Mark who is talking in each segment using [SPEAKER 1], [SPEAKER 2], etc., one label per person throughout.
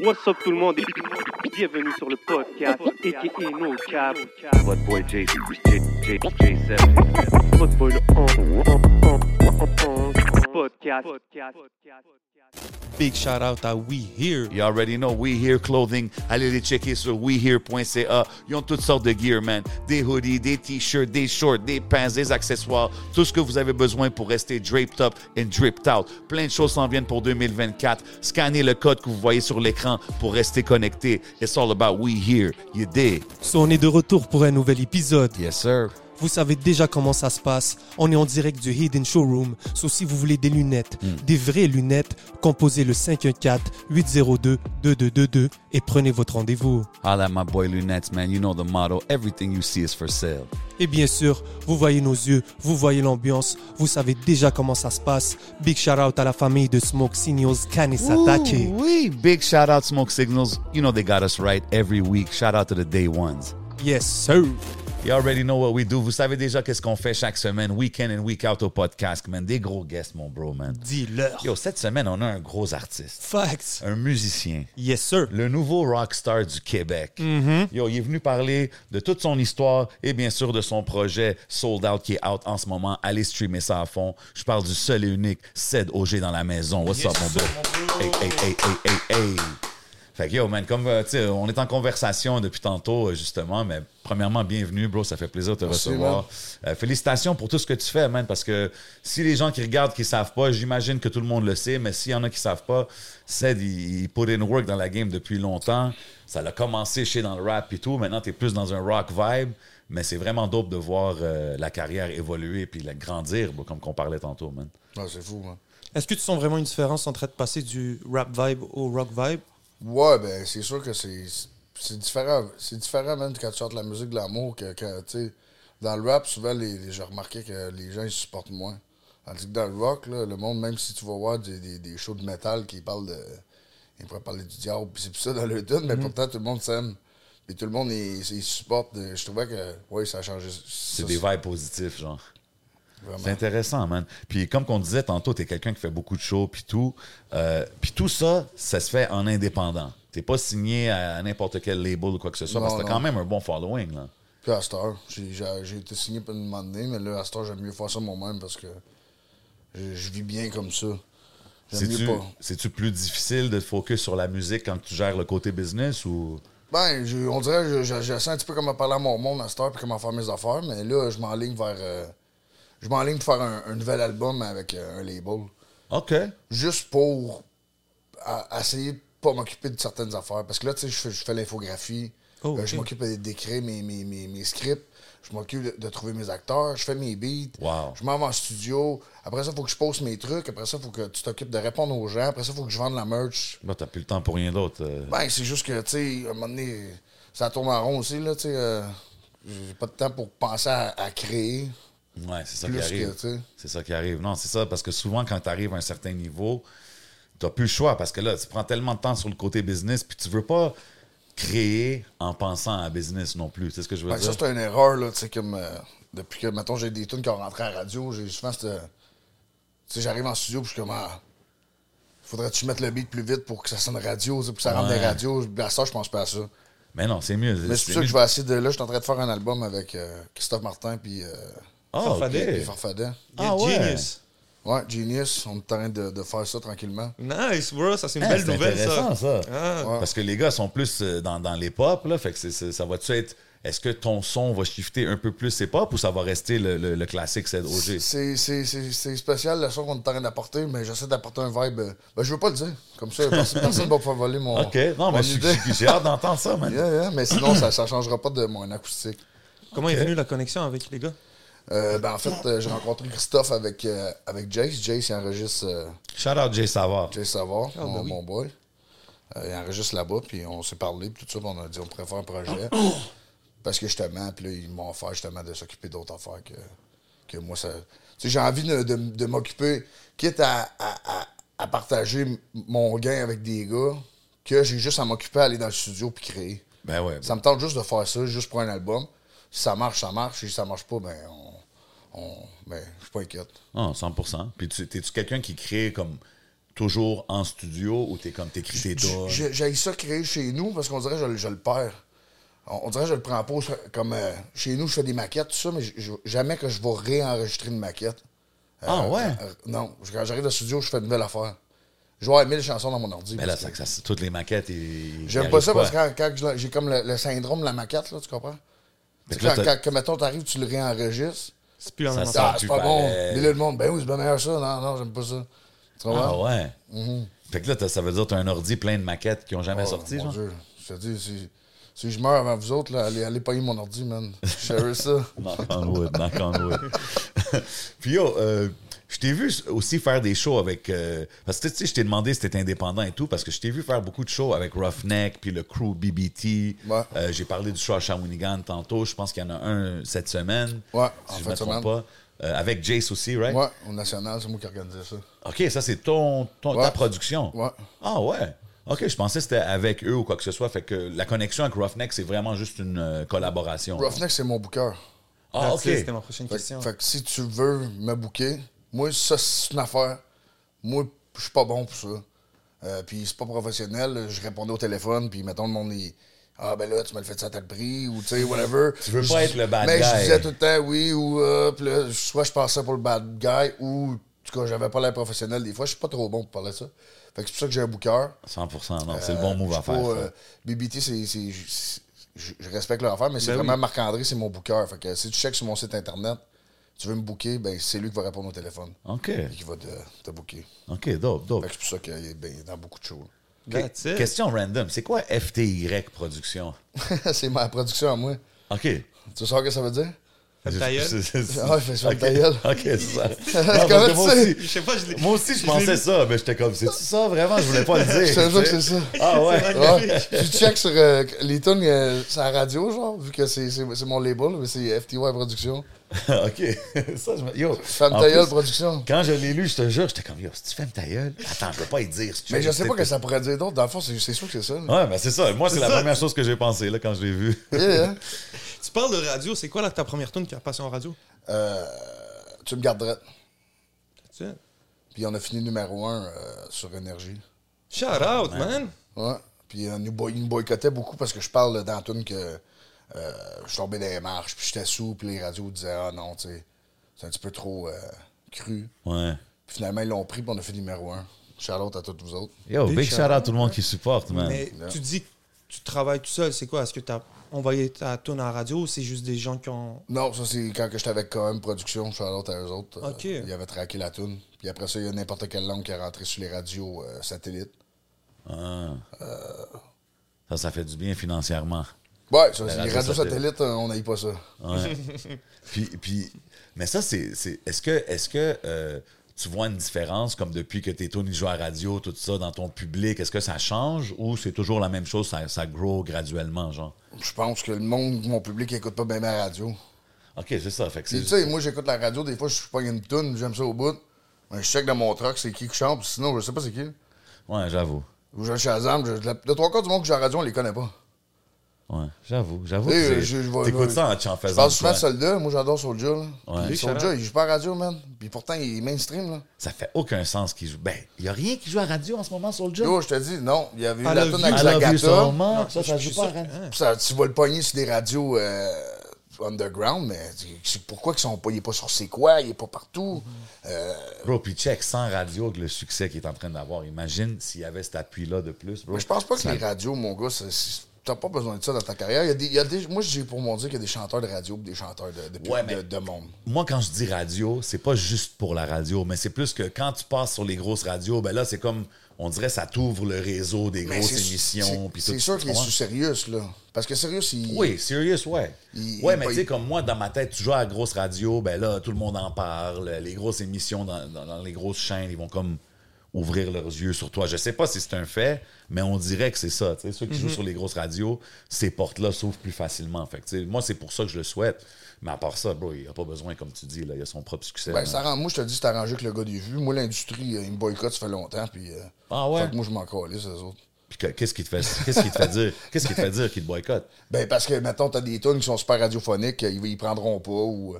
[SPEAKER 1] What's up tout le monde et bienvenue sur le podcast aka No Cap.
[SPEAKER 2] Votre boy J, J, J, J7.
[SPEAKER 1] Votre boy le podcast.
[SPEAKER 3] Big shout out à We Here.
[SPEAKER 2] You already know, We Here Clothing. Allez les checker sur wehere.ca. Ils ont toutes sortes de gear, man. Des hoodies, des t-shirts, des shorts, des pants, des accessoires. Tout ce que vous avez besoin pour rester draped up and dripped out. Plein de choses s'en viennent pour 2024. Scannez le code que vous voyez sur l'écran pour rester connecté. It's all about We Here. You did.
[SPEAKER 3] So, on est de retour pour un nouvel épisode.
[SPEAKER 2] Yes, sir.
[SPEAKER 3] Vous savez déjà comment ça se passe. On est en direct du Hidden Showroom. So, si vous voulez des lunettes,
[SPEAKER 2] Hmm.
[SPEAKER 3] des vraies lunettes, composez le 514-802-2222 et prenez votre rendez-vous.
[SPEAKER 2] Holla at my boy Lunettes, man. You know the motto. Everything you see is for sale.
[SPEAKER 3] Et bien sûr, vous voyez nos yeux, vous voyez l'ambiance, vous savez déjà comment ça se passe. Big shout out à la famille de Smoke Signals Kanisatake.
[SPEAKER 2] Ooh, wee. Big shout out Smoke Signals. You know they got us right every week. Shout out to the day ones.
[SPEAKER 3] Yes, sir.
[SPEAKER 2] You already know what we do. Vous savez déjà qu'est-ce qu'on fait chaque semaine, week in and week out au podcast, man. Des gros guests, mon bro, man.
[SPEAKER 3] Dis-leur.
[SPEAKER 2] Yo, cette semaine, on a un gros artiste,
[SPEAKER 3] Facts.
[SPEAKER 2] un musicien,
[SPEAKER 3] Yes, sir.
[SPEAKER 2] le nouveau rockstar du Québec. Yo, il est venu parler de toute son histoire et bien sûr de son projet Sold Out qui est out en ce moment. Allez streamer ça à fond. Je parle du seul et unique Ced OG dans la maison. What's up, mon bro? Hey, hey, hey, hey, hey, hey. Fait que yo, man, comme euh, tu sais, on est en conversation depuis tantôt, euh, justement, mais premièrement, bienvenue, bro. Ça fait plaisir de te recevoir. Euh, félicitations pour tout ce que tu fais, man, parce que si les gens qui regardent qui savent pas, j'imagine que tout le monde le sait, mais s'il y en a qui savent pas, Ced, il, il put in work dans la game depuis longtemps. Ça l'a commencé chez dans le rap et tout. Maintenant, tu es plus dans un rock vibe, mais c'est vraiment dope de voir euh, la carrière évoluer puis la grandir, bro, comme qu'on parlait tantôt, man.
[SPEAKER 4] Non, Ah, c'est fou, hein. moi.
[SPEAKER 3] Est-ce que tu sens vraiment une différence entre être passé du rap vibe au rock vibe?
[SPEAKER 4] Ouais, ben, c'est sûr que c'est. C'est différent. C'est différent, même, quand tu chantes la musique de l'amour que, que, tu sais. Dans le rap, souvent, les, les- j'ai remarqué que les gens, ils supportent moins. Tandis que dans le rock, là, le monde, même si tu vas voir des, des, des shows de métal qui parlent de. Ils pourraient parler du diable, pis c'est tout ça dans le tune, mais pourtant, tout le monde s'aime. Et tout le monde, ils ils supportent. euh, Je trouvais que, oui, ça a changé.
[SPEAKER 2] C'est des vibes positifs, genre. C'est
[SPEAKER 4] vraiment.
[SPEAKER 2] intéressant, man. Puis comme qu'on disait tantôt, t'es quelqu'un qui fait beaucoup de shows, puis tout. Euh, puis tout ça, ça se fait en indépendant. T'es pas signé à n'importe quel label ou quoi que ce soit,
[SPEAKER 4] Non,
[SPEAKER 2] parce que t'as
[SPEAKER 4] non.
[SPEAKER 2] quand même un bon following, là.
[SPEAKER 4] Puis à cette heure, j'ai- j'ai j'ai été signé pour une demander, mais là, à cette heure, j'aime mieux faire ça moi-même parce que je je vis bien comme ça. J'aime mieux
[SPEAKER 2] C'est-tu,
[SPEAKER 4] pas.
[SPEAKER 2] c'est-tu plus difficile de te focus sur la musique quand tu gères le côté business ou...
[SPEAKER 4] Ben, je- on dirait que je, je, je sens un petit peu comment parler à mon monde à cette heure puis comment faire mes affaires, mais là, je m'enligne vers. euh, je m'enligne pour faire un, un nouvel album avec euh, un label.
[SPEAKER 2] OK.
[SPEAKER 4] Juste pour à- essayer de pas m'occuper de certaines affaires. Parce que là, tu sais, je fais, je fais l'infographie.
[SPEAKER 3] Oh,
[SPEAKER 4] Euh, Je
[SPEAKER 3] ok.
[SPEAKER 4] m'occupe d'écrire mes, mes, mes, mes scripts. Je m'occupe de, de trouver mes acteurs. Je fais mes beats.
[SPEAKER 2] Wow.
[SPEAKER 4] Je m'en vais en studio. Après ça, il faut que je poste mes trucs. Après ça, il faut que tu t'occupes de répondre aux gens. Après ça, il faut que je vende la merch.
[SPEAKER 2] Là, t'as plus le temps pour rien d'autre. euh.
[SPEAKER 4] Ben, c'est juste que, tu sais, à un moment donné, ça tourne en rond aussi, là, tu sais. euh, j'ai pas de temps pour penser à, à créer.
[SPEAKER 2] Ouais, c'est ça
[SPEAKER 4] Plus
[SPEAKER 2] qui arrive.
[SPEAKER 4] que, tu sais.
[SPEAKER 2] C'est ça qui arrive. Non, c'est ça, parce que souvent, quand tu arrives à un certain niveau, tu plus le choix, parce que là, tu prends tellement de temps sur le côté business, puis tu veux pas créer en pensant à business non plus. C'est ce que je veux
[SPEAKER 4] Ben,
[SPEAKER 2] dire?
[SPEAKER 4] ça, c'est une erreur, là, tu sais, comme. euh, depuis que, mettons, j'ai des tunes qui ont rentré à la radio, j'ai souvent cette. euh, Tu sais, j'arrive en studio, puis je suis comme. ah, Faudrait-tu mettre le beat plus vite pour que ça sonne radio, tu sais, pour que ça rentre
[SPEAKER 2] Ouais.
[SPEAKER 4] des radios? Ben, À ça, je pense pas à ça.
[SPEAKER 2] Mais non, c'est mieux.
[SPEAKER 4] Mais c'est pour ça que je vais essayer de. Là, je suis en train de faire un album avec euh, Christophe Martin, puis. euh,
[SPEAKER 2] Ah, ok.
[SPEAKER 3] Farfadet.
[SPEAKER 4] puis Farfadet.
[SPEAKER 2] Ah
[SPEAKER 3] Yeah,
[SPEAKER 2] ouais.
[SPEAKER 3] Genius.
[SPEAKER 4] Ouais, Genius, on est en train de- de faire ça tranquillement.
[SPEAKER 3] Nice, bro. Ça, c'est une
[SPEAKER 2] Ah,
[SPEAKER 3] belle
[SPEAKER 2] c'est
[SPEAKER 3] nouvelle, ça.
[SPEAKER 2] intéressant, ça.
[SPEAKER 3] Ah.
[SPEAKER 2] Parce que les gars sont plus euh, dans, dans les pop, là. Fait que c'est- c'est- ça va-tu être. Est-ce que ton son va shifter un peu plus ses pop ou ça va rester le, le- le classique ZOG?
[SPEAKER 4] C'est- C'est c'est- c'est spécial le son qu'on est en train d'apporter, mais j'essaie d'apporter un vibe. euh, Ben, je veux pas le dire. Comme ça, personne personne va pouvoir voler mon.
[SPEAKER 2] OK. Non, mais
[SPEAKER 4] mon
[SPEAKER 2] j'ai-
[SPEAKER 4] idée.
[SPEAKER 2] j'ai j'ai hâte d'entendre ça, man.
[SPEAKER 4] Yeah, yeah, mais sinon, ça ne changera pas de mon acoustique.
[SPEAKER 3] Comment est venue la connexion avec les gars
[SPEAKER 4] Euh, ben, en fait, euh, j'ai rencontré Christophe avec, euh, avec Jace. Jace, il enregistre euh,
[SPEAKER 2] Shout out Jay Savard.
[SPEAKER 4] Jace Savard,
[SPEAKER 3] Ah, ben
[SPEAKER 4] mon,
[SPEAKER 3] oui.
[SPEAKER 4] mon boy. Euh, il enregistre là-bas, puis on s'est parlé, puis tout ça, puis on a dit on pourrait faire un projet. Parce que justement, puis là, ils m'ont offert justement de s'occuper d'autres affaires que, que moi, ça. Tu sais, j'ai envie de, de- de m'occuper, quitte à, à- à- à partager m- mon gain avec des gars, que j'ai juste à m'occuper à aller dans le studio puis créer.
[SPEAKER 2] Ben ouais.
[SPEAKER 4] Ça me tente juste de faire ça, juste pour un album. Si ça marche, ça marche. Si ça marche pas, ben, on. on ben, je suis pas inquiète.
[SPEAKER 2] Ah, Non, 100 Puis tu, t'es-tu quelqu'un qui crée comme toujours en studio ou t'es comme t'écris tes tunes?
[SPEAKER 4] J'ai j'ai ça créé chez nous parce qu'on dirait que je, le- je le perds. On, on dirait que je le prends pas au- comme euh, chez nous, je fais des maquettes, tout ça, mais j- j- jamais que je vais réenregistrer une maquette. Euh,
[SPEAKER 2] Ah ouais?
[SPEAKER 4] euh, non, Je- quand j'arrive au studio, je fais une nouvelle affaire. Je vais avoir 1000 chansons dans mon ordi.
[SPEAKER 2] Mais là,
[SPEAKER 4] parce que-
[SPEAKER 2] ça, ça- toutes les maquettes. ils- ils
[SPEAKER 4] J'aime pas ça parce
[SPEAKER 2] arrivent
[SPEAKER 4] que quand, quand je la- j'ai comme le, le syndrome de la maquette, là, tu comprends?
[SPEAKER 2] Fait que
[SPEAKER 4] Tu sais,
[SPEAKER 2] là,
[SPEAKER 4] quand,
[SPEAKER 2] t'as-
[SPEAKER 4] quand, quand, mettons, t'arrives, tu le réenregistres.
[SPEAKER 3] C'est plus en
[SPEAKER 2] Ça
[SPEAKER 3] même
[SPEAKER 2] sort.
[SPEAKER 3] temps.
[SPEAKER 4] Ah,
[SPEAKER 2] tu
[SPEAKER 4] c'est pas bon.
[SPEAKER 2] pareil.
[SPEAKER 4] Mais là, le monde, ben oui, c'est bien meilleur ça. Non, non, j'aime pas ça. Tu
[SPEAKER 2] Ah
[SPEAKER 4] comprends?
[SPEAKER 2] ouais. Fait que là, t'as- ça veut dire que t'as un ordi plein de maquettes qui ont jamais
[SPEAKER 4] Mm-hmm. Oh,
[SPEAKER 2] sorti,
[SPEAKER 4] mon
[SPEAKER 2] genre.
[SPEAKER 4] Dieu. Je te dis, si, si je meurs avant vous autres, là, allez, allez payer mon ordi, man. Je savais ça.
[SPEAKER 2] Knock on wood, knock on wood. Puis yo, euh, je t'ai vu aussi faire des shows avec. euh, parce que tu sais, je t'ai demandé si t'étais indépendant et tout, parce que je t'ai vu faire beaucoup de shows avec Roughneck, puis le crew BBT.
[SPEAKER 4] Ouais.
[SPEAKER 2] Euh, J'ai parlé du show à Shawinigan tantôt. Je pense qu'il y en a un cette semaine.
[SPEAKER 4] Ouais, en
[SPEAKER 2] si je
[SPEAKER 4] fin
[SPEAKER 2] me
[SPEAKER 4] de
[SPEAKER 2] trompe
[SPEAKER 4] semaine.
[SPEAKER 2] pas. Euh, avec Jace aussi, right?
[SPEAKER 4] Moi, au national, c'est moi qui organisais ça.
[SPEAKER 2] OK, ça, c'est ton, ton-
[SPEAKER 4] Ouais.
[SPEAKER 2] ta production.
[SPEAKER 4] Ouais.
[SPEAKER 2] Ah ouais. OK, je pensais que c'était avec eux ou quoi que ce soit. Fait que la connexion avec Roughneck, c'est vraiment juste une euh, collaboration.
[SPEAKER 4] Roughneck, c'est mon booker.
[SPEAKER 2] Ah, OK.
[SPEAKER 3] C'était ma prochaine
[SPEAKER 4] Fait,
[SPEAKER 3] question.
[SPEAKER 4] fait que si tu veux me bouquer, moi, ça, c'est une affaire. Moi, je suis pas bon pour ça. Euh, puis c'est pas professionnel. Je répondais au téléphone, puis mettons, le monde, il... Ah, ben là, tu me le fais de ça à tel prix, ou tu sais, whatever.
[SPEAKER 2] Tu veux
[SPEAKER 4] Je
[SPEAKER 2] pas
[SPEAKER 4] dis-
[SPEAKER 2] être le bad
[SPEAKER 4] mais
[SPEAKER 2] guy.
[SPEAKER 4] je disais tout le temps oui, ou euh, puis là, soit je passais pour le bad guy, ou en tout cas, j'avais pas l'air professionnel. Des fois, je suis pas trop bon pour parler de ça. Fait que c'est pour ça que j'ai un booker.
[SPEAKER 2] 100 non, c'est le bon move
[SPEAKER 4] Je
[SPEAKER 2] à
[SPEAKER 4] sais
[SPEAKER 2] faire.
[SPEAKER 4] pas,
[SPEAKER 2] ça.
[SPEAKER 4] euh, BBT, c'est. c'est- c'est- Je, je respecte leur affaire, mais c'est
[SPEAKER 3] Ben
[SPEAKER 4] vraiment
[SPEAKER 3] oui.
[SPEAKER 4] Marc-André, c'est mon booker. Fait que si tu checkes sur mon site internet, tu veux me booker, ben c'est lui qui va répondre au téléphone.
[SPEAKER 2] OK.
[SPEAKER 4] Et qui va te, te booker.
[SPEAKER 2] OK, dope, dope.
[SPEAKER 4] Fait que c'est pour ça qu'il est ben, dans beaucoup de shows.
[SPEAKER 3] That's it.
[SPEAKER 2] Question random, c'est quoi FTY Production?
[SPEAKER 4] c'est ma production à moi.
[SPEAKER 2] OK.
[SPEAKER 4] Tu sais ce que ça veut dire?
[SPEAKER 3] Fais ta gueule.
[SPEAKER 2] C'est- c'est- c'est-
[SPEAKER 4] Ah, fais ça,
[SPEAKER 2] OK.
[SPEAKER 4] ta gueule.
[SPEAKER 2] OK, c'est ça.
[SPEAKER 4] Comment
[SPEAKER 2] parce que moi,
[SPEAKER 4] tu sais?
[SPEAKER 2] aussi,
[SPEAKER 3] Je sais pas, je l'ai.
[SPEAKER 2] moi aussi, je pensais ça, mais j'étais comme, c'est ça vraiment? Je voulais pas le dire.
[SPEAKER 4] Je te jure que c'est ça.
[SPEAKER 2] Ah ouais?
[SPEAKER 4] Ouais. tu checkes sur euh, les tunes, euh, c'est à la radio, genre, vu que c'est c'est- c'est mon label, mais c'est FTY Production.
[SPEAKER 2] OK. ça, je me- Yo.
[SPEAKER 4] Femme
[SPEAKER 2] en
[SPEAKER 4] ta gueule,
[SPEAKER 2] plus,
[SPEAKER 4] Production.
[SPEAKER 2] Quand je l'ai lu, je te jure, j'étais comme, yo, si tu fais ta gueule, attends, je peux pas y dire. si tu
[SPEAKER 4] Mais
[SPEAKER 2] veux,
[SPEAKER 4] je sais pas
[SPEAKER 2] peut-être
[SPEAKER 4] que ça pourrait dire d'autres. Dans le fond, c'est c'est sûr que c'est ça. là.
[SPEAKER 2] Ouais, mais c'est ça. Moi, c'est la
[SPEAKER 3] ça.
[SPEAKER 2] première chose que j'ai pensé, là, quand je l'ai vu.
[SPEAKER 4] Yeah, yeah.
[SPEAKER 3] Tu parles de radio, c'est quoi là, ta première tune qui a passé en radio?
[SPEAKER 4] Euh, tu me garderais.
[SPEAKER 3] Tu sais?
[SPEAKER 4] Puis on a fini numéro un euh, sur Énergie.
[SPEAKER 3] Shout
[SPEAKER 2] Ah,
[SPEAKER 3] out, man!
[SPEAKER 4] Ouais. Puis euh, nous boy- ils nous boycottaient beaucoup parce que je parle dans la tune que euh, je suis tombé dans les marches, puis j'étais sous, puis les radios disaient Ah non, tu sais, c'est un petit peu trop euh, cru.
[SPEAKER 2] Ouais.
[SPEAKER 4] Puis finalement, ils l'ont pris, puis on a fait numéro un. Charlotte à tous vous autres.
[SPEAKER 2] Yo,
[SPEAKER 3] Big
[SPEAKER 2] big
[SPEAKER 3] shout
[SPEAKER 2] shout out à tout le monde qui supporte, man.
[SPEAKER 3] Mais
[SPEAKER 4] Non.
[SPEAKER 3] tu dis que tu travailles tout seul, c'est quoi? Est-ce que tu as envoyé ta tune à la radio ou c'est juste des gens qui ont.
[SPEAKER 4] Non, ça c'est quand que j'étais avec KM Production, Charlotte à eux autres.
[SPEAKER 3] Ok.
[SPEAKER 4] Euh, ils avaient traqué la tune. Puis après ça, il y a n'importe quelle langue qui est rentrée sur les radios euh, satellites.
[SPEAKER 2] Ça, ça fait du bien financièrement.
[SPEAKER 4] Ouais, ça, c'est-
[SPEAKER 2] radio
[SPEAKER 4] les radios
[SPEAKER 2] satellite.
[SPEAKER 4] satellites, euh, on n'aille pas ça.
[SPEAKER 2] Puis, puis, mais ça, c'est. c'est- Est-ce que, est-ce que euh, tu vois une différence, comme depuis que tes Tony jouent à radio, tout ça, dans ton public? Est-ce que ça change ou c'est toujours la même chose, ça, ça grow graduellement, genre?
[SPEAKER 4] Je pense que le monde, mon public, écoute pas bien ma radio.
[SPEAKER 2] OK, c'est ça. Fait que
[SPEAKER 4] Puis,
[SPEAKER 2] c'est
[SPEAKER 4] tu sais, moi, j'écoute la radio, des fois, je pas une toune, j'aime ça au bout. Mais je check dans mon truck, c'est qui qui chante, puis sinon, je sais pas c'est qui.
[SPEAKER 2] Ouais, j'avoue.
[SPEAKER 4] Ou je Shazam, je, la- le trois quarts du monde que j'ai à la radio, on les connaît pas.
[SPEAKER 2] Ouais, j'avoue. J'avoue.
[SPEAKER 4] Tu sais,
[SPEAKER 2] que
[SPEAKER 4] euh, je- je
[SPEAKER 2] c'est-
[SPEAKER 4] vais-
[SPEAKER 2] T'écoutes
[SPEAKER 4] je-
[SPEAKER 2] ça en, en
[SPEAKER 4] Je
[SPEAKER 2] faisant.
[SPEAKER 4] parle
[SPEAKER 2] de
[SPEAKER 4] souvent de
[SPEAKER 2] quoi?
[SPEAKER 4] Soldat, moi, j'adore Soldier, là.
[SPEAKER 2] Ouais.
[SPEAKER 4] Puis Soldier, il joue pas à la radio, man. Puis pourtant, il est mainstream, là.
[SPEAKER 2] Ça fait aucun sens qu'ils jouent. Ben, il n'y a rien qui joue à radio en ce moment sur le job.
[SPEAKER 4] Yo, je te dis, non, il y avait eu
[SPEAKER 3] I
[SPEAKER 4] la
[SPEAKER 3] love
[SPEAKER 4] toune
[SPEAKER 3] you.
[SPEAKER 4] avec
[SPEAKER 2] I love you so
[SPEAKER 4] Zagata.
[SPEAKER 2] much. Ça, ça
[SPEAKER 3] Je
[SPEAKER 2] joue
[SPEAKER 3] suis
[SPEAKER 2] pas à
[SPEAKER 3] sûr-
[SPEAKER 2] radio.
[SPEAKER 3] Hein?
[SPEAKER 4] Puis ça, tu vas le pogner sur des radios euh, underground, mais c'est pourquoi qu'ils sont pas, il est pas sur C'est quoi, il est pas partout. Euh,
[SPEAKER 2] Bro, puis check, sans radio, avec le succès qu'il est en train d'avoir, imagine s'il y avait cet appui-là de plus, bro.
[SPEAKER 4] Mais je pense pas que
[SPEAKER 2] Ça-
[SPEAKER 4] les radios, mon gars, c'est- c'est- t'as pas besoin de ça dans ta carrière. Il y a des, il y a des- moi, j'ai pour mon dire qu'il y a des chanteurs de radio et des chanteurs de, de,
[SPEAKER 2] Ouais,
[SPEAKER 4] de-
[SPEAKER 2] mais-
[SPEAKER 4] de monde.
[SPEAKER 2] Moi, quand je dis radio, c'est pas juste pour la radio, mais c'est plus que quand tu passes sur les grosses radios, ben là, c'est comme, on dirait, ça t'ouvre le réseau des
[SPEAKER 4] Mais
[SPEAKER 2] grosses
[SPEAKER 4] c'est-
[SPEAKER 2] émissions.
[SPEAKER 4] c'est-
[SPEAKER 2] puis tout,
[SPEAKER 4] C'est
[SPEAKER 2] tu
[SPEAKER 4] sûr qu'il est
[SPEAKER 2] comprends?
[SPEAKER 4] sous Sirius, là. Parce que Sirius, il.
[SPEAKER 2] Oui, serious, ouais.
[SPEAKER 4] Il-
[SPEAKER 2] ouais,
[SPEAKER 4] il-
[SPEAKER 2] mais tu
[SPEAKER 4] il-
[SPEAKER 2] sais, comme moi, dans ma tête, tu joues à la grosse radio, ben là, tout le monde en parle. Les grosses émissions dans, dans- dans les grosses chaînes, ils vont comme ouvrir leurs yeux sur toi. Je sais pas si c'est un fait, mais on dirait que c'est ça. Tu sais, ceux qui
[SPEAKER 4] Mhm.
[SPEAKER 2] jouent sur les grosses radios, ces portes-là s'ouvrent plus facilement. Fait que, tu sais, moi, c'est pour ça que je le souhaite. Mais à part ça, bro, il n'y a pas besoin, comme tu dis, là, il a son propre succès. hein.
[SPEAKER 4] Ben,
[SPEAKER 2] là.
[SPEAKER 4] ça rend- moi, je te dis, c'est arrangé avec le gars des vues. Moi, l'industrie, euh, il me boycotte, ça fait longtemps. Puis, euh,
[SPEAKER 2] Ah ouais?
[SPEAKER 4] fait que moi, je m'en calais, ces autres.
[SPEAKER 2] Puis que- qu'est-ce qui te fait, qu'est-ce qui te fait dire, qu'est-ce qui te fait dire qu'il te boycotte
[SPEAKER 4] Ben, parce que, mettons, t'as des tunes qui sont super radiophoniques, euh, ils, ils prendront pas. Ou,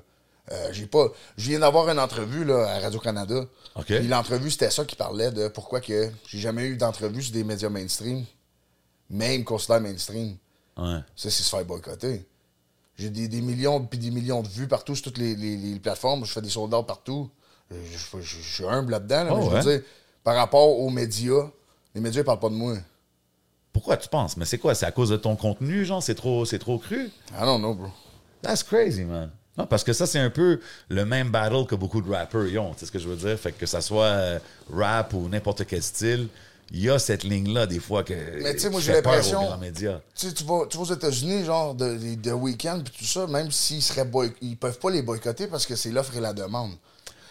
[SPEAKER 4] Euh, j'ai pas. Je viens d'avoir une entrevue là, à Radio-Canada.
[SPEAKER 2] OK.
[SPEAKER 4] Puis l'entrevue, c'était ça qui parlait de pourquoi que j'ai jamais eu d'entrevue sur des médias mainstream. Mais ils me considèrent mainstream.
[SPEAKER 2] Ouais.
[SPEAKER 4] Ça, c'est se faire boycotter. J'ai des, des millions puis des millions de vues partout sur toutes les, les- les plateformes. Je fais des soldats partout. Je, je- je- je suis humble là-dedans. là,
[SPEAKER 2] Oh,
[SPEAKER 4] mais je veux
[SPEAKER 2] ouais.
[SPEAKER 4] dire, par rapport aux médias, les médias, ils parlent pas de moi.
[SPEAKER 2] Pourquoi tu penses? Mais c'est quoi? C'est à cause de ton contenu, genre? C'est trop, c'est trop cru?
[SPEAKER 4] I don't know, Ah bro.
[SPEAKER 2] That's crazy, man. Non, parce que ça, c'est un peu le même battle que beaucoup de rappers y ont. Tu sais ce que je veux dire? Fait que ça soit euh, rap ou n'importe quel style, il y a cette ligne-là, des fois, que.
[SPEAKER 4] Mais tu sais, moi,
[SPEAKER 2] qui
[SPEAKER 4] j'ai
[SPEAKER 2] fait peur aux
[SPEAKER 4] l'impression-
[SPEAKER 2] grands médias.
[SPEAKER 4] Tu sais, tu vas, tu vas aux États-Unis, genre, de, de- de week-end puis tout ça, même s'ils seraient boy- ils peuvent pas les boycotter parce que c'est l'offre et la demande.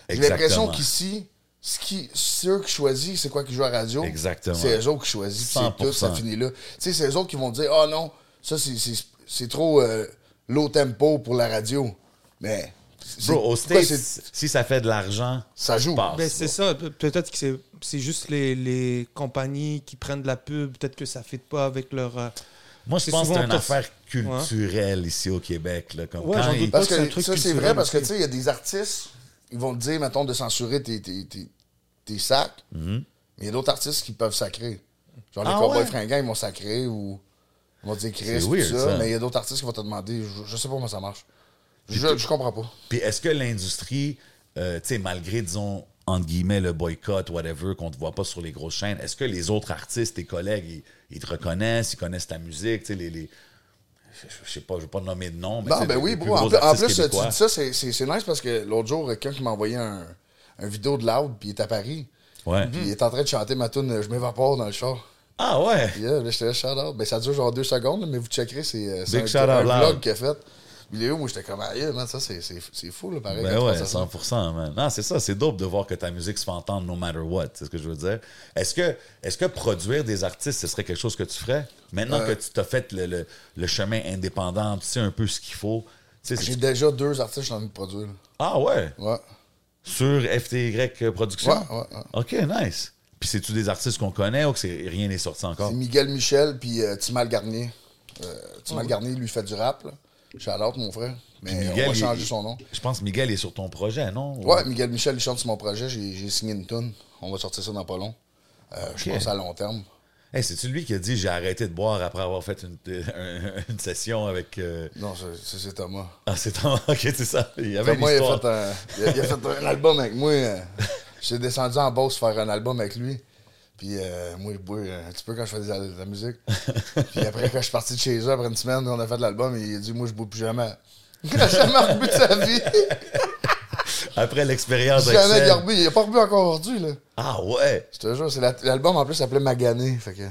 [SPEAKER 4] J'ai l'impression
[SPEAKER 2] Exactement.
[SPEAKER 4] qu'ici, ce qui, c'est eux qui choisissent, c'est quoi qui joue à la radio.
[SPEAKER 2] Exactement.
[SPEAKER 4] C'est eux autres qui choisissent, puis c'est tout,
[SPEAKER 2] 100%.
[SPEAKER 4] ça finit là. Tu sais, c'est eux autres qui vont dire, ah non, ça, c'est- c'est c'est trop euh, low tempo pour la radio. Mais. c'est-
[SPEAKER 2] Bro, au
[SPEAKER 4] pourquoi
[SPEAKER 2] States,
[SPEAKER 4] c'est-
[SPEAKER 2] si ça fait de l'argent,
[SPEAKER 4] Ça joue.
[SPEAKER 2] passe.
[SPEAKER 3] Ben, c'est ça. Pe- Peut-être que c'est- c'est juste les, les compagnies qui prennent de la pub. Peut-être que ça ne fit pas avec leur. euh,
[SPEAKER 2] Moi, je
[SPEAKER 3] C'est
[SPEAKER 2] pense que c'est
[SPEAKER 3] souvent
[SPEAKER 2] une
[SPEAKER 3] tough.
[SPEAKER 2] affaire culturelle ici au Québec. Là, comme
[SPEAKER 3] Ouais,
[SPEAKER 2] quand
[SPEAKER 3] j'en
[SPEAKER 2] il-
[SPEAKER 3] doute pas.
[SPEAKER 4] Parce
[SPEAKER 3] c'est un
[SPEAKER 4] que
[SPEAKER 3] truc
[SPEAKER 4] ça, c'est
[SPEAKER 3] culturel
[SPEAKER 4] vrai, parce que
[SPEAKER 3] aussi.
[SPEAKER 4] tu sais, il y a des artistes, ils vont te dire, mettons, de censurer tes, tes, tes, tes sacs. Mais il y a d'autres artistes qui peuvent sacrer. Genre les
[SPEAKER 2] Mhm. Ah
[SPEAKER 4] cowboys
[SPEAKER 2] ouais?
[SPEAKER 4] fringants, ils vont sacrer ou ils vont te dire Chris,
[SPEAKER 2] C'est
[SPEAKER 4] tout
[SPEAKER 2] weird,
[SPEAKER 4] ça,
[SPEAKER 2] ça.
[SPEAKER 4] Mais il y a d'autres artistes qui vont te demander, je, je sais pas comment ça marche. Je, je comprends pas.
[SPEAKER 2] Puis est-ce que l'industrie, euh, tu sais, malgré, disons, entre guillemets, le boycott, whatever, qu'on ne te voit pas sur les grosses chaînes, est-ce que les autres artistes, tes collègues, ils, ils te reconnaissent, ils connaissent ta musique, tu sais, les... les- je- Je je sais pas, je vais pas nommer de nom, mais
[SPEAKER 4] Non,
[SPEAKER 2] c'est
[SPEAKER 4] ben
[SPEAKER 2] les-
[SPEAKER 4] oui,
[SPEAKER 2] les plus
[SPEAKER 4] bro. En,
[SPEAKER 2] gros
[SPEAKER 4] plus- en
[SPEAKER 2] artistes
[SPEAKER 4] plus,
[SPEAKER 2] québécois.
[SPEAKER 4] tu dis ça, c'est- c'est c'est nice parce que l'autre jour, quelqu'un qui m'a envoyé un, un vidéo de Loud, puis il est à Paris.
[SPEAKER 2] Ouais.
[SPEAKER 4] Puis il est en train de chanter ma tune Je m'évapore dans le char.
[SPEAKER 2] Ah ouais!
[SPEAKER 4] Yeah, là, je te laisse shout out. Ben, ça dure genre deux secondes, là, mais vous checkerez, c'est euh, c'est un,
[SPEAKER 2] shout out
[SPEAKER 4] un
[SPEAKER 2] loud.
[SPEAKER 4] vlog qu'il a fait. Vidéo, moi, j'étais comme, ah, yeah, man, ça, c'est- c'est c'est fou, là, pareil.
[SPEAKER 2] Ben
[SPEAKER 4] quand tu
[SPEAKER 2] ouais,
[SPEAKER 4] penses à ça.
[SPEAKER 2] 100%, man. Non, c'est ça, c'est dope de voir que ta musique se fait entendre no matter what, c'est ce que je veux dire. Est-ce que, est que produire des artistes, ce serait quelque chose que tu ferais? Maintenant
[SPEAKER 4] Euh.
[SPEAKER 2] que tu t'as fait le, le- le chemin indépendant, tu sais un peu ce qu'il faut. tu sais,
[SPEAKER 4] J'ai
[SPEAKER 2] c'est-
[SPEAKER 4] déjà deux artistes que je suis en train de produire. là.
[SPEAKER 2] Ah ouais?
[SPEAKER 4] Ouais.
[SPEAKER 2] Sur FTY Productions?
[SPEAKER 4] Ouais, ouais, ouais.
[SPEAKER 2] OK, nice. Puis c'est-tu des artistes qu'on connaît ou que c'est- rien n'est sorti encore?
[SPEAKER 4] C'est Miguel Michel puis euh, Timal Garnier. Euh, Timal Garnier, lui, fait du rap, là. Shout out, mon frère. Mais
[SPEAKER 2] Puis
[SPEAKER 4] on va
[SPEAKER 2] il-
[SPEAKER 4] changer
[SPEAKER 2] il-
[SPEAKER 4] son nom.
[SPEAKER 2] Je pense que Miguel est sur ton projet, non?
[SPEAKER 4] Ouais, Miguel Michel, il chante sur mon projet. J'ai j'ai signé une tune. On va sortir ça dans pas long. Euh, Je
[SPEAKER 2] Ok.
[SPEAKER 4] pense à long terme.
[SPEAKER 2] Hey, C'est-tu lui qui a dit j'ai arrêté de boire après avoir fait une, un- une session avec. euh,
[SPEAKER 4] Non, ça, ça, c'est Thomas.
[SPEAKER 2] Ah, c'est ton- OK, c'est ça. Il y avait une
[SPEAKER 4] Moi, il a,
[SPEAKER 2] histoire.
[SPEAKER 4] fait un, il, a, il a fait un album avec moi. euh, J'étais descendu en Beauce faire un album avec lui. Puis euh, moi, je bois un petit peu quand je fais des al- de la musique. Puis après, quand je suis parti de chez eux, après une semaine, on a fait l'album et il a dit Moi, je bois plus jamais. Il a jamais rebu de sa vie.
[SPEAKER 2] Après l'expérience avec
[SPEAKER 4] jamais il a
[SPEAKER 2] Seb.
[SPEAKER 4] rebu. Il a pas rebu encore aujourd'hui. là.
[SPEAKER 2] Ah ouais!
[SPEAKER 4] Je te jure, c'est la- l'album en plus s'appelait Magané. Fait que.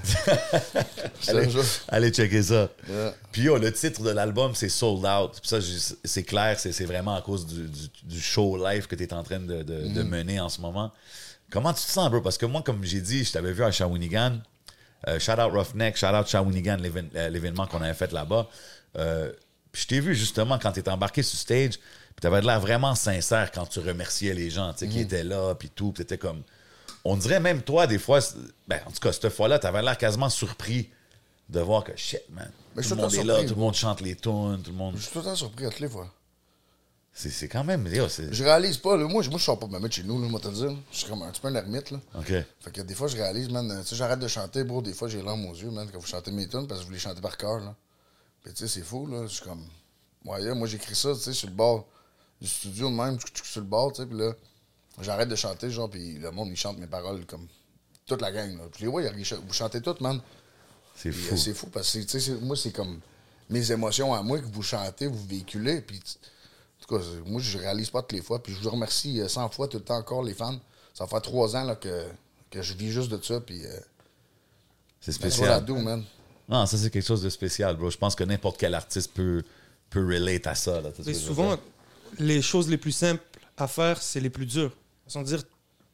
[SPEAKER 4] Je te
[SPEAKER 2] Allez,
[SPEAKER 4] jure.
[SPEAKER 2] allez checker ça.
[SPEAKER 4] Yeah.
[SPEAKER 2] Puis yo, le titre de l'album, c'est Sold Out. Puis ça, j'ai- c'est clair, c'est c'est vraiment à cause du, du- du show live que tu es en train de, de- de mener en ce moment. Comment tu te sens, bro? Parce que moi, comme j'ai dit, je t'avais vu à Shawinigan. Euh, shout out Roughneck, shout out Shawinigan, l'évén- euh, l'événement qu'on avait fait là-bas. Euh, puis je t'ai vu justement quand tu étais embarqué sur stage. Puis t'avais l'air vraiment sincère quand tu remerciais les gens tu sais, qui étaient là, puis tout. Puis t'étais comme. On dirait même toi, des fois, c'est- ben, en tout cas, cette fois-là, t'avais l'air quasiment surpris de voir que shit, man. tout
[SPEAKER 4] Mais je suis
[SPEAKER 2] le monde
[SPEAKER 4] tout le
[SPEAKER 2] est
[SPEAKER 4] temps
[SPEAKER 2] là,
[SPEAKER 4] surpris,
[SPEAKER 2] tout le monde chante les tunes, tout le monde.
[SPEAKER 4] Je suis tout le temps surpris à toutes les fois.
[SPEAKER 2] C'est c'est quand même. yo, c'est-
[SPEAKER 4] Je réalise pas. Là. Moi, je- moi, je sors pas ma mettre chez nous, là, moi, te le dire. Je suis comme un petit peu un ermite. Là.
[SPEAKER 2] OK.
[SPEAKER 4] Fait que des fois, je réalise, man, euh, tu sais, j'arrête de chanter, bro, des fois, j'ai l'âme aux yeux, man, quand vous chantez mes tunes, parce que je voulais chanter par cœur, là. Puis, tu sais, c'est fou, là, je suis comme, ouais, yeah, moi, j'écris ça, tu sais, sur le bord du studio, de même, tchou, tchou, sur le bord, tu sais, puis là, j'arrête de chanter, genre, puis le monde, il chante mes paroles, comme, toute la gang, là. Puis, je les vois, ils- ils ch- vous chantez toutes, man.
[SPEAKER 2] C'est
[SPEAKER 4] Puis,
[SPEAKER 2] fou.
[SPEAKER 4] euh, C'est fou, parce que, tu sais, c'est- moi, c'est comme mes émotions à moi que vous chantez, vous véhiculez, puis, tu- en tout cas, c'est- moi, je réalise pas toutes les fois, puis je vous remercie euh, 100 fois tout le temps encore, les fans. Ça fait trois ans, là, que, que je vis juste de ça, puis... euh,
[SPEAKER 2] C'est
[SPEAKER 4] ben, c'est la
[SPEAKER 2] spécial.
[SPEAKER 4] doux, man.
[SPEAKER 2] Non, ça, c'est quelque chose de spécial, bro. Je pense que n'importe quel artiste peut, peut relate à ça. Là, Tu sais ce que
[SPEAKER 3] Mais
[SPEAKER 2] je veux
[SPEAKER 3] souvent,
[SPEAKER 2] dire?
[SPEAKER 3] les choses les plus simples à faire, c'est les plus dures. Sans dire,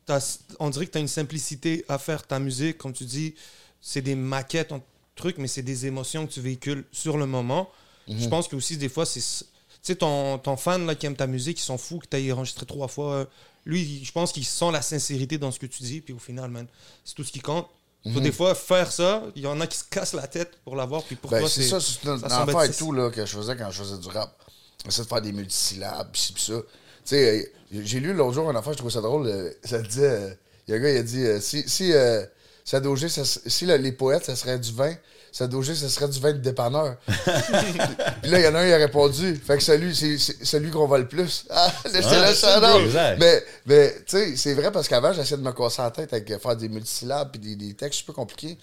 [SPEAKER 3] t'as- on dirait que tu as une simplicité à faire ta musique, comme tu dis, c'est des maquettes, en truc, mais c'est des émotions que tu véhicules sur le moment. Je pense que aussi, des fois, c'est. Tu sais, ton, ton fan là, qui aime ta musique, il s'en fout que tu aies enregistré trois fois. euh, Lui, il- je pense qu'il sent la sincérité dans ce que tu dis, puis au final, man, c'est tout ce qui compte. Donc, Des fois, faire ça, il y en a qui se cassent la tête pour l'avoir, puis pour
[SPEAKER 4] Ben,
[SPEAKER 3] toi,
[SPEAKER 4] c'est ça, c'est une
[SPEAKER 3] semble
[SPEAKER 4] affaire et
[SPEAKER 3] être-
[SPEAKER 4] tout là, que je faisais quand je faisais du rap. essaie de faire des multisyllabes, pis ci, pis ça. Tu sais, euh, j'ai lu l'autre jour une affaire, je trouvais ça drôle. euh, ça disait, euh, il y a un gars, il a dit, euh, si, si, euh, Sadogé, ça s- si le- les poètes, ça serait du vin, Sadogé, ça serait du vin de dépanneur. Puis là, il y en a un, il a répondu. Fait que celui, c'est c'est celui qu'on va le plus. Ah, là, j'étais
[SPEAKER 2] Ah,
[SPEAKER 4] là,
[SPEAKER 2] c'est
[SPEAKER 4] ça, non.
[SPEAKER 2] exact.
[SPEAKER 4] Mais, mais tu sais, c'est vrai parce qu'avant, j'essayais de me casser la tête avec euh, faire des multisyllabes puis des, des textes super compliqués.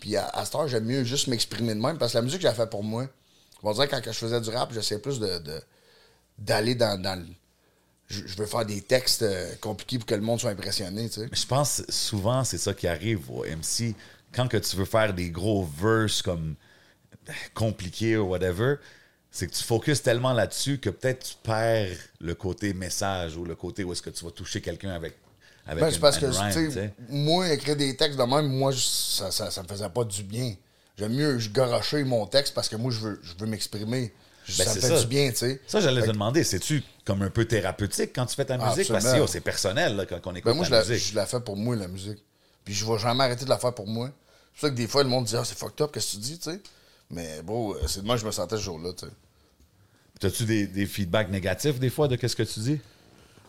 [SPEAKER 4] Puis à, à cette heure, j'aime mieux juste m'exprimer de même parce que la musique, je la fais pour moi. On dirait que quand je faisais du rap, j'essayais plus de- de- d'aller dans, dans le. Je je veux faire des textes euh, compliqués pour que le monde soit impressionné, tu sais.
[SPEAKER 2] Mais Je pense souvent, c'est ça qui arrive au MC. Quand que tu veux faire des gros verses comme euh, compliqués ou whatever, c'est que tu focuses tellement là-dessus que peut-être tu perds le côté message ou le côté où est-ce que tu vas toucher quelqu'un avec, avec
[SPEAKER 4] Ben, c'est
[SPEAKER 2] une-
[SPEAKER 4] parce que,
[SPEAKER 2] une rhyme,
[SPEAKER 4] tu
[SPEAKER 2] tu sais.
[SPEAKER 4] sais, moi, écrire des textes de même, moi, je- ça, ça, ça me faisait pas du bien. J'aime mieux je garocher mon texte parce que moi, je veux, je veux m'exprimer. Je-
[SPEAKER 2] Ben,
[SPEAKER 4] ça me
[SPEAKER 2] c'est
[SPEAKER 4] fait
[SPEAKER 2] ça.
[SPEAKER 4] du bien, tu sais.
[SPEAKER 2] Ça, j'allais te demander, c'est-tu comme un peu thérapeutique quand tu fais ta
[SPEAKER 4] Ah,
[SPEAKER 2] musique? Parce que
[SPEAKER 4] absolument.
[SPEAKER 2] yo, c'est personnel là, quand on écoute
[SPEAKER 4] Ben, moi,
[SPEAKER 2] ta
[SPEAKER 4] je la,
[SPEAKER 2] musique.
[SPEAKER 4] je la fais pour moi, la musique. Puis je vais jamais arrêter de la faire pour moi. C'est pour ça que des fois, le monde dit « Ah, c'est fucked up, qu'est-ce que tu dis? » tu sais. Mais bro, euh, c'est de moi que je me sentais ce jour-là, tu sais.
[SPEAKER 2] T'as-tu des, des feedbacks négatifs des fois de qu'est-ce que tu dis?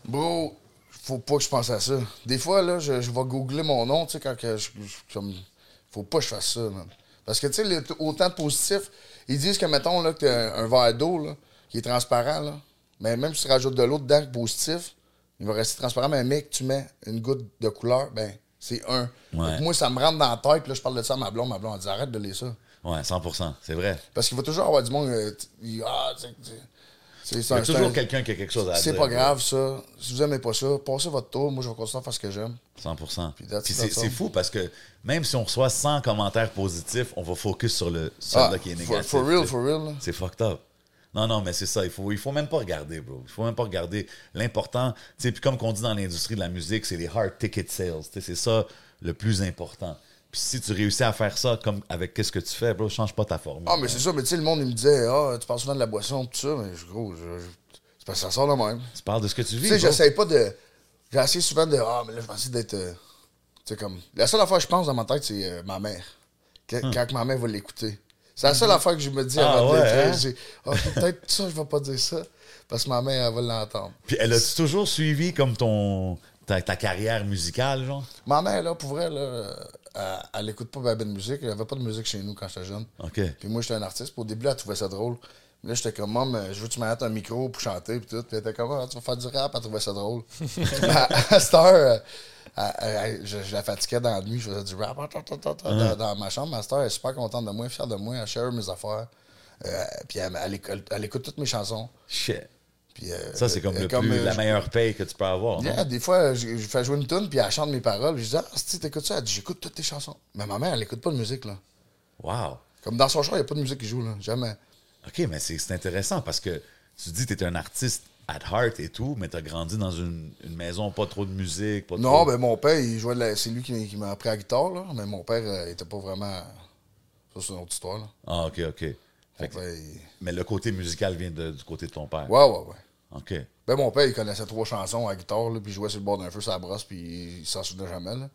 [SPEAKER 4] Bro, faut pas que je pense à ça. Des fois, là, je, je vais googler mon nom, tu sais, quand que je, je- comme, Faut pas que je fasse ça, man. Parce que, tu sais, le- autant de positifs, ils disent que, mettons, là, que t'as un verre d'eau, là, qui est transparent, là. Mais même si tu rajoutes de l'eau dedans, que positif, il va rester transparent. Mais mec, tu mets une goutte de couleur, ben, c'est un.
[SPEAKER 2] Ouais.
[SPEAKER 4] Fait que moi, ça me rentre dans la tête, puis là, je parle de ça à ma blonde, ma blonde, elle dit arrête de lire ça.
[SPEAKER 2] Ouais, 100 c'est vrai.
[SPEAKER 4] Parce qu'il va toujours avoir du monde, euh, t- il- ah, tu sais, tu sais.
[SPEAKER 2] Il
[SPEAKER 4] C'est- c'est
[SPEAKER 2] y a
[SPEAKER 4] un- c'est
[SPEAKER 2] toujours
[SPEAKER 4] un-
[SPEAKER 2] quelqu'un qui a quelque chose à dire.
[SPEAKER 4] c'est pas grave, ça. Si vous aimez pas ça, passez votre tour. Moi, je vais continuer à faire ce que j'aime.
[SPEAKER 2] 100 Puis
[SPEAKER 4] that's
[SPEAKER 2] c'est
[SPEAKER 4] it, that's
[SPEAKER 2] c'est
[SPEAKER 4] all.
[SPEAKER 2] fou parce que même si on reçoit 100 commentaires positifs, on va focus sur le sur
[SPEAKER 4] Ah,
[SPEAKER 2] là qui est
[SPEAKER 4] for,
[SPEAKER 2] négatif.
[SPEAKER 4] for
[SPEAKER 2] tu
[SPEAKER 4] real,
[SPEAKER 2] sais.
[SPEAKER 4] for real. là.
[SPEAKER 2] C'est fucked up. Non, non, mais c'est ça. Il faut, il faut même pas regarder, bro. Il faut même pas regarder. L'important, tu sais, puis comme qu'on dit dans l'industrie de la musique, c'est les hard ticket sales. Tu sais, c'est ça le plus important. Puis si tu réussis à faire ça comme avec qu'est-ce que tu fais, bro, change pas ta formule.
[SPEAKER 4] Ah, mais c'est ça. Mais tu sais, le monde, il me disait, ah, tu parles souvent de la boisson, tout ça. Mais je- gros, je- je- c'est parce que ça sort le même.
[SPEAKER 2] Tu parles de ce que tu
[SPEAKER 4] Tu
[SPEAKER 2] vis.
[SPEAKER 4] sais,
[SPEAKER 2] bro.
[SPEAKER 4] j'essaye pas de. J'ai essayé souvent de. Ah, mais là, je vais essayer d'être. euh, Tu sais, comme. La seule affaire que je pense dans ma tête, c'est euh, ma mère. Que- Quand ma mère va l'écouter. C'est la seule affaire que je me dis
[SPEAKER 2] Hum. Ah,
[SPEAKER 4] avant de
[SPEAKER 2] ouais,
[SPEAKER 4] l'écrire.
[SPEAKER 2] hein?
[SPEAKER 4] J'ai. Ah, peut-être ça, je vais pas dire ça. Parce que ma mère, elle va l'entendre.
[SPEAKER 2] Puis elle a toujours suivi comme ton ta, ta carrière musicale, genre.
[SPEAKER 4] Ma mère, là, pour vrai, là, euh, elle, elle écoute pas babine de musique. Elle avait pas de musique chez nous quand j'étais jeune.
[SPEAKER 2] Ok.
[SPEAKER 4] Puis moi, j'étais un artiste. Puis au début, elle trouvait ça drôle. Mais là, j'étais comme, Maman, je veux que tu m'arrêtes un micro pour chanter. Puis tout. Puis elle était comme, Ah, tu vas faire du rap. Elle trouvait ça drôle. Mais à, à cette heure, euh, elle- elle- elle- je, je la fatiguais dans la nuit. Je faisais du rap ah, ta, ta, ta, ta, dans, dans ma chambre. Ma star elle est super contente de moi, fière de moi. Elle share mes affaires. Euh, puis elle, elle écoute, elle écoute toutes mes chansons.
[SPEAKER 2] Shit.
[SPEAKER 4] Puis, euh,
[SPEAKER 2] Ça, c'est comme,
[SPEAKER 4] elle-
[SPEAKER 2] le
[SPEAKER 4] comme,
[SPEAKER 2] plus,
[SPEAKER 4] euh,
[SPEAKER 2] la
[SPEAKER 4] je-
[SPEAKER 2] meilleure paye que tu peux avoir. non?
[SPEAKER 4] Yeah, des fois, je, je fais jouer une tune puis elle chante mes paroles. Je dis, ah, si t'écoutes ça, elle dit, j'écoute toutes tes chansons. Mais ma mère, elle écoute pas de musique, là.
[SPEAKER 2] Wow.
[SPEAKER 4] Comme dans son char, il n'y a pas de musique qui joue, là. Jamais.
[SPEAKER 2] OK, mais c'est c'est intéressant parce que tu dis que tu es un artiste at heart et tout, mais tu as grandi dans une, une maison pas trop de musique. Pas
[SPEAKER 4] Non,
[SPEAKER 2] trop...
[SPEAKER 4] ben mon père, il jouait de la- c'est lui qui, qui m'a appris à la guitare, là. Mais mon père, euh, il était pas vraiment. Ça, c'est une autre histoire, là.
[SPEAKER 2] Ah, OK, OK.
[SPEAKER 4] Mon
[SPEAKER 2] Fait que-
[SPEAKER 4] père, il-
[SPEAKER 2] mais le côté musical vient de- du côté de ton père.
[SPEAKER 4] Ouais, ouais, ouais.
[SPEAKER 2] OK.
[SPEAKER 4] Ben mon père, il connaissait trois chansons à la guitare, là, puis il jouait sur le bord d'un feu, sa brosse, puis il s'en souvenait jamais, là.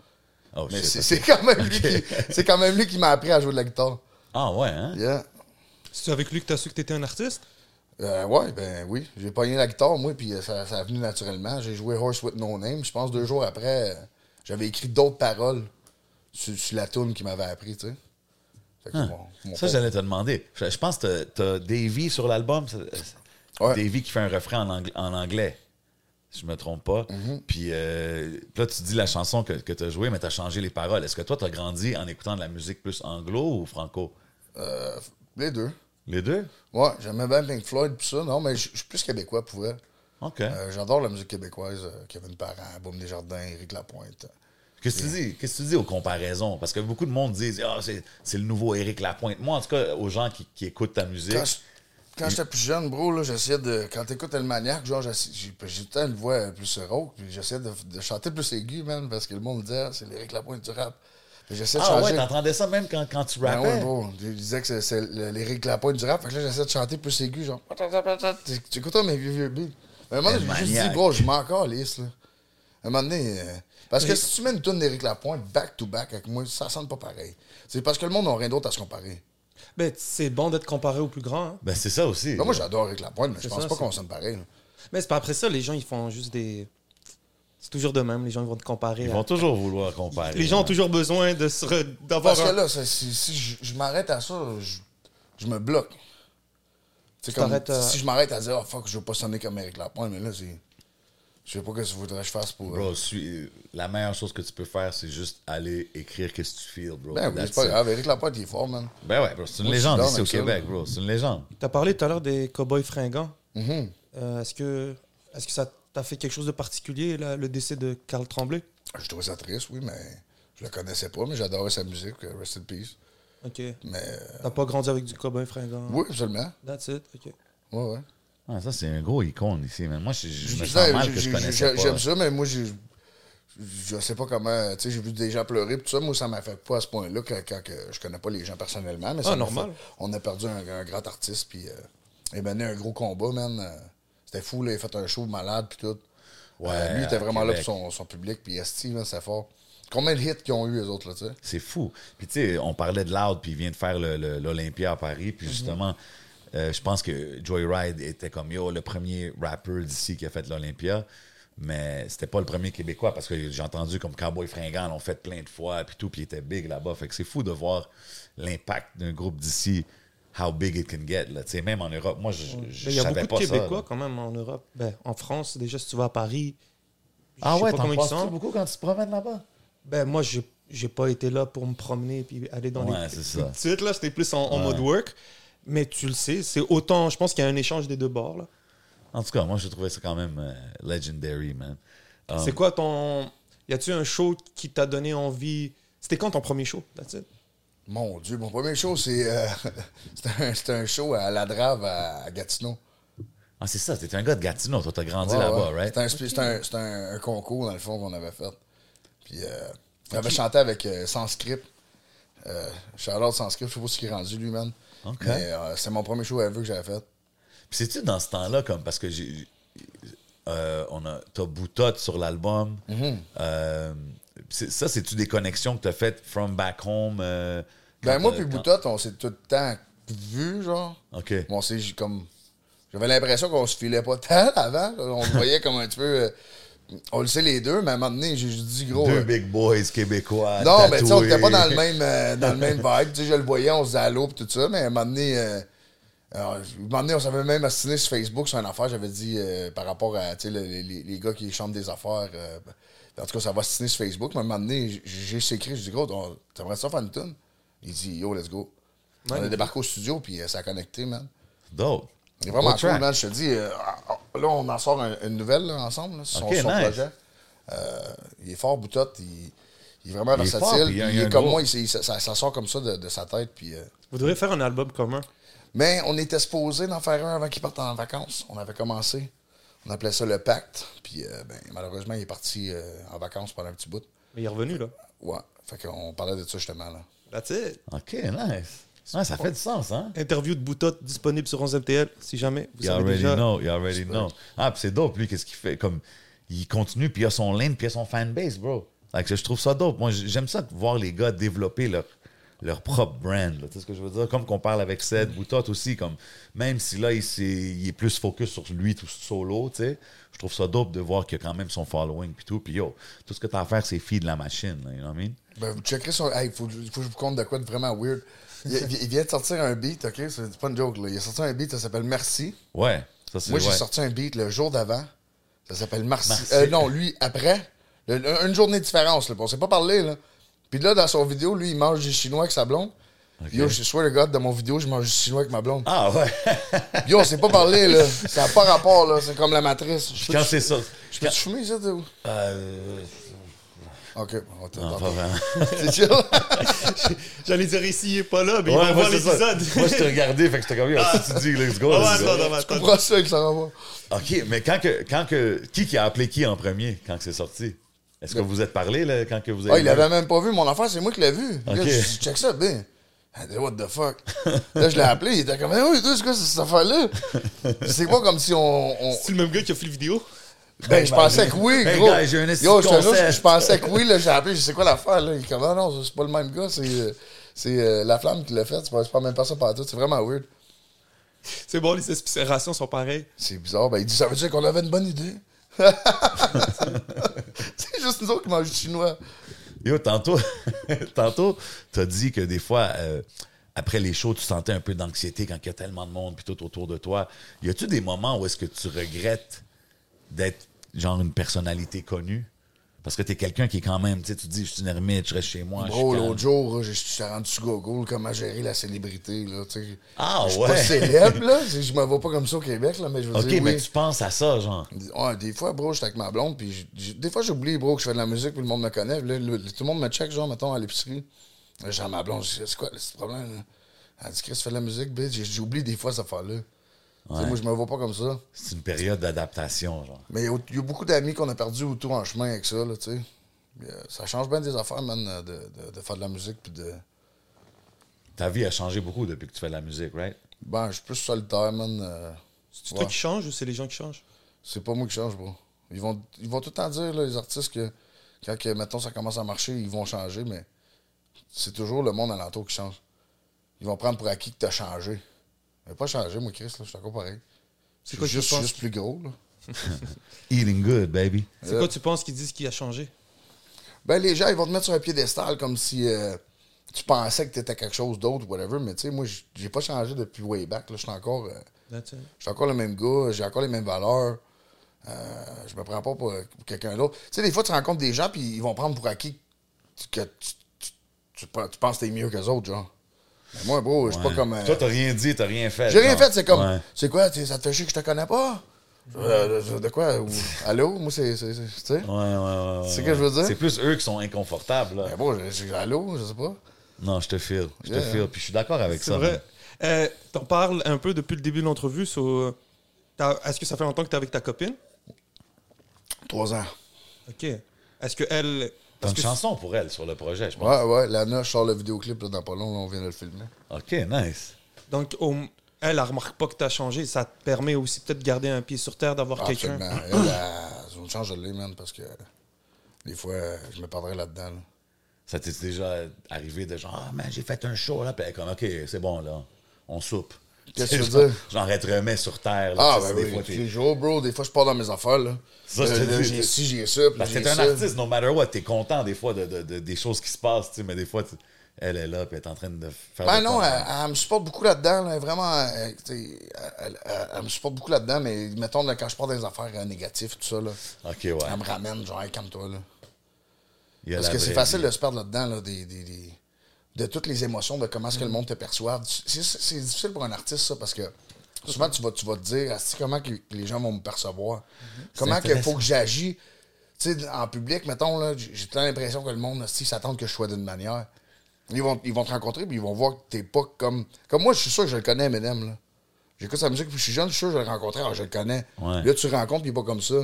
[SPEAKER 2] Oh,
[SPEAKER 4] Mais
[SPEAKER 2] shit,
[SPEAKER 4] c'est
[SPEAKER 2] ok.
[SPEAKER 4] c'est quand même lui qui. C'est quand même lui qui m'a appris à jouer de la guitare.
[SPEAKER 2] Ah, ouais, hein?
[SPEAKER 4] Yeah.
[SPEAKER 3] C'est avec lui que tu as su que tu étais un artiste
[SPEAKER 4] Euh, ouais, ben oui. J'ai pogné la guitare, moi, puis euh, ça, ça a venu naturellement. J'ai joué Horse with No Name. Je pense deux jours après, euh, j'avais écrit d'autres paroles sur, sur la tune qu'il m'avait appris, tu sais. Fait que mon- mon
[SPEAKER 2] Ça,
[SPEAKER 4] père-
[SPEAKER 2] j'allais te demander. Je, je pense que tu as Davy sur l'album. ça- euh,
[SPEAKER 4] Ouais.
[SPEAKER 2] Davy qui fait un refrain en, angl- en anglais. Si je me trompe pas.
[SPEAKER 4] Mm-hmm.
[SPEAKER 2] Puis euh, là, tu dis la chanson que, que tu as jouée, mais tu as changé les paroles. Est-ce que toi, tu as grandi en écoutant de la musique plus anglo ou franco?
[SPEAKER 4] Euh, les deux.
[SPEAKER 2] Les deux?
[SPEAKER 4] Ouais, j'aimais bien Pink Floyd, pis ça. Non, mais je je suis plus québécois, pour vrai.
[SPEAKER 2] OK.
[SPEAKER 4] Euh, J'adore la musique québécoise. euh, Kevin Parent, Boum Desjardins, Éric Lapointe.
[SPEAKER 2] Qu'est-ce que tu dis? Qu'est-ce que tu dis aux comparaisons? Parce que beaucoup de monde disent Ah, c'est, c'est le nouveau Éric Lapointe. Moi, en tout cas, aux gens qui, qui écoutent ta musique.
[SPEAKER 4] Quand je- Quand j'étais plus jeune, bro, là, j'essayais de. Quand t'écoutes le maniaque, genre, j'essa- j'ai j'ai tout le temps une voix euh, plus rauque, puis j'essayais de, de chanter plus aigu, man, parce que le monde me disait, Ah, c'est l'Éric Lapointe du rap. Puis j'essayais de
[SPEAKER 2] Ah ouais,
[SPEAKER 4] changer.
[SPEAKER 2] t'entendais ça même quand, quand tu
[SPEAKER 4] Ben ouais,
[SPEAKER 2] rappais?
[SPEAKER 4] bro, je disais que c'est- c'est le- l'Éric Lapointe du rap, fait que là, j'essayais de chanter plus aigu, genre. Tu- Tu écoutes mes vieux, vieux beats. Mais à un moment donné,
[SPEAKER 2] Quel
[SPEAKER 4] j'ai juste dit,
[SPEAKER 2] maniaque.
[SPEAKER 4] bro, je m'en calisse, là. À un moment donné. euh, parce que si tu mets une tune d'Éric Lapointe back-to-back avec moi, ça sonne pas pareil. C'est parce que le monde n'a rien d'autre à se comparer.
[SPEAKER 3] Ben, c'est bon d'être comparé au plus grand. hein.
[SPEAKER 2] Ben, c'est ça aussi.
[SPEAKER 4] Non, moi, j'adore avec la pointe, mais je
[SPEAKER 3] C'est
[SPEAKER 4] pense
[SPEAKER 3] ça,
[SPEAKER 4] pas
[SPEAKER 3] c'est-
[SPEAKER 4] qu'on sonne pareil. là.
[SPEAKER 3] Mais c'est pas après ça, les gens, ils font juste des. C'est toujours de même, les gens ils vont te comparer.
[SPEAKER 2] Ils
[SPEAKER 3] à-
[SPEAKER 2] vont toujours vouloir comparer.
[SPEAKER 3] Les gens ont toujours besoin de se re- d'avoir.
[SPEAKER 4] Parce que
[SPEAKER 3] un-
[SPEAKER 4] là, ça, si, si je, je m'arrête à ça, je, je me bloque. C'est comme,
[SPEAKER 3] t'arrêtes à-
[SPEAKER 4] Si
[SPEAKER 2] euh,
[SPEAKER 4] je m'arrête à dire, oh fuck, je veux pas sonner comme Eric Lapointe, mais là, c'est. Je sais pas que ce que voudrais que je fasse pour. euh,
[SPEAKER 2] Bro, suis- la meilleure chose que tu peux faire, c'est juste aller écrire qu'est-ce que tu feels, bro.
[SPEAKER 4] Ben oui,
[SPEAKER 2] That's
[SPEAKER 4] c'est pas
[SPEAKER 2] it.
[SPEAKER 4] grave. Eric Lapointe, il est fort, man.
[SPEAKER 2] Ben ouais, bro, c'est une
[SPEAKER 4] Moi, je suis
[SPEAKER 2] légende
[SPEAKER 4] down
[SPEAKER 2] ici au
[SPEAKER 4] avec ça,
[SPEAKER 2] Québec, bro. C'est une légende.
[SPEAKER 3] T'as parlé tout à l'heure des cowboys fringants.
[SPEAKER 4] Mm-hmm.
[SPEAKER 3] Euh, est-ce que est-ce que ça t'a fait quelque chose de particulier là, le décès de Carl Tremblay
[SPEAKER 4] Je trouvais ça triste, oui, mais je le connaissais pas, mais j'adorais sa musique, euh, Rest in Peace.
[SPEAKER 3] Ok.
[SPEAKER 4] Mais. euh,
[SPEAKER 3] T'as pas grandi avec du cowboy fringant.
[SPEAKER 2] Mm.
[SPEAKER 4] Oui, absolument.
[SPEAKER 3] That's it. Ok.
[SPEAKER 4] Ouais, ouais.
[SPEAKER 2] Ah, ça, c'est un gros icône ici, man. Moi, je, je me
[SPEAKER 4] Je disais,
[SPEAKER 2] sens mal
[SPEAKER 4] j'ai-
[SPEAKER 2] que je
[SPEAKER 4] j'ai-
[SPEAKER 2] connaissais
[SPEAKER 4] j'ai-
[SPEAKER 2] pas.
[SPEAKER 4] J'aime ça, mais moi, j'ai- je sais pas comment. Tu sais, j'ai vu des gens pleurer, pis tout ça. Moi, ça m'affecte pas à ce point-là quand, quand que je connais pas les gens personnellement. Mais ça
[SPEAKER 3] Ah,
[SPEAKER 4] m'a
[SPEAKER 3] normal.
[SPEAKER 4] fait- on a perdu un, un grand artiste, puis euh, il a mené un gros combat, man. Euh, C'était fou, là. Il a fait un show malade, puis tout.
[SPEAKER 2] Ouais,
[SPEAKER 4] Euh, lui, il était
[SPEAKER 2] à
[SPEAKER 4] vraiment là
[SPEAKER 2] Québec.
[SPEAKER 4] pour son, son public, puis Esti, là, c'est fort. Combien de hits qu'ils ont eu, les autres, là, tu sais?
[SPEAKER 2] C'est fou. Puis tu sais, on parlait de Loud, puis il vient de faire le- le- l'Olympia à Paris,
[SPEAKER 3] Mhm.
[SPEAKER 2] puis justement, euh, je pense que Joyride était comme yo le premier rapper d'ici qui a fait l'Olympia, mais c'était pas le premier québécois parce que j'ai entendu comme Cowboy Fringant l'ont fait plein de fois, puis tout, puis il était big là-bas. Fait que c'est fou de voir l'impact d'un groupe d'ici. How big it can get, là. Tu sais, même en Europe. Moi, je, je,
[SPEAKER 3] Il y a
[SPEAKER 2] savais
[SPEAKER 3] beaucoup de
[SPEAKER 2] pas ça,
[SPEAKER 3] Québécois
[SPEAKER 2] là.
[SPEAKER 3] quand même en Europe. Ben, en France, déjà, si tu vas à Paris. je
[SPEAKER 2] Ah
[SPEAKER 3] sais
[SPEAKER 2] ouais,
[SPEAKER 3] pas
[SPEAKER 2] t'en
[SPEAKER 3] comment ils
[SPEAKER 2] passes
[SPEAKER 3] sont.
[SPEAKER 2] beaucoup quand tu te promènes là-bas?
[SPEAKER 3] Ben, moi, j'ai, j'ai pas été là pour me promener puis aller dans
[SPEAKER 2] Ouais,
[SPEAKER 3] les
[SPEAKER 2] c'est
[SPEAKER 3] les
[SPEAKER 2] ça.
[SPEAKER 3] petites, là. C'était plus en, en
[SPEAKER 2] Ouais.
[SPEAKER 3] mode work. Mais tu le sais, c'est autant. Je pense qu'il y a un échange des deux bords, là.
[SPEAKER 2] En tout cas, moi, je trouvais ça quand même euh, legendary, man. Um,
[SPEAKER 3] C'est quoi ton. Y a-tu un show qui t'a donné envie. C'était quand ton premier show, that's it?
[SPEAKER 4] Mon Dieu, mon premier show, c'est euh, c'était un, c'était un show à la Drave à à Gatineau.
[SPEAKER 2] Ah, c'est ça, t'es un gars de Gatineau, toi, t'as grandi
[SPEAKER 4] Ouais,
[SPEAKER 2] là-bas,
[SPEAKER 4] ouais.
[SPEAKER 2] right?
[SPEAKER 4] C'était un, spe- c'était un- c'était un- un concours, dans le fond, qu'on avait fait. Puis, euh, j'avais chanté avec euh, Sans Script. Euh, Charlotte Sans Script, je sais pas ce qu'il est rendu, lui, man.
[SPEAKER 2] Ok.
[SPEAKER 4] Mais euh, c'est mon premier show à vue que j'avais fait.
[SPEAKER 2] Puis c'est-tu dans ce temps-là, comme, parce que j'ai. euh, on a. T'as Boutotte sur l'album.
[SPEAKER 4] Mhm.
[SPEAKER 2] Euh, c'est- ça, c'est-tu des connexions que t'as faites from back home? euh,
[SPEAKER 4] Ben,
[SPEAKER 2] quand
[SPEAKER 4] moi,
[SPEAKER 2] t'as-
[SPEAKER 4] puis
[SPEAKER 2] quand-
[SPEAKER 4] Boutotte, on s'est tout le temps vus, genre.
[SPEAKER 2] Ok.
[SPEAKER 4] Mais on s'est j- comme. J'avais l'impression qu'on se filait pas tant avant. On se voyait comme un petit peu. euh, on le sait les deux, mais à un moment donné, j'ai juste dit gros.
[SPEAKER 2] Deux
[SPEAKER 4] euh,
[SPEAKER 2] big boys québécois.
[SPEAKER 4] Non, mais tu sais, on
[SPEAKER 2] tatoués.
[SPEAKER 4] n'était pas dans le même, euh, dans le même vibe. Tu sais, je le voyais, on se disait allô pis tout ça, mais à un moment donné, euh, alors, à un moment donné, on s'avait même assassiné sur Facebook sur une affaire. J'avais dit euh, par rapport à tu sais, le- les, les gars qui chantent des affaires. euh, en tout cas, ça va assassiner sur Facebook. Mais à un moment donné, j- j'ai sécrit, je dis, gros, on- t'aimerais ça faire une tune? Il dit, yo, let's go. on a débarqué au studio, puis euh, ça a connecté, man.
[SPEAKER 2] Dope.
[SPEAKER 4] C'est vraiment
[SPEAKER 2] What
[SPEAKER 4] cool,
[SPEAKER 2] track?
[SPEAKER 4] man. Je te dis, euh, ah, ah, là, on en sort un- une nouvelle là, ensemble, là, sur
[SPEAKER 2] Ok,
[SPEAKER 4] son
[SPEAKER 2] nice.
[SPEAKER 4] projet. Euh, il est fort, Boutotte. Il, il est vraiment
[SPEAKER 2] Il est fort,
[SPEAKER 4] versatile.
[SPEAKER 2] puis il y a-
[SPEAKER 4] puis
[SPEAKER 2] il y
[SPEAKER 4] il
[SPEAKER 2] a
[SPEAKER 4] est
[SPEAKER 2] un
[SPEAKER 4] comme
[SPEAKER 2] gros-
[SPEAKER 4] moi, il- il- ça, ça sort comme ça de, de sa tête. Puis, euh,
[SPEAKER 3] Vous devriez faire un album commun.
[SPEAKER 4] Mais on était supposé d'en faire un avant qu'il parte en vacances. On avait commencé. On appelait ça le pacte. Puis euh, ben, malheureusement, il est parti euh, en vacances pendant un petit bout.
[SPEAKER 3] Mais il est revenu, là.
[SPEAKER 4] Ouais. Fait qu'on parlait de ça justement. Là.
[SPEAKER 3] That's it.
[SPEAKER 2] Ok, nice. Ouais, ça fait du sens, hein?
[SPEAKER 3] Interview de Boutotte disponible sur 11MTL, si jamais vous
[SPEAKER 2] You
[SPEAKER 3] savez
[SPEAKER 2] already
[SPEAKER 3] déjà.
[SPEAKER 2] know, you already know. Ah, puis c'est dope, lui, qu'est-ce qu'il fait? Comme, il continue, puis il a son lane, puis il a son fanbase, bro. Like, je trouve ça dope. Moi, j'aime ça voir les gars développer leur, leur propre brand. là. Tu sais ce que je veux dire? Comme qu'on parle avec Seth Boutot aussi, comme, même si là, il, s'est- il est plus focus sur lui tout solo, tu sais, je trouve ça dope de voir qu'il y a quand même son following, puis tout. Puis yo, tout ce que t'as à faire, c'est feed la machine, là, you know what I mean?
[SPEAKER 4] Ben, vous checkerez son. Hey, faut, faut que je vous compte de quoi de vraiment weird. Il, il- il vient de sortir un beat, OK? C'est c'est pas une joke, là. Il a sorti un beat, ça s'appelle Merci.
[SPEAKER 2] Ouais, ça, c'est
[SPEAKER 4] Moi, j'ai
[SPEAKER 2] ouais.
[SPEAKER 4] sorti un beat le jour d'avant. Ça s'appelle Marcy.
[SPEAKER 2] Marcy.
[SPEAKER 4] Euh, non, lui, après. Le- le- une journée de différence, là. On s'est pas parlé, là. Puis là, dans son vidéo, lui, il mange du chinois avec sa blonde. Yo, je suis le gars dans mon vidéo, je mange du chinois avec ma blonde.
[SPEAKER 2] Ah, ouais.
[SPEAKER 4] Yo, on s'est pas parlé, là. Ça n'a pas rapport, là. C'est comme la matrice. Je
[SPEAKER 2] Quand
[SPEAKER 4] peux-
[SPEAKER 2] c'est ça.
[SPEAKER 4] Je peux te fumer, ça, ou?
[SPEAKER 2] Euh,
[SPEAKER 4] Ok, on t'a
[SPEAKER 2] non, pas vraiment.
[SPEAKER 4] C'est chill.
[SPEAKER 3] J'allais dire ici, il est pas là, mais
[SPEAKER 2] Ouais,
[SPEAKER 3] il va
[SPEAKER 2] moi,
[SPEAKER 3] voir
[SPEAKER 2] c'est ça.
[SPEAKER 3] l'épisode.
[SPEAKER 2] Moi, je t'ai regardé, fait que j'étais comme, yo, si tu dis, let's go.
[SPEAKER 3] Ah ouais,
[SPEAKER 2] let's go.
[SPEAKER 3] attends, attends,
[SPEAKER 4] Tu
[SPEAKER 3] attends.
[SPEAKER 4] comprends ça avec ça, va
[SPEAKER 2] OK, mais quand que, quand que. Qui qui a appelé qui en premier quand que c'est sorti? Est-ce que vous êtes parlé, là, quand que vous avez.
[SPEAKER 4] Ah, il l'avait même pas vu, mon enfant, c'est moi qui l'ai vu. Là,
[SPEAKER 2] Ok.
[SPEAKER 4] je dis, check ça, ben. Elle dit, what the fuck? là, je l'ai appelé, il était comme, eh oui, toi, c'est quoi cette affaire-là? c'est pas comme si on. on-
[SPEAKER 3] C'est le même gars qui a fait le vidéo.
[SPEAKER 4] Ben, je pensais que oui,
[SPEAKER 2] Hey,
[SPEAKER 4] gros.
[SPEAKER 2] gars, j'ai un esti
[SPEAKER 4] Yo,
[SPEAKER 2] de
[SPEAKER 4] je te jure,
[SPEAKER 2] concept.
[SPEAKER 4] je pensais que oui, là, j'ai appelé, je sais quoi l'affaire, là. Il est comme, ah non, c'est pas le même gars, c'est. euh, C'est euh, la flamme qui l'a fait. C'est pas, c'est pas même pas ça par tout. C'est vraiment weird.
[SPEAKER 3] C'est bon, les inspirations sont pareilles.
[SPEAKER 4] C'est bizarre. Ben, il dit ça veut dire qu'on avait une bonne idée. c'est juste nous autres qui mangent du chinois.
[SPEAKER 2] Yo, tantôt, tantôt, t'as dit que des fois, euh, après les shows, tu sentais un peu d'anxiété quand il y a tellement de monde puis tout autour de toi. Y a-tu des moments où est-ce que tu regrettes d'être genre une personnalité connue? Parce que t'es quelqu'un qui est quand même, tu sais, tu te dis, je suis une ermite, je reste chez moi. Ah, je suis
[SPEAKER 4] Bro,
[SPEAKER 2] calme.
[SPEAKER 4] l'autre jour, là, je suis rendu sur Google comment gérer la célébrité. Là, tu sais.
[SPEAKER 2] Ah,
[SPEAKER 4] Je suis
[SPEAKER 2] ouais.
[SPEAKER 4] pas célèbre, là. C'est- Je me vois pas comme ça au Québec, là, mais je veux
[SPEAKER 2] OK,
[SPEAKER 4] dire.
[SPEAKER 2] mais
[SPEAKER 4] oui.
[SPEAKER 2] tu penses à ça, genre.
[SPEAKER 4] Ouais, des fois, bro, j'étais avec ma blonde, puis j- j- des fois, j'oublie, bro, que je fais de la musique, puis le monde me connaît. puis là, le- le- tout le monde me check, genre, mettons, à l'épicerie. Là, Genre, ma blonde, je dis, c'est quoi le ce problème, là? Elle dit, Chris, fais de la musique, bitch. J'ai- J'oublie des fois cette affaire-là. Tu sais, Moi, je me vois pas comme ça.
[SPEAKER 2] C'est une période d'adaptation, genre.
[SPEAKER 4] Mais il y a beaucoup d'amis qu'on a perdus autour en chemin avec ça, là, tu sais. Puis, euh, Ça change bien des affaires, man, euh, de, de- de faire de la musique, puis de.
[SPEAKER 2] Ta vie a changé beaucoup depuis que tu fais de la musique, right?
[SPEAKER 4] Ben, je suis plus solitaire, man. euh,
[SPEAKER 3] C'est
[SPEAKER 4] Ouais.
[SPEAKER 3] toi qui changes ou c'est les gens qui changent
[SPEAKER 4] C'est pas moi qui change, bro. Ils vont, ils vont tout le temps dire, là, les artistes, que quand, que, mettons, ça commence à marcher, ils vont changer, mais c'est toujours le monde alentour qui change. Ils vont prendre pour acquis que t'as changé. J'ai pas changé, moi, Chris, là, je suis encore pareil.
[SPEAKER 3] C'est
[SPEAKER 4] C'est
[SPEAKER 3] quoi que
[SPEAKER 4] juste,
[SPEAKER 3] tu penses?
[SPEAKER 4] juste plus gros, là.
[SPEAKER 2] Eating good, baby.
[SPEAKER 3] C'est quoi tu penses qu'ils disent qui a changé
[SPEAKER 4] Ben, les gens, ils vont te mettre sur un piédestal comme si euh, tu pensais que t'étais quelque chose d'autre, whatever, mais tu sais, moi, j- j'ai pas changé depuis way back, là. Je suis encore. euh,
[SPEAKER 3] Là, tu sais.
[SPEAKER 4] Je suis encore le même gars, j'ai encore les mêmes valeurs. Euh, je me prends pas pour, pour quelqu'un d'autre. Tu sais, des fois, tu rencontres des gens, puis ils vont prendre pour acquis que tu, tu- tu pe- tu penses que t'es mieux qu'eux autres, genre. Mais moi, bro, je suis pas
[SPEAKER 2] Ouais.
[SPEAKER 4] comme. euh,
[SPEAKER 2] Toi, t'as rien dit, t'as rien fait.
[SPEAKER 4] j'ai rien
[SPEAKER 2] genre.
[SPEAKER 4] fait, c'est comme.
[SPEAKER 2] Ouais.
[SPEAKER 4] C'est quoi, tu- ça te fait chier que je te connais pas? Euh, de- de quoi? Ou- allô? Moi, c'est. c'est- c'est- Tu sais?
[SPEAKER 2] Ouais, ouais, ouais.
[SPEAKER 4] C'est
[SPEAKER 2] ouais,
[SPEAKER 4] ce que je veux
[SPEAKER 2] ouais.
[SPEAKER 4] dire?
[SPEAKER 2] C'est plus eux qui sont inconfortables, là.
[SPEAKER 4] Ben, bro, j'ai- j'ai- allô? Je sais pas.
[SPEAKER 2] Non, je te file. Je te
[SPEAKER 4] Yeah.
[SPEAKER 2] file. Puis je suis d'accord avec
[SPEAKER 3] C'est
[SPEAKER 2] ça. man.
[SPEAKER 3] vrai. Euh, T'en parles un peu depuis le début de l'entrevue. so, euh, t'as- Est-ce que ça fait longtemps que t'es avec ta copine
[SPEAKER 4] Trois ans.
[SPEAKER 3] Ok. Est-ce que elle.
[SPEAKER 2] T'as
[SPEAKER 3] parce
[SPEAKER 2] une
[SPEAKER 3] que-
[SPEAKER 2] chanson pour elle sur le projet, je pense.
[SPEAKER 4] Ouais, ouais, Lana, je sors le vidéoclip là, dans pas long, là, on vient de le filmer.
[SPEAKER 2] OK, nice.
[SPEAKER 3] Donc, au- elle, elle remarque pas que t'as changé. Ça te permet aussi peut-être de garder un pied sur terre,
[SPEAKER 2] Ah,
[SPEAKER 3] d'avoir quelqu'un.
[SPEAKER 4] Ah, Absolument. Elle, elle, une chance de l'aimer, man, parce que des fois, euh, je me perdrais là-dedans. là.
[SPEAKER 2] Ça t'est déjà arrivé de genre, ah, man, j'ai fait un show, là. Puis elle est comme, OK, c'est bon, là. On soupe.
[SPEAKER 4] Qu'est-ce que tu
[SPEAKER 2] C'est
[SPEAKER 4] veux
[SPEAKER 2] genre-
[SPEAKER 4] dire?
[SPEAKER 2] Genre, elle te remet sur terre. Là,
[SPEAKER 4] Ah,
[SPEAKER 2] Tu sais,
[SPEAKER 4] ben
[SPEAKER 2] des
[SPEAKER 4] oui,
[SPEAKER 2] fois,
[SPEAKER 4] tous
[SPEAKER 2] t'es-
[SPEAKER 4] les jours, bro, des fois, je pars dans mes affaires, là.
[SPEAKER 2] Ça, je te
[SPEAKER 4] Euh, là,
[SPEAKER 2] dis,
[SPEAKER 4] j'ai
[SPEAKER 2] t'es-
[SPEAKER 4] ci, j'ai ça, puis
[SPEAKER 2] Parce que
[SPEAKER 4] j'ai
[SPEAKER 2] t'es Bah, un
[SPEAKER 4] ça.
[SPEAKER 2] artiste, no matter what, t'es content des fois de, de- de- des choses qui se passent, tu sais, mais des fois, tu- elle est là, puis elle est en train de faire.
[SPEAKER 4] Ben
[SPEAKER 2] de
[SPEAKER 4] non,
[SPEAKER 2] quoi.
[SPEAKER 4] elle, elle me supporte beaucoup là-dedans, là, vraiment, elle, tu sais, elle, elle- elle me supporte beaucoup là-dedans, mais mettons, là, quand je pars dans les affaires euh, négatives, tout ça, là,
[SPEAKER 2] Ok, ouais.
[SPEAKER 4] elle me ramène, genre, Hey, calme-toi, là.
[SPEAKER 2] Il y a
[SPEAKER 4] Parce
[SPEAKER 2] la
[SPEAKER 4] que c'est
[SPEAKER 2] vraie
[SPEAKER 4] facile
[SPEAKER 2] vie.
[SPEAKER 4] de se perdre là-dedans, là, des, des- des- de toutes les émotions, de comment est-ce que le monde te perçoit. C'est- C'est c'est difficile pour un artiste, ça, parce que souvent, tu vas, tu vas te dire, Asti, comment que les gens vont me percevoir? Comment qu'il faut que j'agis? Tu sais, en public, mettons, là, j'ai j'ai tout le temps l'impression que le monde, Asti, s'attend que je sois d'une manière. Ils vont, ils vont te rencontrer, puis ils vont voir que t'es pas comme... Comme moi, je suis sûr que je le connais, Eminem, là. J'écoute sa musique, puis je suis jeune, je suis sûr que je le rencontrais, ah, je le connais.
[SPEAKER 2] Ouais.
[SPEAKER 4] Là, tu le rencontres, puis il est pas comme ça.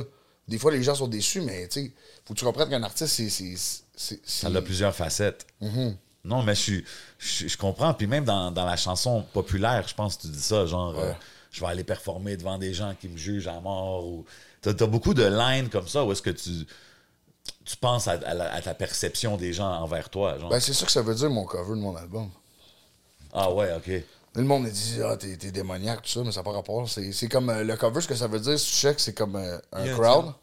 [SPEAKER 4] Des fois, les gens sont déçus, mais tu sais, faut que tu comprennes qu'un artiste, c'est. c'est- c'est- c'est-
[SPEAKER 2] Ça a plusieurs facettes.
[SPEAKER 4] Mm-hmm.
[SPEAKER 2] Non, mais je, suis- je, je comprends. Puis même dans, dans la chanson populaire, je pense que tu dis ça, genre, euh, je vais aller performer devant des gens qui me jugent à mort. Ou... T'as as beaucoup de lines comme ça où est-ce que tu, tu penses à, à la- à ta perception des gens envers toi. Genre.
[SPEAKER 4] Ben, c'est ça que ça veut dire, mon cover de mon album.
[SPEAKER 2] ah ouais, ok.
[SPEAKER 4] Là, le monde me dit, ah, t'es, t'es démoniaque, tout ça, mais ça n'a pas rapport. C'est, c'est comme euh, le cover, ce que ça veut dire, si tu check, c'est comme euh, un
[SPEAKER 3] Il y a un
[SPEAKER 4] crowd.
[SPEAKER 2] diable.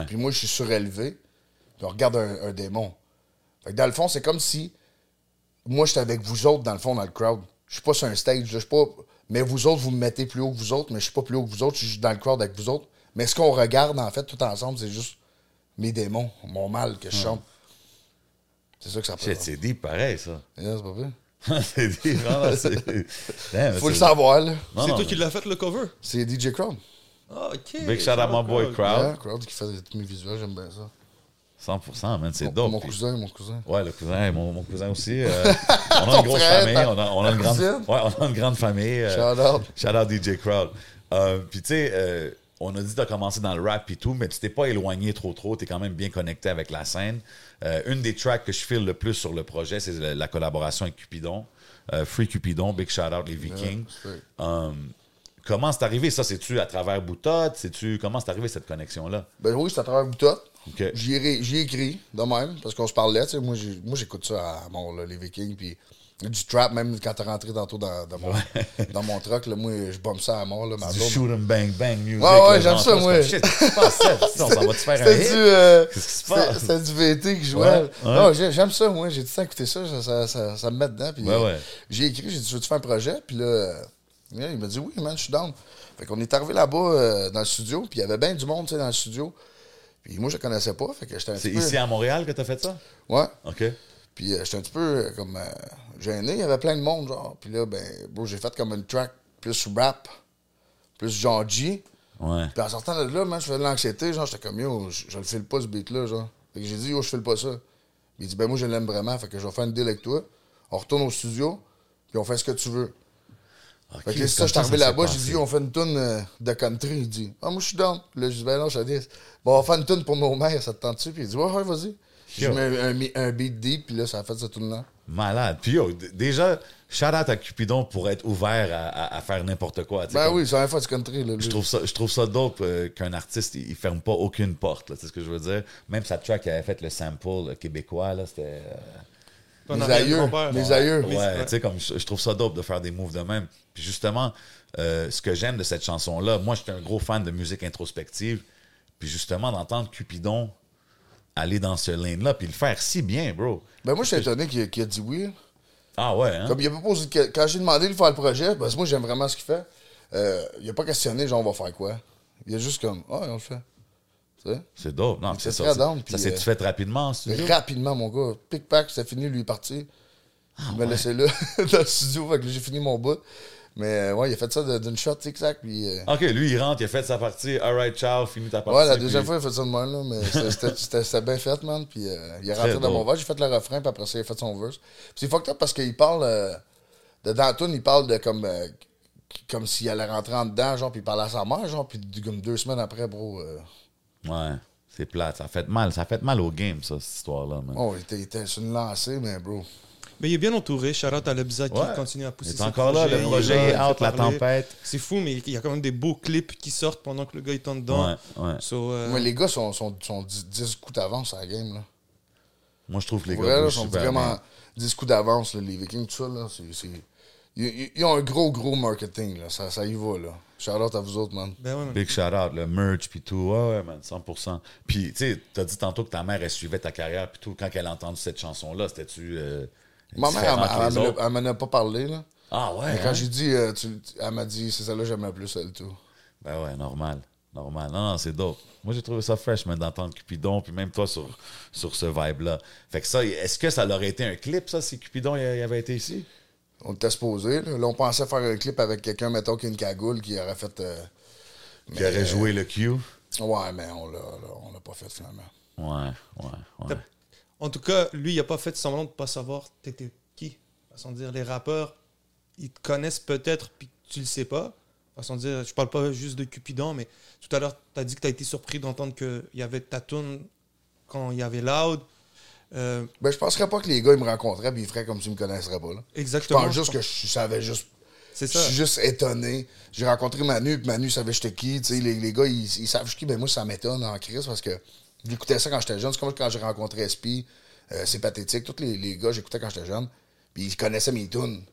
[SPEAKER 2] Ouais.
[SPEAKER 4] Puis moi, je suis surélevé. Puis on regarde un, un démon. Fait que dans le fond, c'est comme si moi, j'étais avec vous autres, dans le fond, dans le crowd. Je suis pas sur un stage. là, Je suis pas. Mais vous autres, vous me mettez plus haut que vous autres, mais je suis pas plus haut que vous autres. Je suis dans le crowd avec vous autres. Mais ce qu'on regarde, en fait, tout ensemble, c'est juste mes démons, mon mal que je chante. C'est ça que ça peut
[SPEAKER 2] Shit, c'est deep pareil, ça.
[SPEAKER 4] Yeah, c'est pas vrai.
[SPEAKER 2] c'est deep. Non, non, c'est- Damn,
[SPEAKER 4] Faut
[SPEAKER 2] c'est-
[SPEAKER 4] le savoir, là.
[SPEAKER 2] Non,
[SPEAKER 3] C'est
[SPEAKER 2] non,
[SPEAKER 3] toi qui l'as fait le cover.
[SPEAKER 4] C'est DJ Crowd.
[SPEAKER 3] Ah, ok.
[SPEAKER 2] Big
[SPEAKER 4] Oh
[SPEAKER 2] shout out my boy Crowd.
[SPEAKER 4] Ouais, Crowd qui fait tous mes visuels, j'aime bien ça.
[SPEAKER 2] 100%, man, c'est
[SPEAKER 4] Mon-
[SPEAKER 2] dope.
[SPEAKER 4] Mon
[SPEAKER 2] Puis-
[SPEAKER 4] cousin, mon cousin.
[SPEAKER 2] Ouais, le cousin, mon, mon cousin aussi. euh, on a
[SPEAKER 4] Ton
[SPEAKER 2] une grosse
[SPEAKER 4] frère,
[SPEAKER 2] famille,
[SPEAKER 4] ta-
[SPEAKER 2] on a, on a
[SPEAKER 4] ta
[SPEAKER 2] une grande,
[SPEAKER 4] cousine.
[SPEAKER 2] ouais, on a une grande famille. euh,
[SPEAKER 4] Shout out.
[SPEAKER 2] shout out DJ Crowd. Euh, puis tu sais, euh, on a dit de commencer dans le rap et tout, mais tu t'es pas éloigné trop trop, t'es quand même bien connecté avec la scène. Euh, une des tracks que je file le plus sur le projet, c'est la, la collaboration avec Cupidon, Euh, Free Cupidon, big shout out les Vikings.
[SPEAKER 4] Ouais.
[SPEAKER 2] Euh, comment c'est arrivé ça C'est-tu à travers Boutotte C'est-tu comment c'est arrivé cette connexion là
[SPEAKER 4] Ben oui, c'est à travers Boutot.
[SPEAKER 2] Ok.
[SPEAKER 4] J'y ai, ré- j'y ai écrit de même, parce qu'on se parlait. tu sais, Moi, j'ai- moi, j'écoute ça à mort, là, les Vikings. Puis Du trap, même quand t'es rentré tantôt dans, dans mon, dans mon truck, là, moi, je bombe ça à mort. Là, ma
[SPEAKER 2] Du
[SPEAKER 4] blonde.
[SPEAKER 2] shoot 'em bang bang music.
[SPEAKER 4] Ouais, ouais,
[SPEAKER 2] là,
[SPEAKER 4] j'aime
[SPEAKER 2] genre,
[SPEAKER 4] ça,
[SPEAKER 2] c'est
[SPEAKER 4] moi.
[SPEAKER 2] comme, Shit, qu'est-ce qui se passe, Seb? Sinon, on va te faire un
[SPEAKER 4] C'était du,
[SPEAKER 2] hit.
[SPEAKER 4] euh,
[SPEAKER 2] Qu'est-ce qui se
[SPEAKER 4] c'était-
[SPEAKER 2] passe?
[SPEAKER 4] c'était du VT qui jouait.
[SPEAKER 2] Ouais, ouais.
[SPEAKER 4] Non, j'ai- j'aime ça, moi. J'ai tout le temps écouté ça. Ça, ça, ça- ça me met dedans. Puis,
[SPEAKER 2] Ouais, ouais.
[SPEAKER 4] J'ai écrit, j'ai dit, je veux-tu faire un projet? Puis là, euh, il m'a dit, oui, man, je suis down. Fait qu'on est arrivé là-bas euh, dans le studio. Puis il y avait bien du monde, tu sais, dans le studio. Puis moi, je le connaissais pas. Fait que j'étais un
[SPEAKER 2] C'est
[SPEAKER 4] petit peu-
[SPEAKER 2] ici à Montréal que t'as fait ça?
[SPEAKER 4] Ouais.
[SPEAKER 2] OK.
[SPEAKER 4] Puis euh, j'étais un petit peu euh, comme euh, gêné, il y avait plein de monde, genre. Puis là, ben, bro, j'ai fait comme une track plus rap, plus genre G.
[SPEAKER 2] Ouais.
[SPEAKER 4] Puis en sortant de là, man, je faisais de l'anxiété, genre, j'étais comme, yo, je je le file pas ce beat-là, genre. Fait que j'ai dit, yo, je file pas ça. Puis il dit, ben moi, je l'aime vraiment, fait que je vais faire une deal avec toi. On retourne au studio, puis on fait ce que tu veux.
[SPEAKER 2] Ok,
[SPEAKER 4] Fait que
[SPEAKER 2] c'est comme
[SPEAKER 4] c'est ça, je suis arrivé
[SPEAKER 2] s'est
[SPEAKER 4] là-bas, j'ai
[SPEAKER 2] passé.
[SPEAKER 4] dit, on fait une tune de country. Il dit, ah, moi, je suis down. Là, je dis, ben non, je te dis, bon, on va faire une tune pour nos mères, ça te tente-tu? Puis il dit, ouais, ouais, vas-y. Je
[SPEAKER 2] Yo.
[SPEAKER 4] mets un, un- un beat deep, puis là, ça a fait cette tune-là.
[SPEAKER 2] Malade. Puis yo, d- déjà, shout out à Cupidon pour être ouvert à, à- à faire n'importe quoi. tu sais,
[SPEAKER 4] Ben
[SPEAKER 2] comme-
[SPEAKER 4] oui, c'est la fois du country. Là, lui.
[SPEAKER 2] Je trouve ça, je trouve ça dope euh, qu'un artiste, il, il ferme pas aucune porte. là, Tu sais ce que je veux dire? Même sa track, elle avait fait le sample là, québécois, là, c'était... euh,
[SPEAKER 3] Pas en
[SPEAKER 4] Les
[SPEAKER 3] arrière de
[SPEAKER 4] aïeux,
[SPEAKER 3] mon père.
[SPEAKER 4] les aïeux.
[SPEAKER 3] Mais-
[SPEAKER 2] Ouais, tu sais, comme je, je trouve ça dope de faire des moves de même. Puis justement, euh, ce que j'aime de cette chanson-là, moi, j'étais un gros fan de musique introspective. Puis justement, d'entendre Cupidon aller dans ce lane-là, puis le faire si bien, bro.
[SPEAKER 4] Ben moi, je suis étonné qu'il qu'il a dit oui.
[SPEAKER 2] Ah ouais, hein?
[SPEAKER 4] Comme il a pas posé. que- Quand j'ai demandé de faire le projet, parce que moi, j'aime vraiment ce qu'il fait, euh, il a pas questionné, genre, on va faire quoi. Il a juste comme, ah, on le fait. Tu sais?
[SPEAKER 2] C'est dope. Non, c'est
[SPEAKER 4] c'est
[SPEAKER 2] ça.
[SPEAKER 4] très
[SPEAKER 2] c'est-
[SPEAKER 4] down,
[SPEAKER 2] ça
[SPEAKER 4] puis,
[SPEAKER 2] s'est-tu
[SPEAKER 4] euh,
[SPEAKER 2] fait rapidement en studio?
[SPEAKER 4] Rapidement, mon gars. Pic-pac, c'est fini, lui, il est parti. il m'a laissé là, dans le studio, fait que j'ai fini mon bout. Mais euh, ouais, il a fait ça de- d'une shot, tic-tac, puis. euh,
[SPEAKER 2] OK, lui, il rentre, il a fait sa partie. All right, ciao, finis ta partie.
[SPEAKER 4] Ouais, la deuxième
[SPEAKER 2] puis-
[SPEAKER 4] fois, il a fait ça de même, là, mais c'était- c'était- c'était c'était bien fait, man. Puis euh, il est
[SPEAKER 2] Très
[SPEAKER 4] rentré dans
[SPEAKER 2] beau.
[SPEAKER 4] mon verse, j'ai fait le refrain, puis après ça, il a fait son verse. Puis c'est fucked up parce qu'il parle. euh, de dans la tune, il parle de comme. euh, qui- comme s'il allait rentrer en dedans, genre, puis il parlait à sa mère, genre, puis du- comme deux semaines après, bro. euh,
[SPEAKER 2] Ouais, c'est plate. Ça a fait mal. Ça a fait mal au game, ça, cette histoire-là, man.
[SPEAKER 4] oh, il était, il était sur une lancée, mais bro.
[SPEAKER 3] Mais il est bien entouré. Charlotte à Lebza qui
[SPEAKER 2] Ouais.
[SPEAKER 3] continue à pousser
[SPEAKER 2] Il est
[SPEAKER 3] ses
[SPEAKER 2] encore là,
[SPEAKER 3] projets.
[SPEAKER 2] le
[SPEAKER 3] Il est
[SPEAKER 2] projet
[SPEAKER 3] là,
[SPEAKER 2] est
[SPEAKER 3] il fait
[SPEAKER 2] out, la
[SPEAKER 3] parler.
[SPEAKER 2] tempête.
[SPEAKER 3] C'est fou, mais il y a quand même des beaux clips qui sortent pendant que le gars est en dedans.
[SPEAKER 2] Ouais, ouais.
[SPEAKER 3] So, euh,
[SPEAKER 4] Mais les gars sont, sont, sont 10, coups d'avance à la game, là.
[SPEAKER 2] Moi, je trouve que les
[SPEAKER 4] Pour
[SPEAKER 2] gars ben,
[SPEAKER 4] vrai, là,
[SPEAKER 2] bougent
[SPEAKER 4] sont
[SPEAKER 2] super
[SPEAKER 4] vraiment
[SPEAKER 2] bien.
[SPEAKER 4] 10 coups d'avance, là, les Vikings, tout ça, là. c'est- c'est- Ils- Ils ils ont un gros, gros marketing, là. Ça, ça y va, là. Charlotte à vous autres, man.
[SPEAKER 3] ben ouais, man.
[SPEAKER 2] Big shout-out, le merch, puis tout. Ouais, ouais, man, 100%. Puis, tu sais, t'as dit tantôt que ta mère, elle suivait ta carrière, puis tout. Quand elle a entendu cette chanson-là, c'était-tu... euh,
[SPEAKER 4] Ma mère, elle,
[SPEAKER 2] différent que
[SPEAKER 4] m'a- elle
[SPEAKER 2] les
[SPEAKER 4] m'en a-
[SPEAKER 2] autres?
[SPEAKER 4] elle m'en a pas parlé, là.
[SPEAKER 2] Ah ouais,
[SPEAKER 4] Mais
[SPEAKER 2] hein?
[SPEAKER 4] quand j'ai dit, euh, tu- tu- elle m'a dit, c'est celle-là que j'aime le plus, elle, tout.
[SPEAKER 2] Ben ouais, normal. Normal. Non, non, c'est dope. Moi, j'ai trouvé ça fresh, man, d'entendre Cupidon, puis même toi sur, sur ce vibe-là. Fait que ça, est-ce que ça aurait été un clip, ça, si Cupidon il il avait été ici?
[SPEAKER 4] On était supposé, là. Là, on pensait faire un clip avec quelqu'un, mettons, qui a une cagoule, qui aurait fait. euh,
[SPEAKER 2] Qui aurait joué le Q?
[SPEAKER 4] Ouais, mais on l'a, là, on l'a pas fait, finalement.
[SPEAKER 2] Ouais, ouais, ouais.
[SPEAKER 3] En tout cas, lui, il a pas fait semblant de pas savoir t'étais qui. Façon de dire, les rappeurs, ils te connaissent peut-être, puis tu le sais pas. Façon de dire, je parle pas juste de Cupidon, mais tout à l'heure, t'as dit que t'as été surpris d'entendre qu'il y avait ta tune quand il y avait Loud. Euh,
[SPEAKER 4] Ben, je penserais pas que les gars, ils me rencontraient, puis ils feraient comme s'ils me connaisseraient pas, là. Je
[SPEAKER 3] exactement.
[SPEAKER 4] pense juste que je savais juste
[SPEAKER 3] C'est
[SPEAKER 4] Je
[SPEAKER 3] ça.
[SPEAKER 4] suis juste étonné. J'ai rencontré Manu, puis Manu savait j'étais qui. Tu sais, les, les gars, ils, ils savent je suis qui. Ben moi, ça m'étonne en crise parce que j'écoutais ça quand j'étais jeune. C'est comme quand j'ai rencontré Espy, euh, c'est pathétique. Tous les, les gars, j'écoutais quand j'étais jeune. Puis ils connaissaient mes tunes.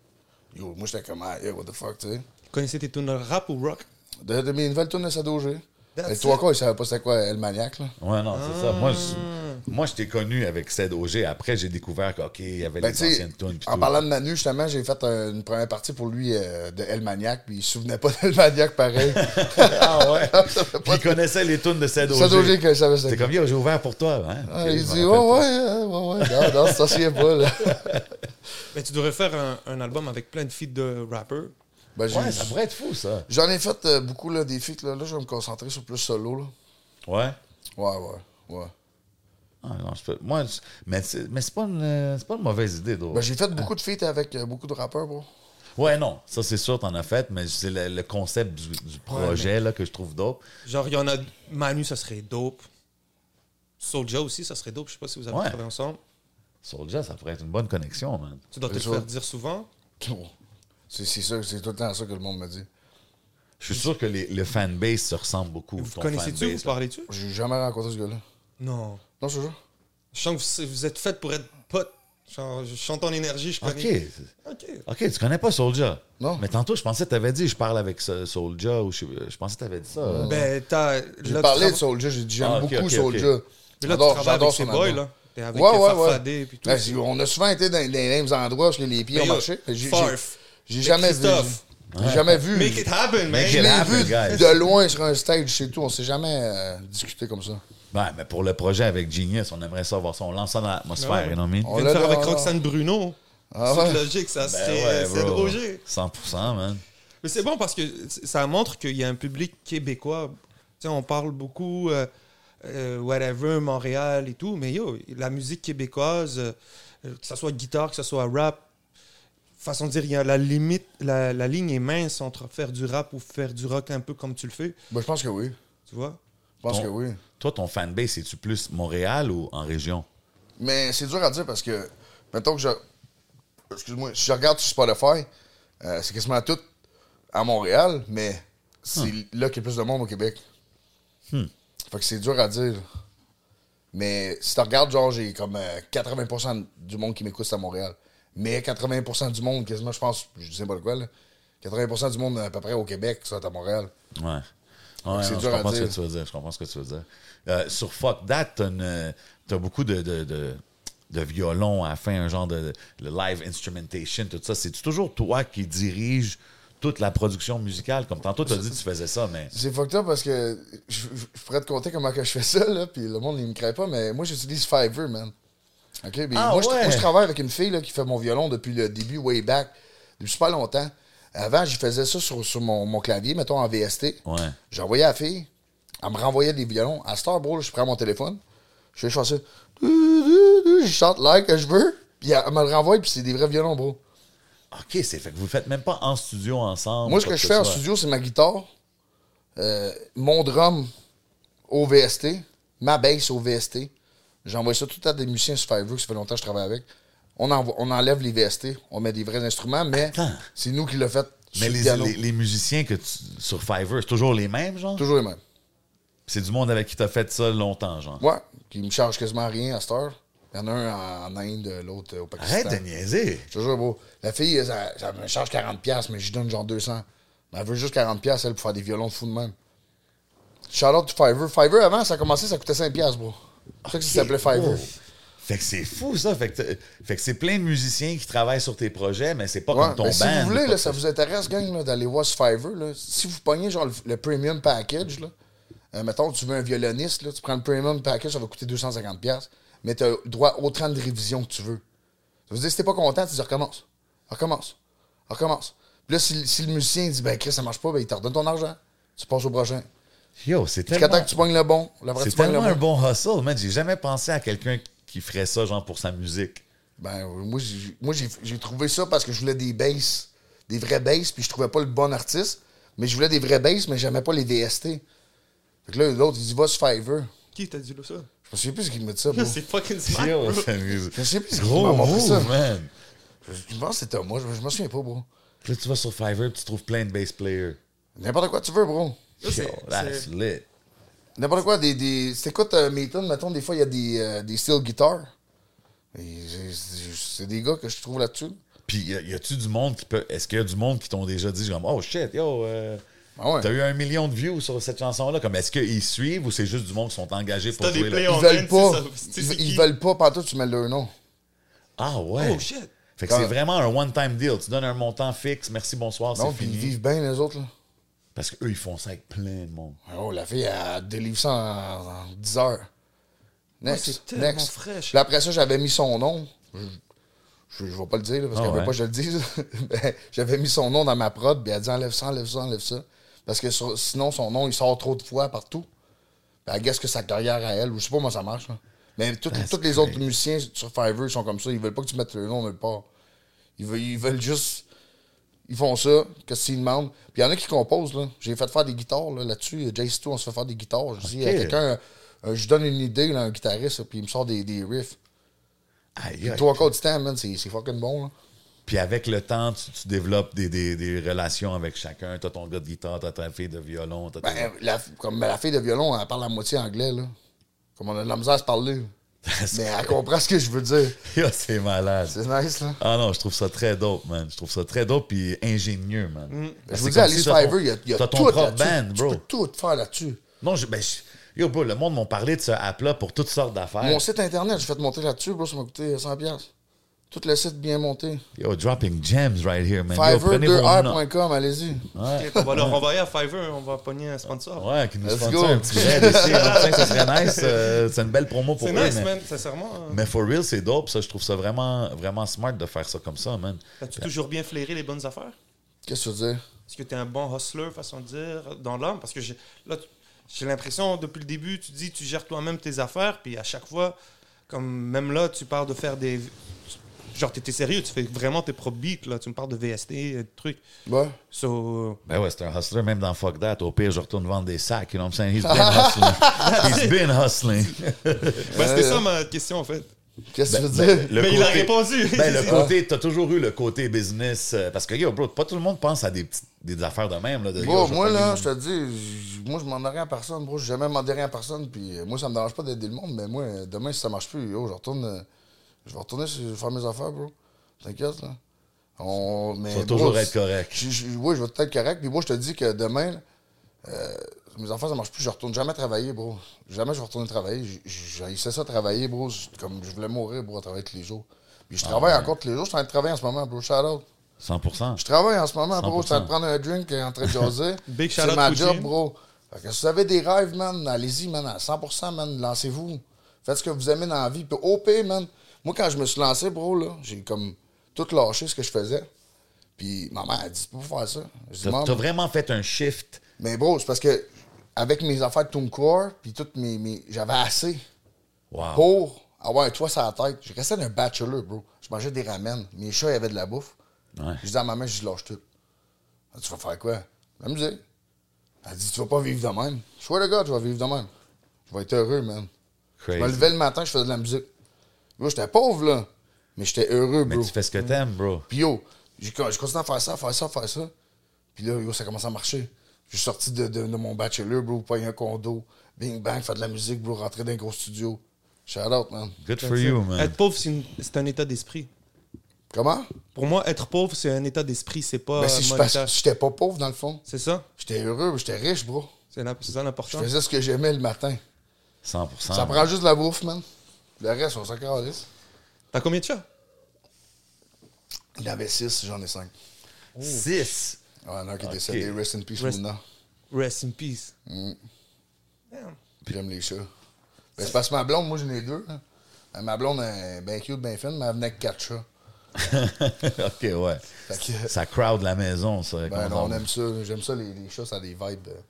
[SPEAKER 4] Yo, moi, j'étais comme, ah, yeah, what the fuck, tu sais.
[SPEAKER 3] Connaissais tes tunes rap ou rock
[SPEAKER 4] De, de mes nouvelles tunes de Sadogé.
[SPEAKER 3] That's
[SPEAKER 4] Et toi,
[SPEAKER 3] it.
[SPEAKER 4] quoi, ils savaient pas c'était quoi, El Maniac, là.
[SPEAKER 2] Ouais, non, c'est ça. Moi, je, moi, je t'ai connu avec Ced OG. Après, j'ai découvert que, OK, il y avait
[SPEAKER 4] Ben,
[SPEAKER 2] les
[SPEAKER 4] tu sais,
[SPEAKER 2] anciennes tunes. puis
[SPEAKER 4] en
[SPEAKER 2] tout.
[SPEAKER 4] parlant de Manu, justement, j'ai fait euh, une première partie pour lui euh, de El Maniac, puis il se souvenait pas d'El Maniac pareil.
[SPEAKER 2] Ah ouais.
[SPEAKER 4] Ça fait
[SPEAKER 2] Puis
[SPEAKER 4] pas
[SPEAKER 2] il connaissait les tunes de Ced
[SPEAKER 4] Sadogé
[SPEAKER 2] OG.
[SPEAKER 4] quand il savait
[SPEAKER 2] C'est
[SPEAKER 4] c'était
[SPEAKER 2] comme, yo, j'ai ouvert pour toi. Hein?
[SPEAKER 4] Ah,
[SPEAKER 2] Ok,
[SPEAKER 4] il
[SPEAKER 2] je me
[SPEAKER 4] dit, ouais,
[SPEAKER 2] rappelle pas.
[SPEAKER 4] ouais, hein, ouais, ouais, non, non, ça s'y est pas, là.
[SPEAKER 3] Mais Ben, tu devrais faire un, un album avec plein de feats de rappeurs.
[SPEAKER 4] Ben, j'ai-
[SPEAKER 2] Ouais, ça pourrait être fou, ça.
[SPEAKER 4] J'en ai fait euh, beaucoup, là, des feats, là. Là, je vais me concentrer sur plus solo, là.
[SPEAKER 2] Ouais.
[SPEAKER 4] Ouais, ouais, ouais.
[SPEAKER 2] Ah, non, je peux- Moi, je- mais c'est mais c'est pas, une, euh, c'est pas une mauvaise idée, d'ouvrir.
[SPEAKER 4] Ben, j'ai fait beaucoup de feats avec euh, beaucoup de rappeurs, bro.
[SPEAKER 2] Ouais, non, ça c'est sûr, t'en as fait, mais c'est le, le concept du, du projet là, que je trouve dope.
[SPEAKER 3] Genre, il y en a. Manu, ça serait dope. Soulja aussi, ça serait dope. Je sais pas si vous avez
[SPEAKER 2] Ouais.
[SPEAKER 3] travaillé ensemble.
[SPEAKER 2] Soulja, ça pourrait être une bonne connexion, man.
[SPEAKER 3] Tu dois te
[SPEAKER 4] Mais
[SPEAKER 3] le
[SPEAKER 4] ça-
[SPEAKER 3] faire dire souvent.
[SPEAKER 4] C'est c'est ça, c'est tout le temps ça que le monde me dit.
[SPEAKER 2] Je suis sûr que les, le fanbase se ressemble beaucoup.
[SPEAKER 3] Vous
[SPEAKER 2] ton
[SPEAKER 3] connaissez-tu Vous
[SPEAKER 2] fanbase, là.
[SPEAKER 3] parlez-tu
[SPEAKER 4] J'ai jamais rencontré ce gars-là.
[SPEAKER 3] Non.
[SPEAKER 4] Non, c'est ça.
[SPEAKER 3] Je sens que vous, vous êtes fait pour être potes. Genre, je chante en énergie, je
[SPEAKER 2] OK.
[SPEAKER 3] connais. OK.
[SPEAKER 2] OK, tu connais pas Soulja.
[SPEAKER 4] Non.
[SPEAKER 2] Mais tantôt, je pensais que t'avais dit, je parle avec ce- Soulja, ou je, je pensais que t'avais dit ça.
[SPEAKER 3] Ben, t'as.
[SPEAKER 4] J'ai
[SPEAKER 3] là,
[SPEAKER 4] parlé
[SPEAKER 3] tu
[SPEAKER 4] de Soulja, j'ai dit j'aime
[SPEAKER 2] Ah, ok,
[SPEAKER 4] beaucoup
[SPEAKER 2] ok,
[SPEAKER 4] Soulja.
[SPEAKER 3] Mais là, tu
[SPEAKER 4] J'adore-
[SPEAKER 3] travailles avec
[SPEAKER 4] j'adore
[SPEAKER 3] ces
[SPEAKER 4] son
[SPEAKER 3] boys,
[SPEAKER 4] album.
[SPEAKER 3] là. T'es avec
[SPEAKER 4] Ouais,
[SPEAKER 3] les
[SPEAKER 4] ouais,
[SPEAKER 3] Farfadets
[SPEAKER 4] ouais.
[SPEAKER 3] puis tout.
[SPEAKER 4] Ben, c'est- on a souvent été dans les mêmes endroits parce que les pieds
[SPEAKER 3] Mais
[SPEAKER 4] ont
[SPEAKER 3] yo,
[SPEAKER 4] marché. J'ai- j'ai-
[SPEAKER 3] Farf.
[SPEAKER 4] J'ai
[SPEAKER 3] Mais
[SPEAKER 4] jamais vu.
[SPEAKER 3] Christophe.
[SPEAKER 4] J'ai jamais vu.
[SPEAKER 3] Make it happen, man.
[SPEAKER 2] Make
[SPEAKER 4] Je
[SPEAKER 2] it
[SPEAKER 4] l'ai
[SPEAKER 2] happen,
[SPEAKER 4] vu
[SPEAKER 2] Ah, ben, guys.
[SPEAKER 4] de loin sur un stage chez tout. On s'est jamais euh, discuté comme ça.
[SPEAKER 2] Ouais, mais pour le projet avec Genius, on aimerait savoir ça. On lance ça dans l'atmosphère,
[SPEAKER 3] Ouais. Oh,
[SPEAKER 2] you know what I mean?
[SPEAKER 4] On
[SPEAKER 3] On
[SPEAKER 4] l'a
[SPEAKER 3] le faire
[SPEAKER 4] dans-
[SPEAKER 3] avec Roxane Bruno.
[SPEAKER 4] Ah
[SPEAKER 3] c'est
[SPEAKER 4] ouais.
[SPEAKER 3] logique, ça.
[SPEAKER 2] Ben
[SPEAKER 3] c'est
[SPEAKER 2] ouais,
[SPEAKER 3] c'est de
[SPEAKER 2] bro.
[SPEAKER 3] OG.
[SPEAKER 2] 100%, man.
[SPEAKER 3] Mais c'est bon parce que c- ça montre qu'il y a un public québécois. Tu sais, on parle beaucoup, euh, euh, whatever, Montréal et tout, mais yo, la musique québécoise, euh, euh, que ce soit guitare, que ce soit rap, façon de dire, il y a la limite, la, la ligne est mince entre faire du rap ou faire du rock un peu comme tu le fais,
[SPEAKER 4] Ben, je pense que oui.
[SPEAKER 3] tu vois.
[SPEAKER 4] Je pense
[SPEAKER 2] Bon.
[SPEAKER 4] que oui.
[SPEAKER 2] Toi, ton fanbase, es-tu plus Montréal ou en région?
[SPEAKER 4] Mais c'est dur à dire parce que, mettons que je. Excuse-moi, si je regarde sur Spotify, euh, c'est quasiment tout à Montréal, mais c'est
[SPEAKER 2] Hum.
[SPEAKER 4] là qu'il y a plus de monde au Québec. Fait que c'est dur à dire. Mais si tu regardes, genre, j'ai comme euh, 80% du monde qui m'écoute, c'est à Montréal. Mais 80% du monde, quasiment, je pense, je dis n'importe quoi, là, 80% du monde à peu près au Québec, ça, à Montréal.
[SPEAKER 2] Ouais. Ouais,
[SPEAKER 4] c'est
[SPEAKER 2] non,
[SPEAKER 4] dur
[SPEAKER 2] je
[SPEAKER 4] à
[SPEAKER 2] comprends ce que
[SPEAKER 4] dire.
[SPEAKER 2] tu veux dire. Je comprends ce que tu veux dire. Euh, sur Fuck That, t'as, une- t'as beaucoup de, de, de, de violons à la fin, un genre de, de live instrumentation, tout ça. C'est toujours toi qui dirige toute la production musicale. Comme tantôt, t'as dit que tu faisais ça, mais.
[SPEAKER 4] C'est fucked up parce que je, je- je pourrais te compter comment que je fais ça, là, puis le monde, il me crée pas, mais moi, j'utilise Fiverr, man. OK? mais
[SPEAKER 2] Ah,
[SPEAKER 4] moi, je,
[SPEAKER 2] ouais.
[SPEAKER 4] moi, je travaille avec une fille là, qui fait mon violon depuis le début, way back, depuis super longtemps. Avant, je faisais ça sur, sur mon, mon clavier, mettons, en VST.
[SPEAKER 2] Ouais.
[SPEAKER 4] J'envoyais à la fille, elle me renvoyait des violons. À Star Bowl, je prends mon téléphone, je fais chanter je chante l'air que je veux, puis elle me le renvoie, puis c'est des vrais violons, bro.
[SPEAKER 2] OK, c'est fait que vous le faites même pas en studio ensemble.
[SPEAKER 4] Moi, ce
[SPEAKER 2] quoi
[SPEAKER 4] que je fais en
[SPEAKER 2] soit.
[SPEAKER 4] studio, c'est ma guitare, euh, mon drum au VST, ma bass au VST. J'envoie ça tout à des musiciens sur Fiverr, que ça fait longtemps que je travaille avec. On, envoie- on enlève les VST, on met des vrais instruments, mais
[SPEAKER 2] Attends.
[SPEAKER 4] c'est nous qui l'a fait.
[SPEAKER 2] Mais
[SPEAKER 4] sur le
[SPEAKER 2] les,
[SPEAKER 4] piano.
[SPEAKER 2] les- les musiciens que tu- sur Fiverr, c'est toujours les mêmes, genre?
[SPEAKER 4] Toujours les mêmes.
[SPEAKER 2] C'est du monde avec qui t'as fait ça longtemps, genre.
[SPEAKER 4] Ouais, qui me charge quasiment rien à cette heure. Il y en a un en, en Inde, l'autre euh, au Pakistan.
[SPEAKER 2] Arrête de niaiser.
[SPEAKER 4] Je te jure, bro. La fille, ça, ça me charge 40$, mais je lui donne genre 200$. Mais elle veut juste 40$, elle, pour faire des violons de fou de même. Shout out to Fiverr. Fiverr, avant, ça a commencé, ça coûtait 5$, bro. C'est ça que ça s'appelait
[SPEAKER 2] Ok,
[SPEAKER 4] Fiverr.
[SPEAKER 2] wow. Fait que c'est fou, ça. Fait que, t'as- fait que c'est plein de musiciens qui travaillent sur tes projets, mais c'est pas
[SPEAKER 4] Ouais,
[SPEAKER 2] comme ton
[SPEAKER 4] ben,
[SPEAKER 2] band.
[SPEAKER 4] si vous voulez,
[SPEAKER 2] pas-
[SPEAKER 4] là, ça vous intéresse, gang, là, d'aller voir ce Fiverr. là. Si vous pognez genre le, le premium package, là, euh, mettons, tu veux un violoniste, là, tu prends le premium package, ça va coûter 250$, mais tu as droit autant de révisions que tu veux. Ça veut dire, si t'es pas content, tu dis recommence. Recommence. Recommence. Puis là, si, si le musicien dit, ben Chris, ça marche pas, ben il te redonne ton argent. Tu passes au prochain.
[SPEAKER 2] Yo, c'est
[SPEAKER 4] Jusqu'à
[SPEAKER 2] tellement,
[SPEAKER 4] temps que tu pognes le bon. La vraie,
[SPEAKER 2] c'est
[SPEAKER 4] tu pognes le
[SPEAKER 2] tellement un
[SPEAKER 4] bon.
[SPEAKER 2] bon hustle, man. J'ai jamais pensé à quelqu'un qui ferait ça, genre, pour sa musique.
[SPEAKER 4] Ben, euh, moi, j'ai- moi, j'ai j'ai trouvé ça parce que je voulais des basses, des vrais basses, puis je trouvais pas le bon artiste. Mais je voulais des vrais basses, mais j'aimais pas les VST. Fait que là, l'autre, il dit, va sur Fiverr.
[SPEAKER 3] Qui t'a dit là, ça?
[SPEAKER 2] Oh.
[SPEAKER 4] Je me souviens plus ce qu'il me dit ça, bro.
[SPEAKER 3] C'est fucking smart.
[SPEAKER 2] Yo,
[SPEAKER 3] bro.
[SPEAKER 2] c'est-
[SPEAKER 4] Je sais plus ce qu'il m'a
[SPEAKER 2] gros
[SPEAKER 4] montré ça.
[SPEAKER 2] move, man.
[SPEAKER 4] Je pense que c'était moi, je, je me souviens pas, bro.
[SPEAKER 2] Puis là, tu vas sur Fiverr, puis tu trouves plein de bass players.
[SPEAKER 4] N'importe quoi tu veux, bro.
[SPEAKER 3] Yo, c'est-
[SPEAKER 2] Yo, that's
[SPEAKER 3] c'est-
[SPEAKER 2] lit.
[SPEAKER 4] N'importe quoi, des. des si t'écoutes euh, mes tunes, mettons, des fois, il y a des, euh, des steel guitars. Et j'ai- j'ai- C'est des gars que je trouve là-dessus.
[SPEAKER 2] Puis y a- y a-tu du monde qui peut. Est-ce qu'il y a du monde qui t'ont déjà dit, comme, oh shit, yo, euh,
[SPEAKER 4] Ah ouais.
[SPEAKER 2] t'as eu un million de views sur cette chanson-là? Comme, est-ce qu'ils suivent ou c'est juste du monde qui sont engagés pour
[SPEAKER 3] t'as des
[SPEAKER 2] jouer
[SPEAKER 3] play
[SPEAKER 2] là?
[SPEAKER 4] Ils
[SPEAKER 3] on
[SPEAKER 4] veulent
[SPEAKER 3] veulent
[SPEAKER 4] pas.
[SPEAKER 3] c'est
[SPEAKER 4] Ils,
[SPEAKER 3] c'est
[SPEAKER 4] ils
[SPEAKER 3] qui?
[SPEAKER 4] veulent pas, pantoute, tu mets leur nom.
[SPEAKER 2] Ah ouais.
[SPEAKER 3] Oh shit.
[SPEAKER 2] Fait que c'est
[SPEAKER 4] Ah.
[SPEAKER 2] vraiment un one-time deal. Tu donnes un montant fixe, merci, bonsoir, c'est
[SPEAKER 4] Non, puis
[SPEAKER 2] fini.
[SPEAKER 4] ils vivent bien, les autres, là.
[SPEAKER 2] Parce qu'eux, ils font ça avec plein de monde.
[SPEAKER 4] Oh, la fille, elle délivre ça en, en 10 heures. Next.
[SPEAKER 3] Ouais, Ah, c'est tellement
[SPEAKER 4] next.
[SPEAKER 3] fraîche.
[SPEAKER 4] Puis après ça, j'avais mis son nom. Je ne vais pas le dire, là, parce
[SPEAKER 2] Ah
[SPEAKER 4] qu'elle
[SPEAKER 2] ouais.
[SPEAKER 4] veut pas que je le dise. Mais j'avais mis son nom dans ma prod, puis elle a dit enlève ça, enlève ça, enlève ça. Parce que sur- sinon, son nom, il sort trop de fois partout. Puis elle guess que sa carrière à elle, ou je sais pas comment ça marche. là. Mais tout-
[SPEAKER 2] That's
[SPEAKER 4] tous les
[SPEAKER 2] Ah, crazy.
[SPEAKER 4] autres musiciens sur Fiverr, ils sont comme ça. Ils veulent pas que tu mettes le nom nulle part. Ils veulent, ils veulent juste. Ils font ça, qu'est-ce qu'ils demandent. Puis il y en a qui composent, là. J'ai fait faire des guitares là, là-dessus. Jace 2, on se fait faire des guitares. Je dis à quelqu'un, euh, euh, je donne une idée, là, un guitariste, là, puis il me sort des, des riffs.
[SPEAKER 2] Aïe, aïe.
[SPEAKER 4] Trois quarts du temps, man, c'est c'est fucking bon, là.
[SPEAKER 2] Puis avec le temps, tu, tu développes des, des- des relations avec chacun. T'as ton gars de guitare, t'as ta fille de violon. t'as ta-
[SPEAKER 4] Ben, la, comme la fille de violon, elle parle à moitié anglais, là. Comme on a de la misère à se parler. Mais elle comprend ce que je veux dire.
[SPEAKER 2] Yo, c'est malade.
[SPEAKER 4] C'est nice, là.
[SPEAKER 2] Ah non, je trouve ça très dope, man. Je trouve ça très dope puis ingénieux, man. Parce
[SPEAKER 4] Mm. Je
[SPEAKER 2] que
[SPEAKER 4] vous
[SPEAKER 2] Ben, c'est
[SPEAKER 4] dis,
[SPEAKER 2] comme
[SPEAKER 4] Alice
[SPEAKER 2] si t'as ton-
[SPEAKER 4] Fiverr, il y a, il y a
[SPEAKER 2] t'as
[SPEAKER 4] tout
[SPEAKER 2] ton propre
[SPEAKER 4] là-dessus.
[SPEAKER 2] band,
[SPEAKER 4] Tu
[SPEAKER 2] bro.
[SPEAKER 4] peux tout faire là-dessus.
[SPEAKER 2] Non, je, ben, je- yo, bro, le monde m'ont parlé de ce app-là pour toutes sortes d'affaires.
[SPEAKER 4] Mon site internet, j'ai fait monter là-dessus, bro, ça m'a coûté 100 piastres. Tout le site bien monté.
[SPEAKER 2] Yo, dropping gems right here, man. Yo, prenez vos notes.
[SPEAKER 4] Fiverr2r.com, allez-y.
[SPEAKER 3] Ok, on va leur envoyer à Fiverr, on va pogner un sponsor.
[SPEAKER 2] Ouais, qui nous
[SPEAKER 4] Let's
[SPEAKER 2] sponsor
[SPEAKER 4] go.
[SPEAKER 2] un petit jet de chez Martin, ça serait nice. euh, c'est une belle promo pour
[SPEAKER 3] C'est
[SPEAKER 2] eux,
[SPEAKER 3] nice,
[SPEAKER 2] mais,
[SPEAKER 3] man, sincèrement. euh,
[SPEAKER 2] mais for real, c'est dope, ça. Je trouve ça vraiment, vraiment smart de faire ça comme ça, man.
[SPEAKER 3] T'as-tu toujours bien flairé les bonnes affaires?
[SPEAKER 4] Qu'est-ce que tu veux dire?
[SPEAKER 3] Est-ce que t'es un bon hustler, façon de dire, dans l'âme? Parce que j'ai- là, tu- j'ai l'impression, depuis le début, tu dis, tu gères toi-même tes affaires, puis à chaque fois, comme même là, tu parles de faire des... Genre, t'étais sérieux, tu fais vraiment tes propres beats, là. Tu me parles de VST, euh, de trucs.
[SPEAKER 4] Ouais.
[SPEAKER 3] So,
[SPEAKER 2] Ben ouais, c'est un hustler, même dans Fuck That. Au pire, je retourne vendre des sacs, you know what I'm saying? He's been hustling. He's been hustling.
[SPEAKER 3] Ben, c'était ça ma question, en fait.
[SPEAKER 4] Qu'est-ce
[SPEAKER 2] Ben,
[SPEAKER 4] que tu veux dire?
[SPEAKER 2] Euh, Le
[SPEAKER 3] Mais il a
[SPEAKER 2] côté-
[SPEAKER 3] répondu.
[SPEAKER 2] Ben, le côté, t'as toujours eu le côté business. euh, parce que, yo, bro, pas tout le monde pense à des, petites- des affaires de même. Là, de, yo,
[SPEAKER 4] Bro,
[SPEAKER 2] je vais
[SPEAKER 4] Bah, moi,
[SPEAKER 2] pogner
[SPEAKER 4] là,
[SPEAKER 2] mon-
[SPEAKER 4] je te dis, je- moi, je m'en ai rien à personne, bro. J'ai jamais demandé rien à personne. Puis euh, moi, ça me dérange pas d'aider le monde, mais moi, euh, demain, si ça marche plus, yo, je retourne. euh, je vais retourner sur- faire mes affaires, bro. T'inquiète, là. On, mais,
[SPEAKER 2] Ça va
[SPEAKER 4] bro,
[SPEAKER 2] toujours être
[SPEAKER 4] c'est-
[SPEAKER 2] correct.
[SPEAKER 4] je- je- oui, je vais peut-être correct. Puis moi, je te dis que demain, là, euh, mes enfants, ça marche plus. Je retourne jamais travailler, bro. Jamais je vais retourner travailler. J- j- J'haïssais ça travailler, bro. C'est Comme je voulais mourir, bro, à travailler tous les jours. Puis je
[SPEAKER 2] Ah,
[SPEAKER 4] travaille encore tous les jours. Je suis en train de travailler en ce moment, bro. Shout out.
[SPEAKER 2] 100%.
[SPEAKER 4] Je travaille en ce moment, bro.
[SPEAKER 2] 100%.
[SPEAKER 4] Ça te prendre un drink en train de jaser.
[SPEAKER 3] Big shout-out
[SPEAKER 4] C'est ma
[SPEAKER 3] Fuji.
[SPEAKER 4] job, bro. Fait que si vous avez des rêves, man, allez-y, man, à 100%, man, lancez-vous. Faites ce que vous aimez dans la vie. Puis OP, man. Moi, quand je me suis lancé, bro, là, j'ai comme tout lâché ce que je faisais. Puis ma mère, elle dit, c'est pas pour faire ça. Je dis,
[SPEAKER 2] T'as
[SPEAKER 4] Maman,
[SPEAKER 2] t'as vraiment fait un shift.
[SPEAKER 4] mais bro, c'est parce que avec mes affaires de Tooncore, puis toutes mes, mes- j'avais assez
[SPEAKER 2] Wow.
[SPEAKER 4] pour avoir un toit sur la tête. Je restais d'un bachelor, bro. Je mangeais des ramen. Mes chats, ils avaient de la bouffe.
[SPEAKER 2] Ouais.
[SPEAKER 4] Je disais à ma mère, je dis, lâche tout. Elle dit, tu vas faire quoi? La musique. Elle dit, tu vas pas vivre de même. Je suis le gars, tu vas vivre de même. Je vais être heureux, man. Je me
[SPEAKER 2] Crazy.
[SPEAKER 4] levais le matin, je faisais de la musique. Moi, j'étais pauvre, là. Mais j'étais heureux,
[SPEAKER 2] Mais
[SPEAKER 4] bro.
[SPEAKER 2] tu fais ce que t'aimes, bro.
[SPEAKER 4] Puis yo, j'ai con- j'ai continué à faire ça, à faire ça, à faire ça. Puis là, yo, ça commence à marcher. Je suis sorti de, de- de mon bachelor, bro, payer un condo, bing bang, faire de la musique, bro, rentrer dans un gros studio. Shout out, man.
[SPEAKER 2] Good for you, man.
[SPEAKER 3] Être pauvre, c'est une- c'est un état d'esprit.
[SPEAKER 4] Comment?
[SPEAKER 3] Pour moi, être pauvre, c'est un état d'esprit, c'est pas
[SPEAKER 4] ben, si je
[SPEAKER 3] monétaire.
[SPEAKER 4] passe- j'étais pas pauvre, dans le fond.
[SPEAKER 3] C'est ça?
[SPEAKER 4] J'étais heureux, j'étais riche, bro.
[SPEAKER 3] C'est la- c'est ça
[SPEAKER 4] Je
[SPEAKER 3] l'important.
[SPEAKER 4] faisais ce que j'aimais le matin.
[SPEAKER 2] 100%.
[SPEAKER 4] Ça prend juste de la bouffe, man. Le reste, on s'en calisse.
[SPEAKER 3] T'as combien de chats?
[SPEAKER 4] Il y en avait six, j'en ai cinq.
[SPEAKER 2] 6.
[SPEAKER 4] Ouais, un qui est décédé. Rest in peace,
[SPEAKER 3] Rest-
[SPEAKER 4] Luna.
[SPEAKER 3] Rest in peace.
[SPEAKER 4] J'aime les chats. Ben, c'est parce que ma blonde, moi, j'en ai deux. hein. Ben, ma blonde, elle est bien cute, bien fine, mais elle venait avec quatre chats.
[SPEAKER 2] OK, ouais.
[SPEAKER 4] Fait que-
[SPEAKER 2] Ça crowd la maison, ça.
[SPEAKER 4] Ben,
[SPEAKER 2] Comment
[SPEAKER 4] non, on
[SPEAKER 2] ça-
[SPEAKER 4] aime ça. J'aime ça, les, les chats, ça a des vibes. euh,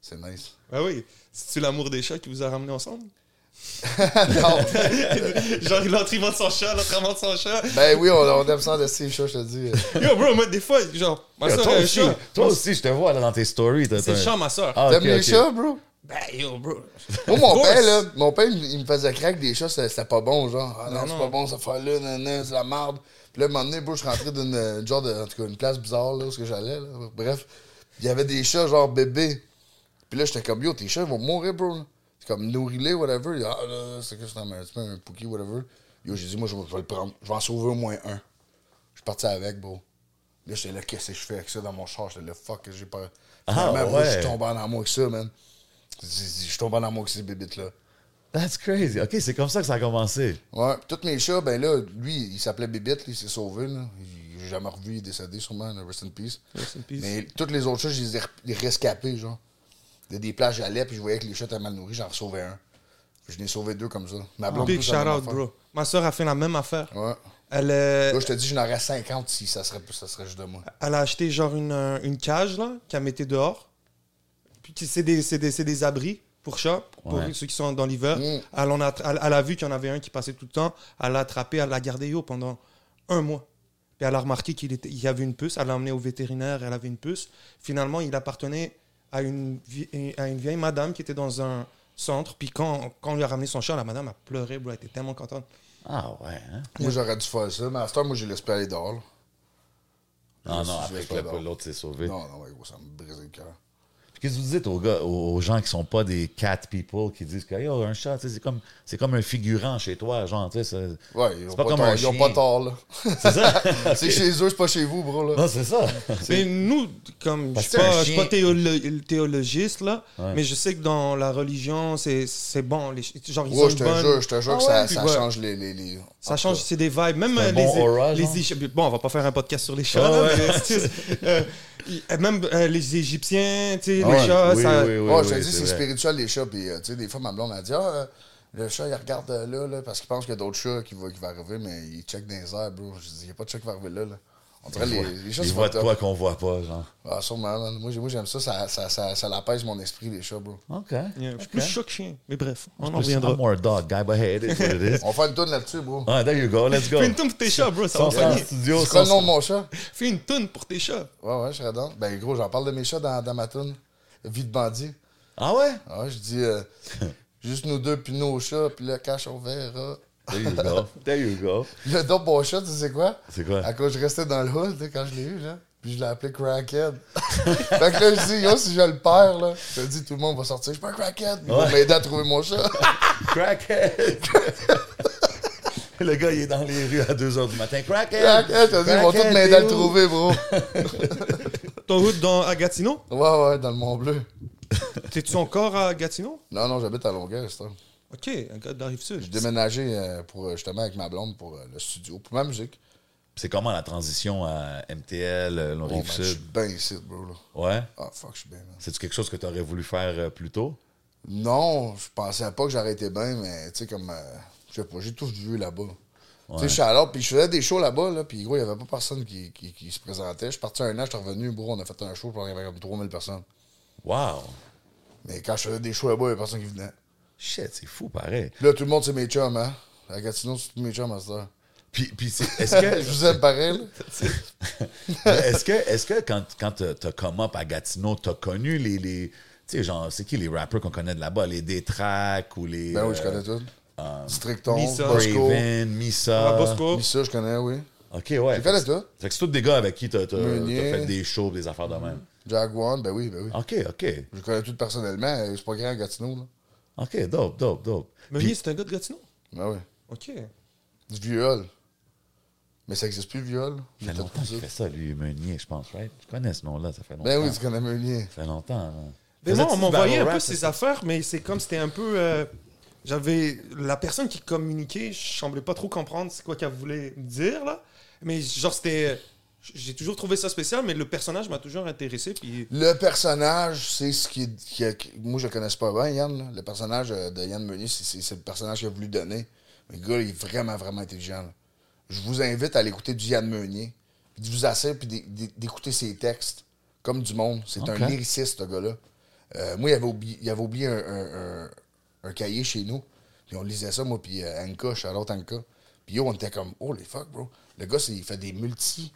[SPEAKER 4] C'est nice.
[SPEAKER 3] Ah oui, c'est-tu l'amour des chats qui vous a ramené ensemble?
[SPEAKER 4] Non.
[SPEAKER 3] Genre, l'autre, il vante son chat, l'autre, il vante son chat.
[SPEAKER 4] ben oui, on, on aime ça, laisser les chats, je te dis.
[SPEAKER 3] Yo, bro, moi, des fois, genre, ma
[SPEAKER 2] Yo,
[SPEAKER 3] soeur
[SPEAKER 2] toi,
[SPEAKER 3] a un
[SPEAKER 2] aussi,
[SPEAKER 3] chat.
[SPEAKER 2] toi aussi, je te vois là, dans tes stories. t'as-
[SPEAKER 3] C'est le
[SPEAKER 2] t'as-
[SPEAKER 3] chat, ma soeur.
[SPEAKER 2] Ah,
[SPEAKER 4] T'aimes
[SPEAKER 2] ok,
[SPEAKER 4] les
[SPEAKER 2] ok.
[SPEAKER 4] chats, bro?
[SPEAKER 3] Ben, yo, bro.
[SPEAKER 4] Moi, mon
[SPEAKER 3] Of
[SPEAKER 4] père,
[SPEAKER 3] course.
[SPEAKER 4] là, mon père, il il me faisait craquer des chats, c'était c'était pas bon, genre. Ah non,
[SPEAKER 3] Non,
[SPEAKER 4] c'est
[SPEAKER 3] non.
[SPEAKER 4] pas bon, ça fait là, nanana, c'est la merde. Puis là, un moment donné, bro, je suis rentré d'une euh, genre de, en tout cas, une place bizarre, là, où ce que j'allais, là. Bref, il y avait des chats, genre bébés. Puis là, j'étais comme, yo, tes chats, ils vont mourir, bro. C'est comme, nourris-les, whatever. Il, Ah, là, c'est que c'est un petit peu un pookie, whatever. Yo, j'ai dit, moi, je vais je vais le prendre. Je vais en sauver au moins un. Je suis parti avec, bro. Là, j'étais là, qu'est-ce que je fais avec ça dans mon char? J'étais là, fuck, j'ai pas.
[SPEAKER 2] Ah,
[SPEAKER 4] Finalement, bro,
[SPEAKER 2] ouais.
[SPEAKER 4] je suis tombé en amour avec ça, man. Je je- je suis tombé en amour avec ces bébites-là.
[SPEAKER 2] That's crazy. OK, c'est comme ça que ça a commencé.
[SPEAKER 4] Ouais, pis tous mes chats, ben là, lui, il s'appelait Bébite, lui, il s'est sauvé, là. Il- J'ai jamais revu, il est décédé sûrement, là, rest in peace.
[SPEAKER 3] Rest in peace.
[SPEAKER 4] Mais tous les autres chats, je les ai re- les rescapés, genre. Il y a des plages, j'allais, puis je voyais que les chats étaient mal nourris, j'en sauvais un. Je n'ai sauvé deux comme ça. Ma blonde,
[SPEAKER 3] Big
[SPEAKER 4] plus, la
[SPEAKER 3] shout
[SPEAKER 4] même
[SPEAKER 3] out,
[SPEAKER 4] affaire.
[SPEAKER 3] bro. Ma soeur a fait la même affaire.
[SPEAKER 4] Ouais.
[SPEAKER 3] Elle, euh,
[SPEAKER 4] Là, je te dis, j'en aurais 50 si ça serait, ça serait juste de moi.
[SPEAKER 3] elle a acheté, genre, une, euh, une cage, là, qu'elle mettait dehors. Puis, tu- c'est des, c'est des, c'est des abris pour chats, pour
[SPEAKER 2] Ouais.
[SPEAKER 3] ceux qui sont dans l'hiver.
[SPEAKER 4] Mm.
[SPEAKER 3] Elle, en a, elle, elle a vu qu'il y en avait un qui passait tout le temps. Elle l'a attrapé, elle l'a gardé yo pendant un mois. Puis elle a remarqué qu'il était- il y avait une puce. Elle l'a emmené au vétérinaire, elle avait une puce. Finalement, il appartenait à une, vie- à une vieille madame qui était dans un centre. Puis quand, quand on lui a ramené son chat, la madame a pleuré, bro. Elle était tellement contente.
[SPEAKER 2] Ah, ouais, hein?
[SPEAKER 4] Moi, j'aurais dû faire ça, mais à cette heure, moi, j'ai l'esprit aller dehors, là.
[SPEAKER 2] Non, non,
[SPEAKER 4] Je
[SPEAKER 2] après
[SPEAKER 4] laisse
[SPEAKER 2] que
[SPEAKER 4] pas
[SPEAKER 2] le-
[SPEAKER 4] dehors.
[SPEAKER 2] l'autre s'est sauvé.
[SPEAKER 4] Non, non, ouais, gros, ça me brisait le cœur.
[SPEAKER 2] Puis qu'est-ce que vous dites aux, gars, aux gens qui sont pas des cat people, qui disent que Yo, un chat, tu sais, c'est comme, c'est comme un figurant chez toi, genre, tu sais, c'est-
[SPEAKER 4] Ouais,
[SPEAKER 2] C'est
[SPEAKER 4] ils ont
[SPEAKER 2] pas
[SPEAKER 4] pas,
[SPEAKER 2] comme un
[SPEAKER 4] tort. Ils ont
[SPEAKER 2] chien.
[SPEAKER 4] pas tort, là.
[SPEAKER 2] c'est ça.
[SPEAKER 4] C'est chez eux, c'est pas chez vous, bro, là.
[SPEAKER 2] Non, c'est ça.
[SPEAKER 3] Mais nous, comme je
[SPEAKER 2] Parce
[SPEAKER 3] suis
[SPEAKER 2] que
[SPEAKER 3] pas,
[SPEAKER 2] un
[SPEAKER 3] je suis pas
[SPEAKER 2] chien-
[SPEAKER 3] théolo- théologiste là,
[SPEAKER 2] Ouais.
[SPEAKER 3] mais je sais que dans la religion, c'est c'est bon. Les, ch- genre ils ont
[SPEAKER 4] Ouais, je
[SPEAKER 3] une
[SPEAKER 4] te
[SPEAKER 3] bonne-
[SPEAKER 4] jure, je te jure
[SPEAKER 3] Ah
[SPEAKER 4] que ça,
[SPEAKER 3] ouais, puis
[SPEAKER 4] ça
[SPEAKER 3] ouais.
[SPEAKER 4] change les. les, les-
[SPEAKER 3] Ça
[SPEAKER 4] en
[SPEAKER 3] change, c'est des vibes. Même
[SPEAKER 2] C'est un
[SPEAKER 3] euh,
[SPEAKER 2] bon
[SPEAKER 3] les,
[SPEAKER 2] aura,
[SPEAKER 3] les
[SPEAKER 2] genre?
[SPEAKER 3] Égyptiens- Bon, on va pas faire un podcast sur les chats.
[SPEAKER 2] Ouais,
[SPEAKER 3] là,
[SPEAKER 2] ouais.
[SPEAKER 3] mais, tu sais, euh, y- même euh, les Égyptiens, tu sais,
[SPEAKER 2] Ah
[SPEAKER 3] les
[SPEAKER 2] ouais,
[SPEAKER 3] chats,
[SPEAKER 2] oui,
[SPEAKER 3] ça.
[SPEAKER 2] oui, oui,
[SPEAKER 4] tout
[SPEAKER 2] oui,
[SPEAKER 4] cas. Ouais, je te
[SPEAKER 2] oui,
[SPEAKER 4] dis,
[SPEAKER 2] c'est
[SPEAKER 4] c'est
[SPEAKER 2] vrai.
[SPEAKER 4] spirituel, les chats. Puis, euh, tu sais, des fois, ma blonde, elle dit, ah, euh, le chat, il regarde euh, là, là, parce qu'il pense qu'il y a d'autres chats qui va, qui va arriver, mais il check dans les airs, bro. Je dis, il n'y a pas de chat qui va arriver là, là. On dirait les, les chats,
[SPEAKER 2] Ils
[SPEAKER 4] sont
[SPEAKER 2] voient de
[SPEAKER 4] top.
[SPEAKER 2] quoi qu'on voit pas, genre.
[SPEAKER 4] Ah, sûrement, man. Moi, j'ai- moi, j'aime ça. Ça, ça, ça, ça l'apaise mon esprit, les chats, bro.
[SPEAKER 2] OK.
[SPEAKER 3] Yeah, Je suis plus
[SPEAKER 2] Ok.
[SPEAKER 3] chat que chien. Mais bref, on en
[SPEAKER 2] Plus,
[SPEAKER 3] reviendra.
[SPEAKER 2] I'm more a dog guy, but hey, it is what it is.
[SPEAKER 4] On fait une tourne là-dessus, bro.
[SPEAKER 2] Ah, there you go, let's go.
[SPEAKER 3] Fais une toune pour tes chats, bro. Ça
[SPEAKER 2] Sans
[SPEAKER 3] va
[SPEAKER 2] ça en
[SPEAKER 3] soigner.
[SPEAKER 2] studio,
[SPEAKER 4] C'est quoi le
[SPEAKER 2] sans-
[SPEAKER 4] nom de mon chat?
[SPEAKER 3] Fais une toune pour tes chats.
[SPEAKER 4] Ouais, ouais, je serais dedans. Ben, gros, j'en parle de mes chats dans, dans ma tourne. Vie de bandit.
[SPEAKER 2] Ah ouais?
[SPEAKER 4] Ah, je dis, euh, juste nous deux, puis nos chats, puis le cash, on verra.
[SPEAKER 2] There you go. There you go.
[SPEAKER 4] Le don mon chat, tu sais quoi?
[SPEAKER 2] C'est quoi?
[SPEAKER 4] À cause je restais dans le hood, tu sais, quand je l'ai eu, là. Puis je l'ai appelé Crackhead. fait que là, je dis, yo, si je le perds, là, je te dis, tout le monde va sortir, je suis pas un Crackhead. Ils vont
[SPEAKER 2] Ouais.
[SPEAKER 4] m'aider à trouver mon chat.
[SPEAKER 2] Crackhead! Le gars, il est dans les rues à 2h du matin. Crackhead!
[SPEAKER 4] crackhead, je te dis, ils vont tous
[SPEAKER 2] Crackhead,
[SPEAKER 4] m'aider à le
[SPEAKER 2] t'es où?
[SPEAKER 4] trouver, bro.
[SPEAKER 3] Ton route dans, à Gatineau?
[SPEAKER 4] Ouais, ouais, dans le Mont-Bleu.
[SPEAKER 3] T'es-tu encore à Gatineau?
[SPEAKER 4] Non, non, j'habite à Longueuil, c'est ça.
[SPEAKER 3] Ok, un gars de la
[SPEAKER 4] J'ai
[SPEAKER 3] Rive-Sud.
[SPEAKER 4] déménagé euh, pour, euh, justement avec ma blonde pour euh, le studio, pour ma musique.
[SPEAKER 2] C'est comment la transition à MTL, euh,
[SPEAKER 4] Bon, ben, je suis
[SPEAKER 2] Longue-Rive-Sud?
[SPEAKER 4] bien ici, bro. Là.
[SPEAKER 2] Ouais?
[SPEAKER 4] Ah, fuck, je suis bien, man.
[SPEAKER 2] C'est-tu quelque chose que tu aurais voulu faire euh, plus tôt?
[SPEAKER 4] Non, je pensais pas que j'aurais été bien, mais tu sais, comme. euh, je sais pas, j'ai tout vu là-bas. Tu sais, je suis allé, puis je faisais des shows là-bas, là, puis gros, il y avait pas personne qui, qui, qui se présentait. Je suis parti un an, je suis revenu, bro, on a fait un show, puis il y avait comme 3000 personnes.
[SPEAKER 2] Wow!
[SPEAKER 4] Mais quand je faisais des shows là-bas, il y avait personne qui venait.
[SPEAKER 2] Shit, c'est fou, pareil.
[SPEAKER 4] Là, tout le monde, c'est mes chums, hein. À Gatineau, c'est tous mes chums à cette heure.
[SPEAKER 2] Puis, puis c'est- est-ce
[SPEAKER 4] Je
[SPEAKER 2] que,
[SPEAKER 4] vous aime pareil, là.
[SPEAKER 2] est-ce que, est-ce que quand, quand t'as, t'as come up à Gatineau, t'as connu les. les tu sais, genre, c'est qui les rappers qu'on connaît de là-bas? Les Détrac ou les.
[SPEAKER 4] Ben oui, je connais
[SPEAKER 2] tout.
[SPEAKER 4] tout. Stricton,
[SPEAKER 3] Misa.
[SPEAKER 4] Bosco. Ah,
[SPEAKER 2] Raven, Missa.
[SPEAKER 3] À Bosco.
[SPEAKER 4] Misa, je connais, oui.
[SPEAKER 2] Ok, ouais.
[SPEAKER 4] Je connais
[SPEAKER 2] Fait que-
[SPEAKER 4] tout.
[SPEAKER 2] Fait que c'est tous des gars avec qui t'as, t'as- t'as
[SPEAKER 4] Meunier.
[SPEAKER 2] fait des shows, des affaires de même.
[SPEAKER 4] Jaguan, ben oui, ben oui.
[SPEAKER 2] Ok, ok.
[SPEAKER 4] Je connais tout personnellement. euh, C'est pas grand à Gatineau, là.
[SPEAKER 2] Ok, dope, dope, dope.
[SPEAKER 3] Meunier, c'est un gars de Gatineau?
[SPEAKER 4] Ben oui.
[SPEAKER 3] Ok.
[SPEAKER 4] Du viol. Mais ça existe plus, le viol.
[SPEAKER 2] Ça fait longtemps qu'il fait ça, lui, Meunier, je pense, right? Je connais ce nom-là, ça fait longtemps.
[SPEAKER 4] Ben oui, tu connais Meunier.
[SPEAKER 2] Ça fait longtemps. là.
[SPEAKER 3] Mais moi, on
[SPEAKER 2] Faisais-tu du
[SPEAKER 3] m'envoyait un
[SPEAKER 2] battle
[SPEAKER 3] peu
[SPEAKER 2] rap,
[SPEAKER 3] ses
[SPEAKER 2] ça?
[SPEAKER 3] affaires, mais c'est comme c'était un peu. euh, J'avais. La personne qui communiquait, je semblais pas trop comprendre c'est quoi qu'elle voulait me dire, là. Mais genre, c'était. J'ai toujours trouvé ça spécial, mais le personnage m'a toujours intéressé. Puis.
[SPEAKER 4] Le personnage, c'est ce qui, est- qui a- qui- Moi, je le connaissais pas bien, Yann. là. Le personnage euh, de Yann Meunier, c'est- c'est c'est le personnage qu'il a voulu donner. Mais le gars, il est vraiment, vraiment intelligent. là. Je vous invite à l'écouter du Yann Meunier. puis De vous asseoir puis d'é- d'é- d'écouter ses textes. Comme du monde. C'est un
[SPEAKER 2] Ok.
[SPEAKER 4] lyriciste, ce gars-là. Euh, moi, il avait oublié, il avait oublié un, un- un- un cahier chez nous. Puis on lisait ça, moi, puis euh, Anka, Charlotte Anka. Puis yo, on était comme, oh les fuck, bro. Le gars, c'est- il fait des multis.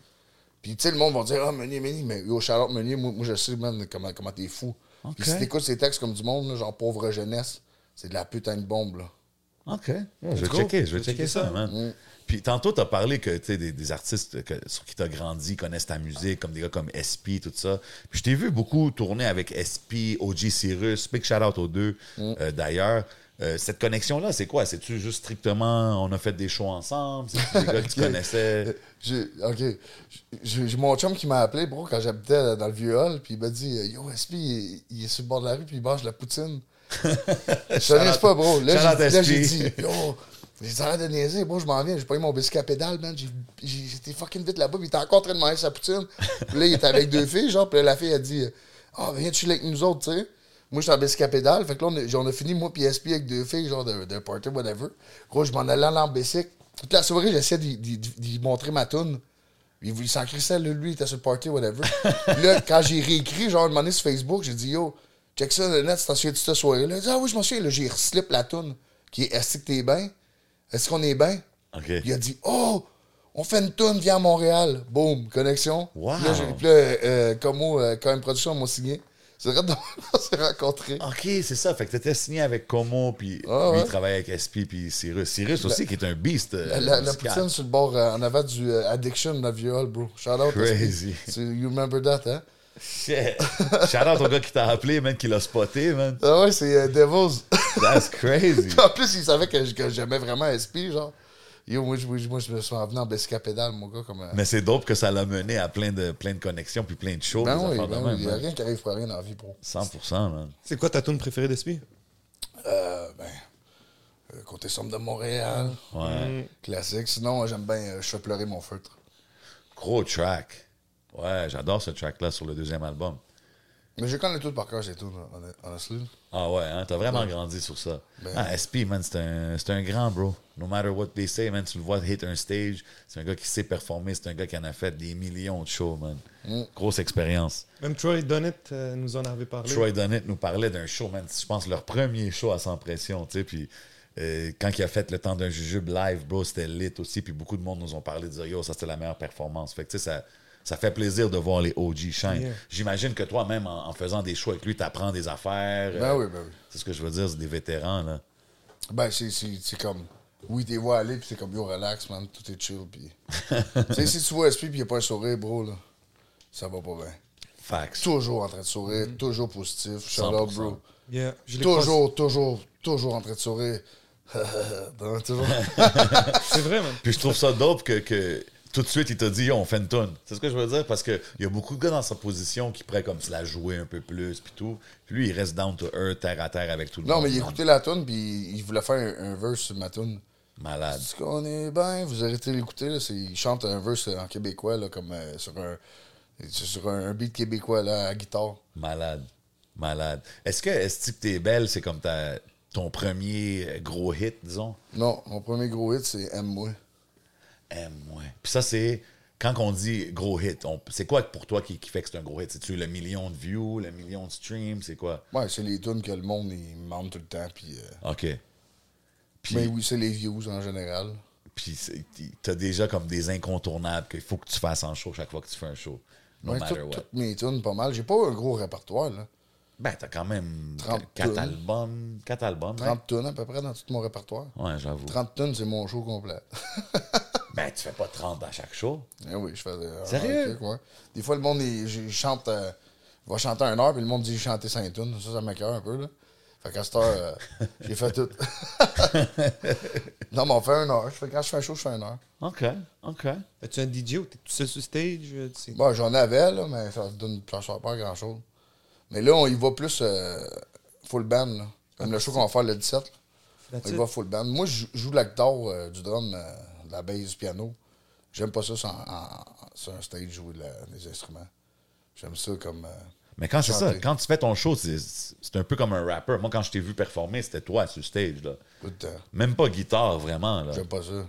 [SPEAKER 4] Puis, tu sais, le monde va dire, ah, Meunier, Meunier, mais yo, Charlotte Meunier, moi, moi, je sais, man, comment, comment t'es fou.
[SPEAKER 2] Ok.
[SPEAKER 4] Puis, si t'écoutes ces textes comme du monde, là, genre pauvre jeunesse, c'est de la putain de bombe, là.
[SPEAKER 2] OK. Ouais, je vais
[SPEAKER 3] go.
[SPEAKER 2] checker, je vais
[SPEAKER 3] Let's
[SPEAKER 2] checker
[SPEAKER 3] checker
[SPEAKER 2] ça,
[SPEAKER 3] ça.
[SPEAKER 2] man. Puis tantôt, t'as parlé que tu sais, des, des artistes que- sur qui t'as grandi connaissent ta musique, comme des gars comme SP, tout ça. Puis je t'ai vu beaucoup tourner avec SP, OG Cyrus, big shout-out aux deux, euh, d'ailleurs. Euh, cette connexion-là, c'est quoi? C'est-tu juste strictement on a fait des shows ensemble? C'est des gars que tu connaissais?
[SPEAKER 4] J'ai, OK. J'ai j'ai mon chum qui m'a appelé, bro, quand j'habitais dans le vieux hall, puis il m'a dit, euh, Yo, SP, il, il est sur le bord de la rue, puis il mange de la poutine. je te niaise pas, bro. Là,
[SPEAKER 2] Shout out
[SPEAKER 4] j'ai- là, j'ai
[SPEAKER 2] SP.
[SPEAKER 4] dit, Yo, j'ai arrête de niaiser, bro, je m'en viens, j'ai pas eu mon biscuit à pédale, man. J'ai- j'ai- J'étais fucking vite là-bas, puis il était encore en train de manger sa poutine. Puis là, il était avec deux filles, genre, puis là, la fille a dit, Ah, viens, tu avec nous autres, tu sais. Moi, j'étais en biscuit à pédale, fait que là, on a, on a fini, moi, puis SP avec deux filles, genre, de, de party, whatever. Gros, je m'en allais en l'ambessic. Toute la soirée, j'essayais d'y- d'y d'y montrer ma toune. Il, il s'en crissait, là, lui, il était sur le party, whatever. là, quand j'ai réécrit, genre, un moment donné sur Facebook, j'ai dit, yo, check ça, le net, c'est assuré de cette soirée-là. Il dit, ah oui, je m'en souviens, là, j'ai reslip la toune, qui est Est-ce que t'es bien? Est-ce qu'on est bien?
[SPEAKER 2] OK.
[SPEAKER 4] Il a dit, oh, on fait une toune, viens à Montréal. Boom, connexion.
[SPEAKER 2] Wow.
[SPEAKER 4] Puis Là, j'ai- puis là, euh, comme moi, euh, quand une production m'a signé, c'est vrai, on s'est rencontrés.
[SPEAKER 2] OK, c'est ça. Fait que t'étais signé avec Como, puis
[SPEAKER 4] Ah,
[SPEAKER 2] lui,
[SPEAKER 4] ouais.
[SPEAKER 2] il travaillait avec SP, puis Cyrus. Cyrus aussi, qui est un beast. euh,
[SPEAKER 4] La- La, la
[SPEAKER 2] musical.
[SPEAKER 4] poutine sur le bord euh, en avant du euh, Addiction, la viol, bro. Shout out.
[SPEAKER 2] Crazy.
[SPEAKER 4] Tu- You remember that, hein?
[SPEAKER 2] Shit. Shout out au gars qui t'a appelé, man, qui l'a spoté, man.
[SPEAKER 4] Ah ouais, c'est euh, Devils.
[SPEAKER 2] That's crazy.
[SPEAKER 4] en plus, il savait que, que j'aimais vraiment SP, genre. Yo, moi, je, moi, je- moi, je me suis envenu en Bessica pédale, mon gars, comme. euh,
[SPEAKER 2] Mais c'est dope que ça l'a mené à plein de, plein de connexions puis plein de choses.
[SPEAKER 4] ben
[SPEAKER 2] des
[SPEAKER 4] oui,
[SPEAKER 2] affaires de
[SPEAKER 4] ben oui,
[SPEAKER 2] même, hein.
[SPEAKER 4] il n'y a
[SPEAKER 2] man.
[SPEAKER 4] rien qui arrive pour rien dans la vie, bro.
[SPEAKER 2] 100%, man.
[SPEAKER 3] C'est quoi ta tune préférée d'Espy
[SPEAKER 4] Euh, ben, euh, côté sombre de Montréal,
[SPEAKER 2] Ouais.
[SPEAKER 4] classique. Sinon, j'aime bien euh, Je fais pleurer mon feutre.
[SPEAKER 2] Gros track. Ouais, j'adore ce track-là sur le deuxième album.
[SPEAKER 4] Mais je connais tout par cœur, c'est tout, honn- honestly.
[SPEAKER 2] Ah ouais, hein, t'as vraiment grandi sur ça.
[SPEAKER 4] Ben.
[SPEAKER 2] Ah, SP, man, c'est un, c'est un grand, bro. No matter what they say, man, tu le vois hit un stage. C'est un gars qui sait performer. C'est un gars qui en a fait des millions de shows, man.
[SPEAKER 4] Mm.
[SPEAKER 2] Grosse expérience.
[SPEAKER 3] Même Troy Donnett euh, nous en avait parlé.
[SPEAKER 2] Troy Donnett nous parlait d'un show, man. Je pense leur premier show à Sans Pression, tu sais. Puis euh, quand il a fait le temps d'un jujube live, bro, c'était lit aussi. Puis beaucoup de monde nous ont parlé de dire, yo, ça c'était la meilleure performance. Fait que tu sais, ça, ça fait plaisir de voir les OG shine.
[SPEAKER 3] Yeah.
[SPEAKER 2] J'imagine que toi, même en, en faisant des shows avec lui, t'apprends des affaires.
[SPEAKER 4] Ben
[SPEAKER 2] Euh,
[SPEAKER 4] oui, ben oui.
[SPEAKER 2] C'est ce que je veux dire, c'est des vétérans, là.
[SPEAKER 4] Ben, c'est- c'est c'est comme. Oui, t'es vois aller, puis c'est comme yo, relax, man, tout est chill. Puis. tu sais, si tu vois SP, puis il n'y a pas un sourire, bro, là, ça va pas bien.
[SPEAKER 2] Facts.
[SPEAKER 4] Toujours en train de sourire,
[SPEAKER 2] Mm.
[SPEAKER 4] toujours positif. Shout out,
[SPEAKER 2] 100%.
[SPEAKER 4] bro.
[SPEAKER 3] Yeah, je l'ai croisé.
[SPEAKER 4] Toujours, toujours, toujours en train de sourire. Non, toujours.
[SPEAKER 3] C'est vrai, man.
[SPEAKER 2] Puis je trouve ça dope que, que tout de suite, il t'a dit, Yo, on fait une tonne. C'est ce que je veux dire? Parce qu'il y a beaucoup de gars dans sa position qui pourraient comme se la jouer un peu plus, puis tout. Puis lui, il reste down to earth, terre à terre avec tout le
[SPEAKER 4] non,
[SPEAKER 2] monde.
[SPEAKER 4] mais il écoutait la tune puis il voulait faire un, un verse sur ma tune.
[SPEAKER 2] Malade.
[SPEAKER 4] Est-ce qu'on est bien? Vous arrêtez d'écouter, là. c'est- Il chante un verse en québécois, là, comme euh, sur un. c'est Sur un, un beat québécois, là, à guitare.
[SPEAKER 2] Malade. Malade. Est-ce que Est-ce que t'es belle, c'est comme ta, ton premier gros hit, disons?
[SPEAKER 4] Non, mon premier gros hit, c'est Aime-moi.
[SPEAKER 2] Aime-moi. Puis ça, c'est. Quand on dit gros hit, on- c'est quoi pour toi qui, qui fait que c'est un gros hit? C'est-tu le million de views, le million de streams? C'est quoi?
[SPEAKER 4] Ouais, c'est les tunes que le monde, il demande tout le temps, puis. euh,
[SPEAKER 2] OK. Puis-
[SPEAKER 4] Mais oui, c'est les views en général.
[SPEAKER 2] Puis c'est- t'as déjà comme des incontournables qu'il faut que tu fasses en show chaque fois que tu fais un show. No
[SPEAKER 4] Ouais, tout-
[SPEAKER 2] matter what.
[SPEAKER 4] Toutes mes tunes, pas mal. J'ai pas un gros répertoire, là.
[SPEAKER 2] Ben, t'as quand même
[SPEAKER 4] 30
[SPEAKER 2] quatre
[SPEAKER 4] tunes.
[SPEAKER 2] albums. Quatre albums,
[SPEAKER 4] 30 tunes à peu près dans tout mon répertoire.
[SPEAKER 2] hein? Ouais, j'avoue.
[SPEAKER 4] 30 tunes, c'est mon show complet.
[SPEAKER 2] Ben, tu fais pas 30 à chaque show.
[SPEAKER 4] Eh oui, je faisais. un
[SPEAKER 2] Sérieux?
[SPEAKER 4] truc, ouais. Des fois, le monde, il, il chante. euh, il va chanter un heure, puis le monde dit chanter 5 tunes. Ça, ça m'écoeure un peu, là. Fait qu'à cette heure, euh, j'ai fait tout. non, mais on fait un heure. Je fais- quand je fais un show, je fais un heure.
[SPEAKER 2] OK, OK.
[SPEAKER 3] As-tu un DJ ou t'es tout seul sur stage euh, tu sais?
[SPEAKER 4] Bon, j'en avais, là, mais ça ne donne ça sert pas à grand-chose. Mais là, on y va plus euh, full band, là. Comme le show qu'on va faire le 17. là.
[SPEAKER 3] That's
[SPEAKER 4] On y
[SPEAKER 3] it.
[SPEAKER 4] va full band. Moi, je je joue de la guitare, euh, du drum, euh, de la bass, du piano. J'aime pas ça sur, en- en- sur un stage jouer de la- des instruments. J'aime ça comme. euh,
[SPEAKER 2] Mais quand c'est ça,
[SPEAKER 4] Chanter.
[SPEAKER 2] quand tu fais ton show, c'est c'est un peu comme un rapper. Moi, quand je t'ai vu performer, c'était toi sur stage, là.
[SPEAKER 4] tout le temps.
[SPEAKER 2] Même pas guitare, vraiment, là.
[SPEAKER 4] J'aime pas ça.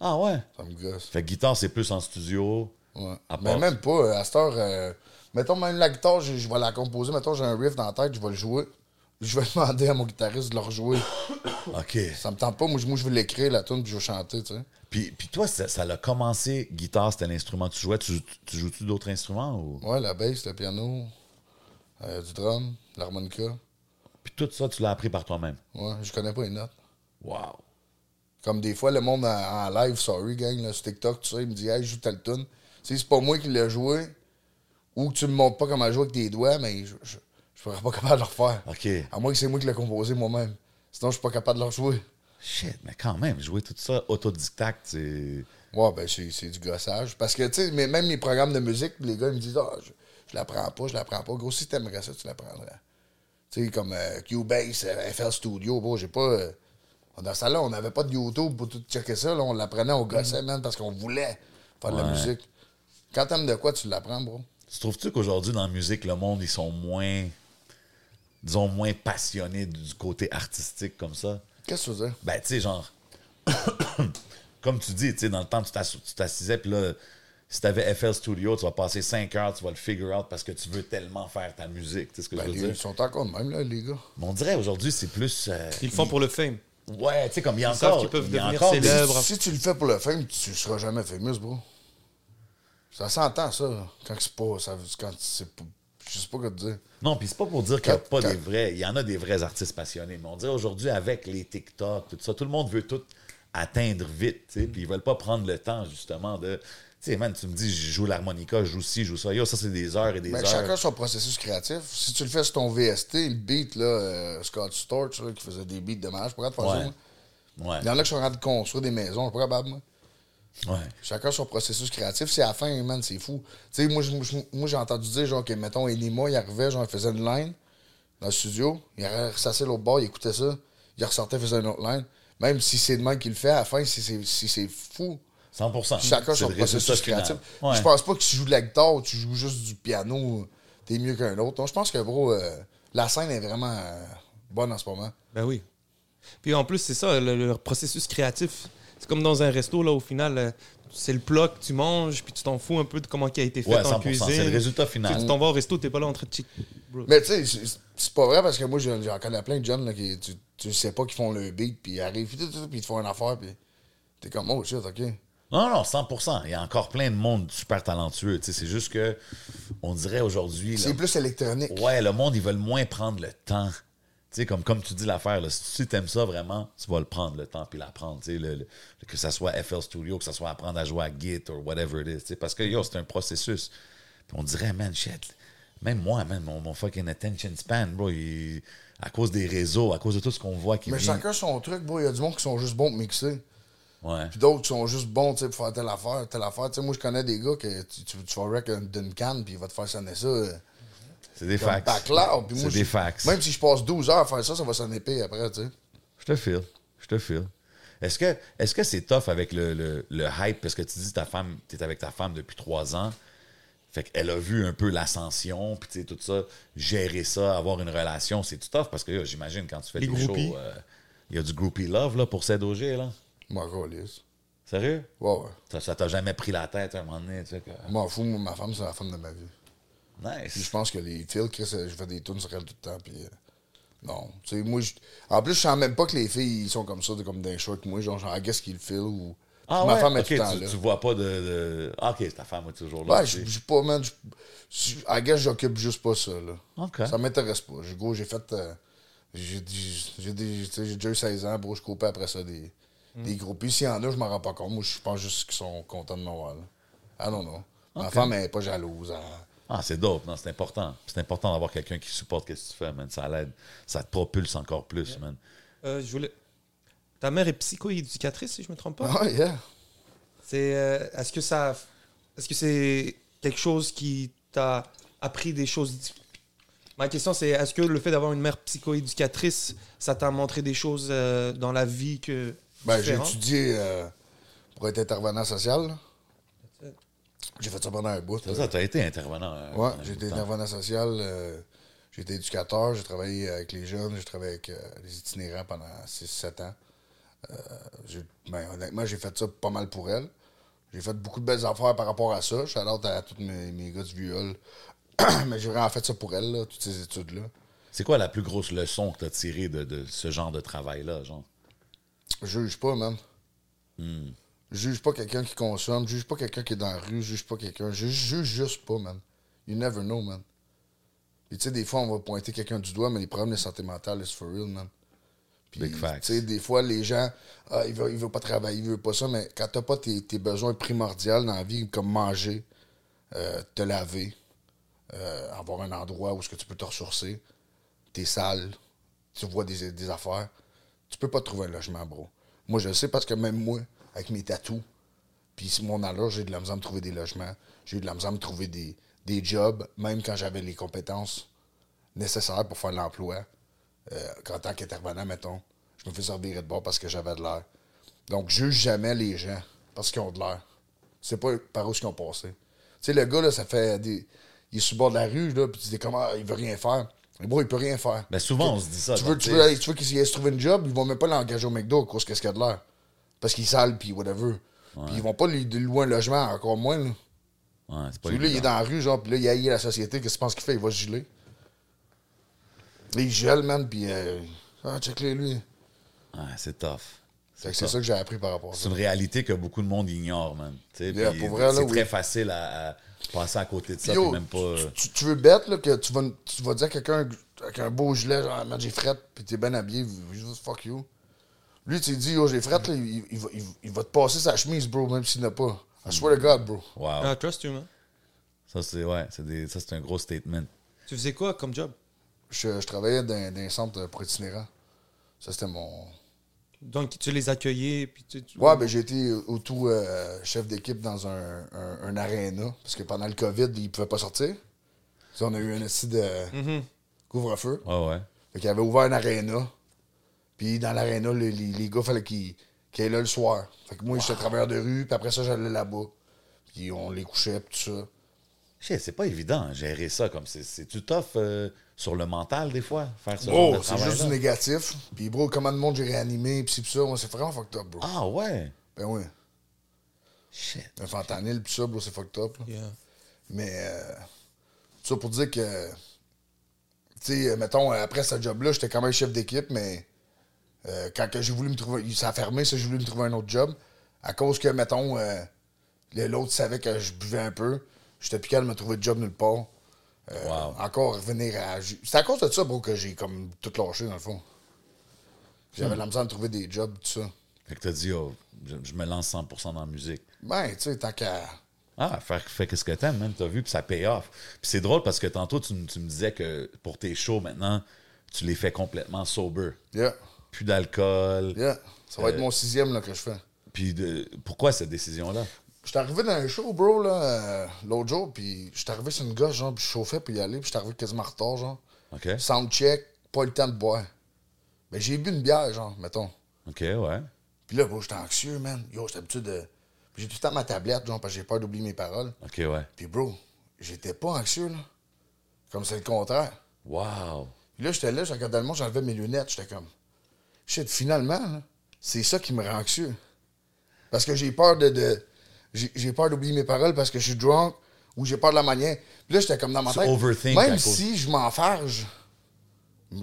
[SPEAKER 2] Ah ouais?
[SPEAKER 4] Ça me gosse.
[SPEAKER 2] Fait que guitare, c'est plus en studio.
[SPEAKER 4] Ouais.
[SPEAKER 2] À
[SPEAKER 4] Mais
[SPEAKER 2] part-
[SPEAKER 4] même pas. euh, À cette heure, euh, mettons même la guitare, je, je vais la composer. Mettons, j'ai un riff dans la tête, je vais le jouer. Je vais demander à mon guitariste de le rejouer.
[SPEAKER 2] OK.
[SPEAKER 4] Ça me tente pas. Moi, je, moi, je veux l'écrire, la tune, puis je veux chanter, tu sais.
[SPEAKER 2] Puis, puis toi, ça ça l'a commencé, guitare, c'était l'instrument que tu jouais. Tu, tu joues-tu d'autres instruments ou...
[SPEAKER 4] Ouais, la bass, le piano, euh, du drum, l'harmonica.
[SPEAKER 2] Puis tout ça, tu l'as appris par toi-même.
[SPEAKER 4] Ouais, je connais pas les notes.
[SPEAKER 2] Wow.
[SPEAKER 4] Comme des fois, le monde en, en live, sorry, gang, là, sur TikTok, tout ça, il me dit, hey, joue telle tune. Tu sais, c'est pas moi qui l'ai joué, ou que tu me montres pas comment jouer avec tes doigts, mais je, je, je serais pas capable de le refaire.
[SPEAKER 2] OK.
[SPEAKER 4] À moins que c'est moi qui l'ai composé moi-même. Sinon, je suis pas capable de le rejouer.
[SPEAKER 2] Shit, mais quand même, jouer tout ça autodidacte, c'est.
[SPEAKER 4] Ouais, ben c'est c'est du gossage. Parce que, tu sais, mais même les programmes de musique, les gars, ils me disent, ah, je, je l'apprends pas, je l'apprends pas. Gros, si t'aimerais ça, tu l'apprendrais. Tu sais, comme euh, Cubase, euh, FL Studio, bon, j'ai pas. euh, dans ça là, on n'avait pas de YouTube pour tout checker ça. là. on l'apprenait, on gossait, man, parce qu'on voulait faire de la
[SPEAKER 2] Ouais.
[SPEAKER 4] musique. Quand t'aimes de quoi, tu l'apprends, bro.
[SPEAKER 2] Tu trouves-tu qu'aujourd'hui, dans la musique, le monde, ils sont moins. disons, moins passionnés du côté artistique comme ça?
[SPEAKER 4] Qu'est-ce que tu veux dire?
[SPEAKER 2] Ben, tu sais, genre. comme tu dis, tu sais, dans le temps, tu t'ass- tu t'assisais, puis là, si t'avais FL Studio, tu vas passer 5 heures, tu vas le figure out parce que tu veux tellement faire ta musique. Tu sais ce que
[SPEAKER 4] Ben,
[SPEAKER 2] je
[SPEAKER 4] les-
[SPEAKER 2] veux
[SPEAKER 4] ils
[SPEAKER 2] dire?
[SPEAKER 4] sont encore de même, là, les gars.
[SPEAKER 2] Mais on dirait aujourd'hui, c'est plus. euh,
[SPEAKER 3] Ils le font pour le fame.
[SPEAKER 2] Ouais, tu sais, comme il y a
[SPEAKER 3] Ils savent
[SPEAKER 2] encore.
[SPEAKER 3] qu'ils peuvent
[SPEAKER 2] il y a
[SPEAKER 3] devenir
[SPEAKER 2] encore des-
[SPEAKER 3] célèbres.
[SPEAKER 4] Si, si tu le fais pour le fame, tu seras jamais famous, bro. Ça s'entend, ça. là. Quand c'est pas. Ça, quand c'est pas- je sais pas quoi te dire.
[SPEAKER 2] Non, puis c'est pas pour dire qu'il n'y a
[SPEAKER 4] Quand-
[SPEAKER 2] pas
[SPEAKER 4] quand-
[SPEAKER 2] des vrais. Il y en a des vrais artistes passionnés, mais on dirait aujourd'hui avec les
[SPEAKER 4] Mm.
[SPEAKER 2] TikTok, tout ça, tout le monde veut tout atteindre vite, tu sais, puis ils veulent pas prendre le temps justement de. tu sais, Tu sais, man, tu me dis, je joue l'harmonica, je joue ci, je joue ça. Yo, ça, c'est des heures et des
[SPEAKER 4] Mais
[SPEAKER 2] heures.
[SPEAKER 4] chacun son processus créatif. Si tu le fais sur ton VST, le beat, là, euh, Scott Storch, là, qui faisait des beats de malade, je suis pas capable de faire
[SPEAKER 2] Ouais.
[SPEAKER 4] ça, moi.
[SPEAKER 2] Ouais.
[SPEAKER 4] Il y en a qui sont en train de construire des maisons, je suis pas capable, moi.
[SPEAKER 2] Ouais.
[SPEAKER 4] Chacun son processus créatif. C'est à la fin, man, c'est fou. Tu sais, moi, je- je- moi, j'ai entendu dire, genre, que, mettons, Enima, il arrivait, genre, il faisait une line dans le studio, il ressassait l'autre bord, il écoutait ça, il ressortait, faisait une autre line. Même si c'est demain qu'il le fait, à la fin, si c'est si c'est fou.
[SPEAKER 2] 100
[SPEAKER 4] Chacun
[SPEAKER 2] C'est
[SPEAKER 4] son
[SPEAKER 2] le résultat
[SPEAKER 4] processus
[SPEAKER 2] final.
[SPEAKER 4] créatif.
[SPEAKER 2] Ouais.
[SPEAKER 4] Je pense pas que tu joues de la guitare ou tu joues juste du piano, t'es mieux qu'un autre. Donc, je pense que, bro, euh, la scène est vraiment euh, bonne en ce moment.
[SPEAKER 3] Ben oui. Puis en plus, c'est ça, le, le processus créatif. C'est comme dans un resto, là, au final, euh, c'est le plat que tu manges, puis tu t'en fous un peu de comment qui a été fait
[SPEAKER 2] Ouais,
[SPEAKER 3] en
[SPEAKER 2] 100
[SPEAKER 3] cuisine.
[SPEAKER 2] C'est le résultat
[SPEAKER 3] Tu sais, tu
[SPEAKER 2] final.
[SPEAKER 3] t'en vas au resto, t'es pas là en train de check. Bro.
[SPEAKER 4] Mais tu sais, c'est- c'est pas vrai parce que moi, j'en j'en connais plein de jeunes là, qui, tu, tu sais pas qu'ils font le beat, puis ils arrivent, puis tout, tout, tout, puis ils te font une affaire, puis t'es comme, oh shit, ok.
[SPEAKER 2] Non, non, 100 Il y a encore plein de monde super talentueux. tu sais, C'est juste que, on dirait aujourd'hui. là,
[SPEAKER 4] C'est plus électronique.
[SPEAKER 2] Ouais, le monde, ils veulent moins prendre le temps. Tu sais, comme, comme tu dis l'affaire, là, si tu aimes ça vraiment, tu vas le prendre le temps puis l'apprendre. tu sais, le- le- que ça soit FL Studio, que ça soit apprendre à jouer à Git ou whatever it is. tu sais, Parce que, yo, c'est un processus. Puis on dirait, man, shit, même moi, man, mon, mon fucking attention span, bro, il- à cause des réseaux, à cause de tout ce qu'on voit qui
[SPEAKER 4] Mais
[SPEAKER 2] vient.
[SPEAKER 4] chacun son truc, bro. Il y a du monde qui sont juste bons pour mixer.
[SPEAKER 2] Ouais.
[SPEAKER 4] Puis d'autres qui sont juste bons, tu sais, pour faire telle affaire, telle affaire. Tu sais, moi, je connais des gars que tu, tu, tu vas wreck un- d'une canne, puis il va te faire sonner ça. euh,
[SPEAKER 2] C'est des
[SPEAKER 4] comme
[SPEAKER 2] facts.
[SPEAKER 4] backlard. Puis moi,
[SPEAKER 2] C'est
[SPEAKER 4] je-
[SPEAKER 2] des facts.
[SPEAKER 4] Même si je passe 12 heures à faire ça, ça va sonner pire après, tu sais.
[SPEAKER 2] Je te file. Je te file. Est-ce que est-ce que c'est tough avec le, le- le hype? Parce que tu dis ta femme, tu es avec ta femme depuis trois ans. Fait qu'elle a vu un peu l'ascension, puis tu sais, tout ça, gérer ça, avoir une relation, c'est tout tough parce que yo, j'imagine quand tu fais
[SPEAKER 3] Les
[SPEAKER 2] des
[SPEAKER 3] groupies.
[SPEAKER 2] shows, euh, il y a du groupie love là, pour s'aider là.
[SPEAKER 4] Moi, calisse.
[SPEAKER 2] Sérieux?
[SPEAKER 4] Ouais, ouais.
[SPEAKER 2] Ça, ça t'a jamais pris la tête à un moment donné, tu sais que.
[SPEAKER 4] Je m'en fous, moi, ma femme, c'est la femme de ma vie. Puis je
[SPEAKER 2] Nice.
[SPEAKER 4] pense que les filles, Chris, euh, je fais des tunes sur elles tout le temps. Puis, euh, non. Tu sais, moi, je- en plus, je sens même pas que les filles ils sont comme ça, de- comme d'un choix que moi. Genre, genre, qu'est-ce qu'ils filent ou.
[SPEAKER 2] Ah
[SPEAKER 4] ma
[SPEAKER 2] ouais?
[SPEAKER 4] femme est
[SPEAKER 2] Ok,
[SPEAKER 4] tout le temps
[SPEAKER 2] tu,
[SPEAKER 4] là.
[SPEAKER 2] tu vois pas de. de- Ah, ok, ta femme est toujours là.
[SPEAKER 4] Ouais, je
[SPEAKER 2] tu sais.
[SPEAKER 4] je suis pas, man. je- je- À guess, j'occupe juste pas ça, là.
[SPEAKER 2] Ok.
[SPEAKER 4] Ça m'intéresse pas. J'ai- Gros, j'ai fait. euh, j'ai j'ai- j'ai des- tu sais, j'ai déjà eu 16 ans, bro, je coupais après ça des,
[SPEAKER 2] Hmm.
[SPEAKER 4] des groupies. S'il y en a, je m'en rends pas compte. Moi, je pense juste qu'ils sont contents de m'avoir, là. Ah non, non. Ma femme, elle est pas jalouse. hein. elle-
[SPEAKER 2] Ah, c'est dope, non, c'est important. C'est important d'avoir quelqu'un qui supporte ce que tu fais, man. Ça l'aide. Ça te propulse encore plus, man.
[SPEAKER 3] Euh, je voulais... Ta mère est psychoéducatrice, si je me trompe pas.
[SPEAKER 4] Ah, yeah.
[SPEAKER 3] C'est euh, est-ce que ça est-ce que c'est quelque chose qui t'a appris des choses di- Ma question c'est est-ce que le fait d'avoir une mère psychoéducatrice ça t'a montré des choses euh, dans la vie que
[SPEAKER 4] Ben, j'ai
[SPEAKER 3] différentes?
[SPEAKER 4] étudié euh, pour être intervenant social. là. J'ai fait ça pendant un bout.
[SPEAKER 2] C'est
[SPEAKER 4] là.
[SPEAKER 2] ça, tu as été intervenant. euh,
[SPEAKER 4] Ouais,
[SPEAKER 2] pendant
[SPEAKER 4] j'ai
[SPEAKER 2] un bout
[SPEAKER 4] été
[SPEAKER 2] de temps.
[SPEAKER 4] intervenant social. euh, j'ai été éducateur. J'ai travaillé avec les jeunes. J'ai travaillé avec euh, les itinérants pendant 6-7 ans. Euh, j'ai- ben, honnêtement, j'ai fait ça pas mal pour elle. J'ai fait beaucoup de belles affaires par rapport à ça. Je suis allé à tous mes, mes gars du viol. Mais j'ai vraiment fait ça pour elle, là, toutes ces études-là.
[SPEAKER 2] C'est quoi la plus grosse leçon que tu as tirée de, de ce genre de travail-là, genre?
[SPEAKER 4] Juge pas, man. Juge pas quelqu'un qui consomme, juge pas quelqu'un qui est dans la rue, juge pas quelqu'un. Juge, juge juste pas, man. You never know, man. Et tu sais, des fois, on va pointer quelqu'un du doigt, mais les problèmes de santé mentale, it's for real, man. Puis,
[SPEAKER 2] Big
[SPEAKER 4] tu
[SPEAKER 2] facts.
[SPEAKER 4] sais, des fois, les gens, ah, il, veut, il veut pas travailler, il veut pas ça, mais quand t'as pas tes, tes besoins primordiaux dans la vie, comme manger, euh, te laver, euh, avoir un endroit où ce que tu peux te ressourcer, t'es sale, tu vois des, des affaires, tu peux pas trouver un logement, bro. Moi, je le sais parce que même moi, avec mes tatous, puis si mon allure, j'ai eu de la misère à me trouver des logements, j'ai eu de la misère à me trouver des, des jobs, même quand j'avais les compétences nécessaires pour faire l'emploi. Euh, en tant qu'intervenant, mettons, je me fais servir de bord parce que j'avais de l'air. Donc, juge jamais les gens parce qu'ils ont de l'air. C'est pas par où ils ont passé. Tu sais, le gars, là, ça fait des. Il est sur le bord de la rue, là, puis tu dis comment il veut rien faire. Mais bon, il peut rien faire.
[SPEAKER 2] Ben, souvent, on se dit ça.
[SPEAKER 4] Tu
[SPEAKER 2] genre,
[SPEAKER 4] veux, tu
[SPEAKER 2] t'sais,
[SPEAKER 4] veux, aller- tu veux qu'il aille se trouver une job, ils vont même pas l'engager au McDo à cause qu'est-ce qu'il y a de l'air. Parce qu'il est sale, puis whatever. Puis ils vont pas lui, lui louer un logement, encore moins. Là.
[SPEAKER 2] Ouais, c'est pas
[SPEAKER 4] Puis là, il est
[SPEAKER 2] évident.
[SPEAKER 4] dans la rue, genre, puis là, il haït la société, qu'est-ce que tu penses qu'il fait? Il va se geler. Là, il gèle, man, puis euh, ah, check-le, lui.
[SPEAKER 2] Ouais, c'est tough. C'est
[SPEAKER 4] Fait que c'est
[SPEAKER 2] tough.
[SPEAKER 4] ça que j'ai appris par rapport à
[SPEAKER 2] C'est
[SPEAKER 4] ça.
[SPEAKER 2] une réalité que beaucoup de monde ignore, man. T'sais,
[SPEAKER 4] Yeah,
[SPEAKER 2] puis
[SPEAKER 4] pour vrai, là,
[SPEAKER 2] c'est
[SPEAKER 4] oui.
[SPEAKER 2] très facile à, à passer à côté de ça, puis
[SPEAKER 4] Yo,
[SPEAKER 2] même pas... euh,
[SPEAKER 4] tu, tu- tu veux bête, là, que tu vas, tu vas dire à quelqu'un avec un beau gilet, genre, Ah, man, j'ai frette, puis t'es ben habillé, juste fuck you. Lui, tu lui dis, yo, j'ai frette, là, il, il va, il va- il va te passer sa chemise, bro, même s'il n'a pas. I swear to God, bro.
[SPEAKER 2] Wow.
[SPEAKER 3] Ah, trust you, man.
[SPEAKER 2] Ça, c'est ouais, c'est des- ça, c'est un gros statement.
[SPEAKER 3] Tu faisais quoi comme job?
[SPEAKER 4] Je, je travaillais dans, dans un centre pour itinérants. Ça, c'était mon.
[SPEAKER 3] Donc, tu les accueillais, puis tu... tu-
[SPEAKER 4] Ouais, ben, j'ai été autour euh, chef d'équipe dans un, un, un aréna, parce que pendant le COVID, ils pouvaient pas sortir. Ça, on a eu un essai de
[SPEAKER 2] Mm-hmm.
[SPEAKER 4] couvre-feu.
[SPEAKER 2] Ouais, ouais.
[SPEAKER 4] Fait qu'il avait ouvert un aréna. Puis dans l'aréna, les, les, les gars, fallait qu'ils qu'ils aient là le soir. Fait que moi, j'étais travailleur de rue, puis après ça, j'allais là-bas. Puis on les couchait, puis tout ça.
[SPEAKER 2] Shit, c'est pas évident, hein, gérer ça comme c'est. C'est-tu tough euh, sur le mental, des fois, faire ce genre
[SPEAKER 4] Bro,
[SPEAKER 2] de
[SPEAKER 4] Oh, c'est juste du
[SPEAKER 2] travail-là?
[SPEAKER 4] négatif. Puis bro, comment le monde j'ai réanimé, puis ci, puis ça. Moi, c'est vraiment fucked up, bro.
[SPEAKER 2] Ah, ouais.
[SPEAKER 4] Ben oui.
[SPEAKER 2] Shit.
[SPEAKER 4] Un fentanyl, puis ça, bro, c'est fucked up. là.
[SPEAKER 3] Yeah.
[SPEAKER 4] Mais, euh, tout ça pour dire que, tu sais, mettons, après ce job-là, j'étais quand même chef d'équipe, mais euh, quand que j'ai voulu me trouver, ça a fermé, ça, j'ai voulu me trouver un autre job. À cause que, mettons, euh, le- l'autre savait que je buvais un peu, j'étais plus capable de me trouver de job nulle part. Euh,
[SPEAKER 2] Wow.
[SPEAKER 4] Encore revenir à. ju- C'est à cause de ça, bro, que j'ai comme tout lâché, dans le fond. J'avais la misère de trouver des jobs, tout ça.
[SPEAKER 2] Fait que t'as dit, oh, je, je me lance 100% dans la musique.
[SPEAKER 4] Ben, tu sais, tant qu'à.
[SPEAKER 2] Ah, faire, fais qu'est-ce que t'aimes, même, t'as vu, puis ça paye off. Puis c'est drôle parce que tantôt, tu, me- tu me disais que pour tes shows, maintenant, tu les fais complètement sober.
[SPEAKER 4] Yeah,
[SPEAKER 2] Plus d'alcool.
[SPEAKER 4] yeah. Ça va être mon sixième là, que je fais.
[SPEAKER 2] Puis de- pourquoi cette décision-là?
[SPEAKER 4] J'étais arrivé dans un show, bro, là, euh, l'autre jour, puis j'étais arrivé sur une gosse, genre, puis je chauffais pour y aller, puis j'étais arrivé quasiment en retard, genre.
[SPEAKER 2] OK?
[SPEAKER 4] Soundcheck, pas le temps de boire. Mais j'ai bu une bière, genre, mettons.
[SPEAKER 2] OK, ouais.
[SPEAKER 4] Puis là, bro, j'étais anxieux, man. Yo, j'ai l'habitude de. Puis J'ai tout le temps ma tablette, genre, parce que j'ai peur d'oublier mes paroles.
[SPEAKER 2] OK, ouais.
[SPEAKER 4] Puis, bro, j'étais pas anxieux, là. Comme c'est le contraire.
[SPEAKER 2] Wow.
[SPEAKER 4] Puis là, j'étais là, je regardais le monde, j'enlevais mes lunettes, j'étais comme. Shit, finalement, là, c'est ça qui me rend anxieux. Parce que j'ai peur de. de- j'ai j'ai peur d'oublier mes paroles parce que je suis drunk ou j'ai peur de la manière. Puis là, j'étais comme dans ma
[SPEAKER 2] Tu
[SPEAKER 4] tête.
[SPEAKER 2] overthink à
[SPEAKER 4] Même
[SPEAKER 2] cause-
[SPEAKER 4] si je m'enfarge,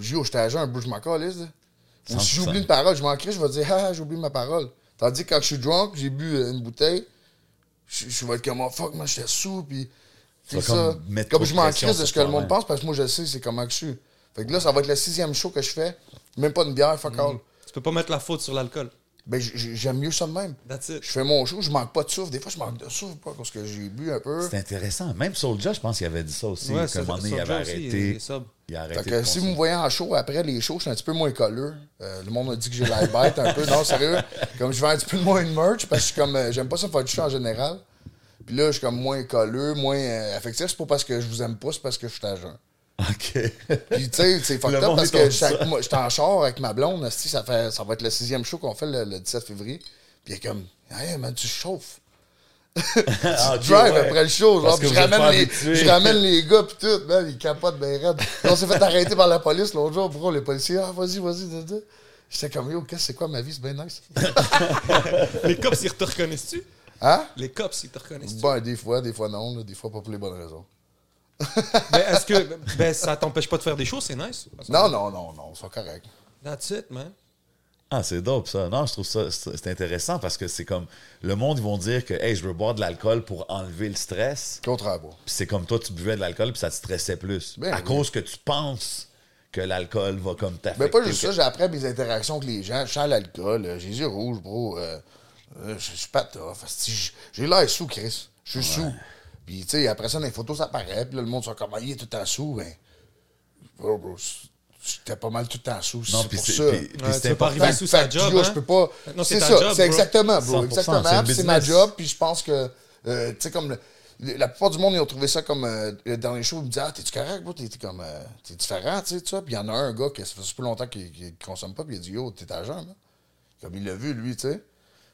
[SPEAKER 4] je j'étais à jeun, un bout, je m'en calisse, là. Ou
[SPEAKER 2] 100%.
[SPEAKER 4] si j'oublie une parole, je m'en crie, je vais dire, ah, j'ai oublié ma parole. Tandis que quand je suis drunk, j'ai bu euh, une bouteille, je, je vais être comme, oh, fuck, moi, j'étais sous, puis.
[SPEAKER 2] Tu vas
[SPEAKER 4] C'est
[SPEAKER 2] comme
[SPEAKER 4] ça.
[SPEAKER 2] mettre trop
[SPEAKER 4] Comme
[SPEAKER 2] de
[SPEAKER 4] je m'en
[SPEAKER 2] pression
[SPEAKER 4] crisse de
[SPEAKER 2] sur
[SPEAKER 4] ce que le
[SPEAKER 2] toi-même.
[SPEAKER 4] monde pense, parce que moi, je sais, c'est comment que je suis. Fait que là, ça va être le sixième show que je fais. Même pas de bière, fuck all.
[SPEAKER 3] Tu peux pas mettre la faute sur l'alcool.
[SPEAKER 4] Ben, j- j- j'aime mieux ça de même.
[SPEAKER 3] That's it.
[SPEAKER 4] Je fais mon show, je manque pas de souffle. Des fois, je manque de souffle, pas, parce que j'ai bu un peu.
[SPEAKER 2] C'est intéressant. Même Soulja, je pense qu'il avait dit ça aussi.
[SPEAKER 3] Ouais,
[SPEAKER 2] qu'à un
[SPEAKER 3] Soulja-
[SPEAKER 2] moment donné, il
[SPEAKER 3] Soulja
[SPEAKER 2] avait
[SPEAKER 3] aussi,
[SPEAKER 2] arrêté.
[SPEAKER 3] il est sobre.
[SPEAKER 2] il a arrêté.
[SPEAKER 4] Fait que
[SPEAKER 2] de
[SPEAKER 4] si vous
[SPEAKER 2] consommer.
[SPEAKER 4] me voyez en show après les shows, je suis un petit peu moins colleux. Euh, le monde a dit que j'ai l'air bête un peu. Non, sérieux. Comme je vends un petit peu moins de merch parce que je suis comme euh, j'aime pas ça faire du show en général. Puis là, je suis comme moins colleux, moins euh, affectif. C'est pas parce que je vous aime pas, c'est parce que je suis à jeun.
[SPEAKER 2] OK.
[SPEAKER 4] Puis tu sais, c'est
[SPEAKER 2] Le
[SPEAKER 4] fucked
[SPEAKER 2] monde
[SPEAKER 4] up parce
[SPEAKER 2] est
[SPEAKER 4] que
[SPEAKER 2] comme
[SPEAKER 4] j'étais avec
[SPEAKER 2] ça.
[SPEAKER 4] moi- j'étais en char avec ma blonde. esti, Ça, fait, ça va être le sixième show qu'on fait le, le 17 février. Puis elle est comme, hey man, tu chauffes.
[SPEAKER 2] Ah, ok,
[SPEAKER 4] drive
[SPEAKER 2] ouais.
[SPEAKER 4] après le show.
[SPEAKER 2] Parce que
[SPEAKER 4] Genre, puis je,
[SPEAKER 2] vous êtes
[SPEAKER 4] ramène
[SPEAKER 2] pas
[SPEAKER 4] les,
[SPEAKER 2] habitués.
[SPEAKER 4] je ramène les gars, puis tout, man, ils capotent ben raide. On s'est fait arrêter par la police l'autre jour, bro. Les policiers, ah, vas-y, vas-y, da, da. J'étais comme, yo, qu'est-ce que c'est quoi ma vie, c'est bien nice.
[SPEAKER 3] Les cops, ils te reconnaissent-tu?
[SPEAKER 4] Hein?
[SPEAKER 3] Les cops, ils te reconnaissent-tu?
[SPEAKER 4] Bon, des fois, des fois non, là, des fois pas pour les bonnes raisons.
[SPEAKER 2] Mm.
[SPEAKER 3] Ben, est-ce que ben, ça t'empêche pas de faire des choses? C'est nice.
[SPEAKER 4] Non, non, non, non, c'est correct.
[SPEAKER 3] That's it, man.
[SPEAKER 2] Ah, c'est dope ça. Non, je trouve ça c'est c'est intéressant parce que c'est comme le monde ils vont dire que hey, je veux boire de l'alcool pour enlever le stress.
[SPEAKER 4] Contraire, bro.
[SPEAKER 2] Puis c'est comme toi tu buvais de l'alcool puis ça te stressait plus
[SPEAKER 4] Ben
[SPEAKER 2] à
[SPEAKER 4] oui.
[SPEAKER 2] cause que tu penses que l'alcool va comme t'affecter.
[SPEAKER 4] Mais Ben, pas juste ça, j'ai appris mes interactions avec les gens. Je sens l'alcool, euh, j'ai les yeux rouges, bro. euh, euh, je je suis pas tough. esti, j- J'ai l'air sous, Chris. Je suis sous. Puis, tu sais, après ça, dans les photos, ça paraît. Puis là, le monde sont comme, ah, il est tout le temps sous. Ben, bro, bro, c- j'étais pas mal tout le temps sous.
[SPEAKER 2] Non,
[SPEAKER 4] C'est
[SPEAKER 2] puis
[SPEAKER 4] pour
[SPEAKER 2] c'est-
[SPEAKER 4] ça.
[SPEAKER 2] puis- puis
[SPEAKER 3] Ouais,
[SPEAKER 2] c'est
[SPEAKER 3] tu veux pas
[SPEAKER 2] important.
[SPEAKER 4] Fait-
[SPEAKER 3] arriver sous sa
[SPEAKER 4] Ben, fait que,
[SPEAKER 3] job,
[SPEAKER 4] yo,
[SPEAKER 3] hein?
[SPEAKER 4] je peux pas.
[SPEAKER 3] Non, c'est
[SPEAKER 4] C'est
[SPEAKER 3] ta
[SPEAKER 4] ça,
[SPEAKER 3] job,
[SPEAKER 4] c'est
[SPEAKER 3] bro.
[SPEAKER 4] exactement, bro.
[SPEAKER 2] 100%,
[SPEAKER 4] Exactement.
[SPEAKER 2] c'est le
[SPEAKER 4] puis C'est ma
[SPEAKER 2] business.
[SPEAKER 4] job, puis je pense que. euh, tu sais, comme. le- la plupart du monde, ils ont trouvé ça comme. euh, le dernier show, ils me disaient Ah, t'es-tu correct, bro T'es t'es comme. euh, t'es différent, tu sais, tu vois. Puis il y en a un gars qui, ça fait super longtemps qu'il qu'il consomme pas, puis il a dit Yo, t'es agent, là. Comme il l'a vu, lui, tu sais.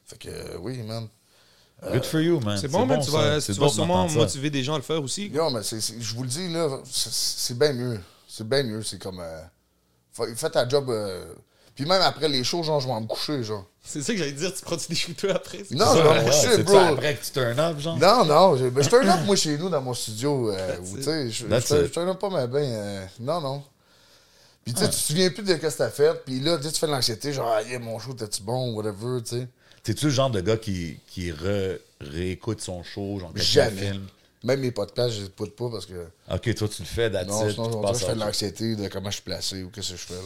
[SPEAKER 4] Fait que, euh, oui, man.
[SPEAKER 2] Good for you man.
[SPEAKER 3] C'est bon, man. Tu
[SPEAKER 2] ça.
[SPEAKER 3] vas,
[SPEAKER 2] C'est
[SPEAKER 3] tu
[SPEAKER 2] dope
[SPEAKER 3] vas sûrement
[SPEAKER 2] d'entendre ça.
[SPEAKER 3] motiver des gens à le faire aussi.
[SPEAKER 4] Non, mais c'est- c'est- je vous le dis, là, c'est- c'est bien mieux. C'est bien mieux. C'est comme. euh, fa- fais ta job. euh, puis même après les shows, genre, je vais me coucher, genre.
[SPEAKER 3] C'est ça que j'allais dire. Tu prends-tu des shooters après? c'est-
[SPEAKER 4] Ah, Non, je vais
[SPEAKER 2] Ouais,
[SPEAKER 4] me
[SPEAKER 2] ouais,
[SPEAKER 4] coucher,
[SPEAKER 2] c'est
[SPEAKER 4] bro.
[SPEAKER 2] ça, après que tu turn up genre.
[SPEAKER 4] Non, non, je, ben, je turn up, moi, chez nous, dans mon studio. euh, où, tu sais, je,
[SPEAKER 2] That's
[SPEAKER 4] je turn-
[SPEAKER 2] it.
[SPEAKER 4] je turn up pas, mais ben, euh, non, non. Puis,
[SPEAKER 2] Ah.
[SPEAKER 4] tu sais, tu te souviens plus de ce que t'as fait, puis là, tu sais, tu fais de l'anxiété, genre, ah, yeah, mon show, t'es-tu bon, whatever, tu sais.
[SPEAKER 2] T'es-tu le genre de gars qui, qui re- réécoute son show, genre quelqu'un
[SPEAKER 4] Jamais.
[SPEAKER 2] filme?
[SPEAKER 4] Même mes podcasts, je les écoute pas parce que.
[SPEAKER 2] Ok, toi tu le fais that's
[SPEAKER 4] Non,
[SPEAKER 2] it,
[SPEAKER 4] sinon,
[SPEAKER 2] puis tu
[SPEAKER 4] on dirait
[SPEAKER 2] passes
[SPEAKER 4] que je
[SPEAKER 2] à
[SPEAKER 4] fais de
[SPEAKER 2] autre chose.
[SPEAKER 4] l'anxiété de comment je suis placé ou qu'est-ce que je fais, là.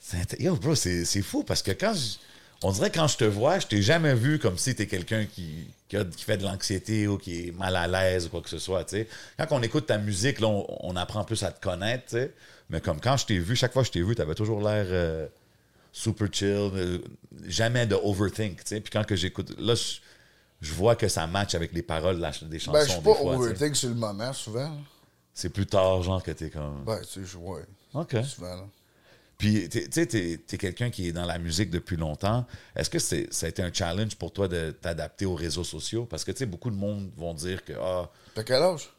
[SPEAKER 2] C'est int- Yo, bro, c'est c'est fou parce que quand je- On dirait que quand je te vois, je t'ai jamais vu comme si t'es quelqu'un qui, qui, a- qui fait de l'anxiété ou qui est mal à l'aise ou quoi que ce soit. tu sais. Quand on écoute ta musique, là, on, on apprend plus à te connaître. tu sais. Mais comme quand je t'ai vu, chaque fois que je t'ai vu, t'avais toujours l'air euh, super chill, euh, jamais de overthink. tu sais. Puis quand que j'écoute, là, je, je vois que ça match avec les paroles de la ch- des chansons.
[SPEAKER 4] Ben, je suis
[SPEAKER 2] des
[SPEAKER 4] pas
[SPEAKER 2] fois, tu sais.
[SPEAKER 4] overthink sur le moment, souvent. là.
[SPEAKER 2] C'est plus tard, genre, que t'es comme.
[SPEAKER 4] Ben, tu sais, je ouais,
[SPEAKER 2] OK.
[SPEAKER 4] souvent. là.
[SPEAKER 2] Puis, t'es- tu sais, t'es es, quelqu'un qui est dans la musique depuis longtemps. Est-ce que c'est ça a été un challenge pour toi de t'adapter aux réseaux sociaux? Parce que, tu sais, beaucoup de monde vont dire que, ah,
[SPEAKER 4] T'as quel âge?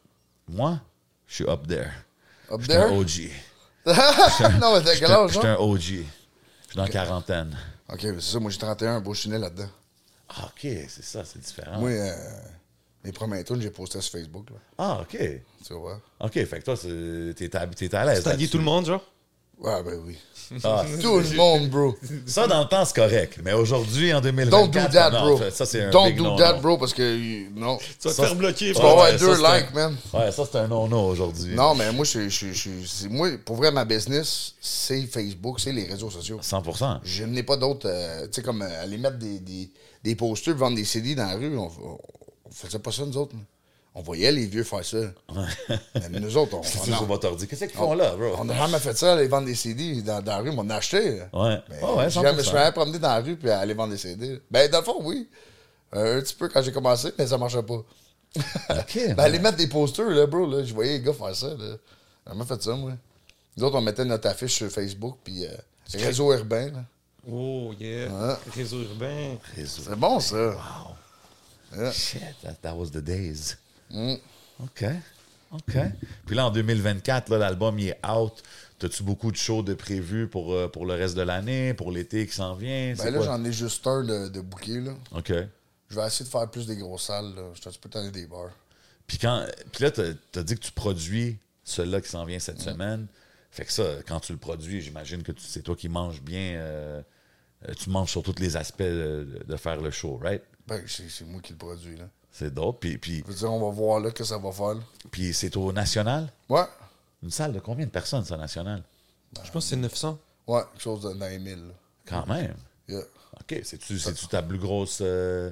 [SPEAKER 2] moi, je suis up there.
[SPEAKER 4] Up
[SPEAKER 2] Je suis
[SPEAKER 4] there?
[SPEAKER 2] un OG.
[SPEAKER 4] non, mais t'as
[SPEAKER 2] Je
[SPEAKER 4] quel âge, hein?
[SPEAKER 2] suis un
[SPEAKER 4] genre?
[SPEAKER 2] OG. Je suis dans la quarantaine.
[SPEAKER 4] Ok, mais c'est ça, moi j'ai 31, un beau chinet là-dedans.
[SPEAKER 2] Ah, OK, c'est ça, c'est différent.
[SPEAKER 4] Moi, euh, mes premiers tunes, j'ai posté sur Facebook, là.
[SPEAKER 2] Ah, OK.
[SPEAKER 4] Tu vois?
[SPEAKER 2] OK, fait que toi, c'est- t'es à, t'es à l'aise.
[SPEAKER 3] Taguer
[SPEAKER 2] là-dessus.
[SPEAKER 3] tout le monde, genre.
[SPEAKER 4] Ouais, ben oui.
[SPEAKER 2] Ah,
[SPEAKER 4] Tout le monde, bro.
[SPEAKER 2] ça, dans le temps, c'est correct. Mais aujourd'hui, en 2024,
[SPEAKER 4] Don't do that,
[SPEAKER 2] non,
[SPEAKER 4] bro.
[SPEAKER 2] Ça, c'est un
[SPEAKER 4] Don't
[SPEAKER 2] big
[SPEAKER 4] do
[SPEAKER 2] non-non.
[SPEAKER 4] that, bro, parce que. Non.
[SPEAKER 3] Tu vas te
[SPEAKER 2] Ça,
[SPEAKER 3] faire bloquer.
[SPEAKER 4] Tu
[SPEAKER 2] Ouais,
[SPEAKER 4] vas avoir
[SPEAKER 2] ouais,
[SPEAKER 4] deux
[SPEAKER 2] ça, c'est
[SPEAKER 4] likes, man.
[SPEAKER 2] Ouais, ça, c'est un non-non aujourd'hui.
[SPEAKER 4] Non, mais moi, je, je, je- c'est- moi, pour vrai, ma business, c'est Facebook, c'est les réseaux sociaux.
[SPEAKER 2] 100
[SPEAKER 4] Je n'ai pas d'autres. euh, tu sais, comme euh, aller mettre des, des, des posters, vendre des CD dans la rue, on, on- on faisait pas ça, nous autres. là. On voyait les vieux faire ça. Mais nous autres, on,
[SPEAKER 2] C'est
[SPEAKER 4] on a-
[SPEAKER 2] toujours votre ordi. Qu'est-ce qu'ils font là, bro?
[SPEAKER 4] Oh, on a jamais fait ça, aller vendre des CD dans, dans la rue, mais on en a acheté. là.
[SPEAKER 2] Ouais.
[SPEAKER 4] Mais
[SPEAKER 2] Ouais, Oh, ouais,
[SPEAKER 4] j'ai jamais- je
[SPEAKER 2] 100%.
[SPEAKER 4] me suis jamais promené dans la rue puis aller vendre des CD. Ben, dans le fond, oui. Euh, un petit peu quand j'ai commencé, mais ça marchait pas.
[SPEAKER 2] OK.
[SPEAKER 4] Ben, aller mettre des posters, là, bro, là, je voyais les gars faire ça, là. J'ai jamais fait ça, moi. Nous autres, on mettait notre affiche sur Facebook, puis euh, réseau urbain, là.
[SPEAKER 3] Oh, yeah.
[SPEAKER 4] Ah.
[SPEAKER 3] Réseau urbain.
[SPEAKER 4] C'est bon, ça.
[SPEAKER 2] Shit, that, that was the days.
[SPEAKER 4] Mm.
[SPEAKER 2] OK. OK. Puis là, en 2024, là, l'album, il est out. T'as-tu beaucoup de shows de prévus pour, euh, pour le reste de l'année, pour l'été qui s'en vient?
[SPEAKER 4] Ben
[SPEAKER 2] C'est
[SPEAKER 4] là,
[SPEAKER 2] quoi?
[SPEAKER 4] j'en ai juste un de, de bouquet, là.
[SPEAKER 2] OK.
[SPEAKER 4] Je vais essayer de faire plus des grosses salles, là. Je suis un petit peu tanné des bars.
[SPEAKER 2] Puis, quand, puis là, t'as, t'as dit que tu produis celui-là qui s'en vient cette
[SPEAKER 4] Mm.
[SPEAKER 2] semaine. Fait que ça, quand tu le produis, j'imagine que tu- c'est toi qui manges bien. euh, euh, tu manges sur tous les aspects euh, de, de faire le show, right?
[SPEAKER 4] Ben, c'est c'est moi qui le produis, là.
[SPEAKER 2] C'est dope. Puis, puis,
[SPEAKER 4] Je veux dire, on va voir, là, que ça va faire, là.
[SPEAKER 2] puis c'est au national?
[SPEAKER 4] Ouais.
[SPEAKER 2] Une salle de combien de personnes, ça, national?
[SPEAKER 3] Je pense que c'est 900.
[SPEAKER 4] Ouais, quelque chose de 9000, là.
[SPEAKER 2] Quand même.
[SPEAKER 4] Yeah.
[SPEAKER 2] OK. C'est-tu c'est-tu ta plus grosse. euh,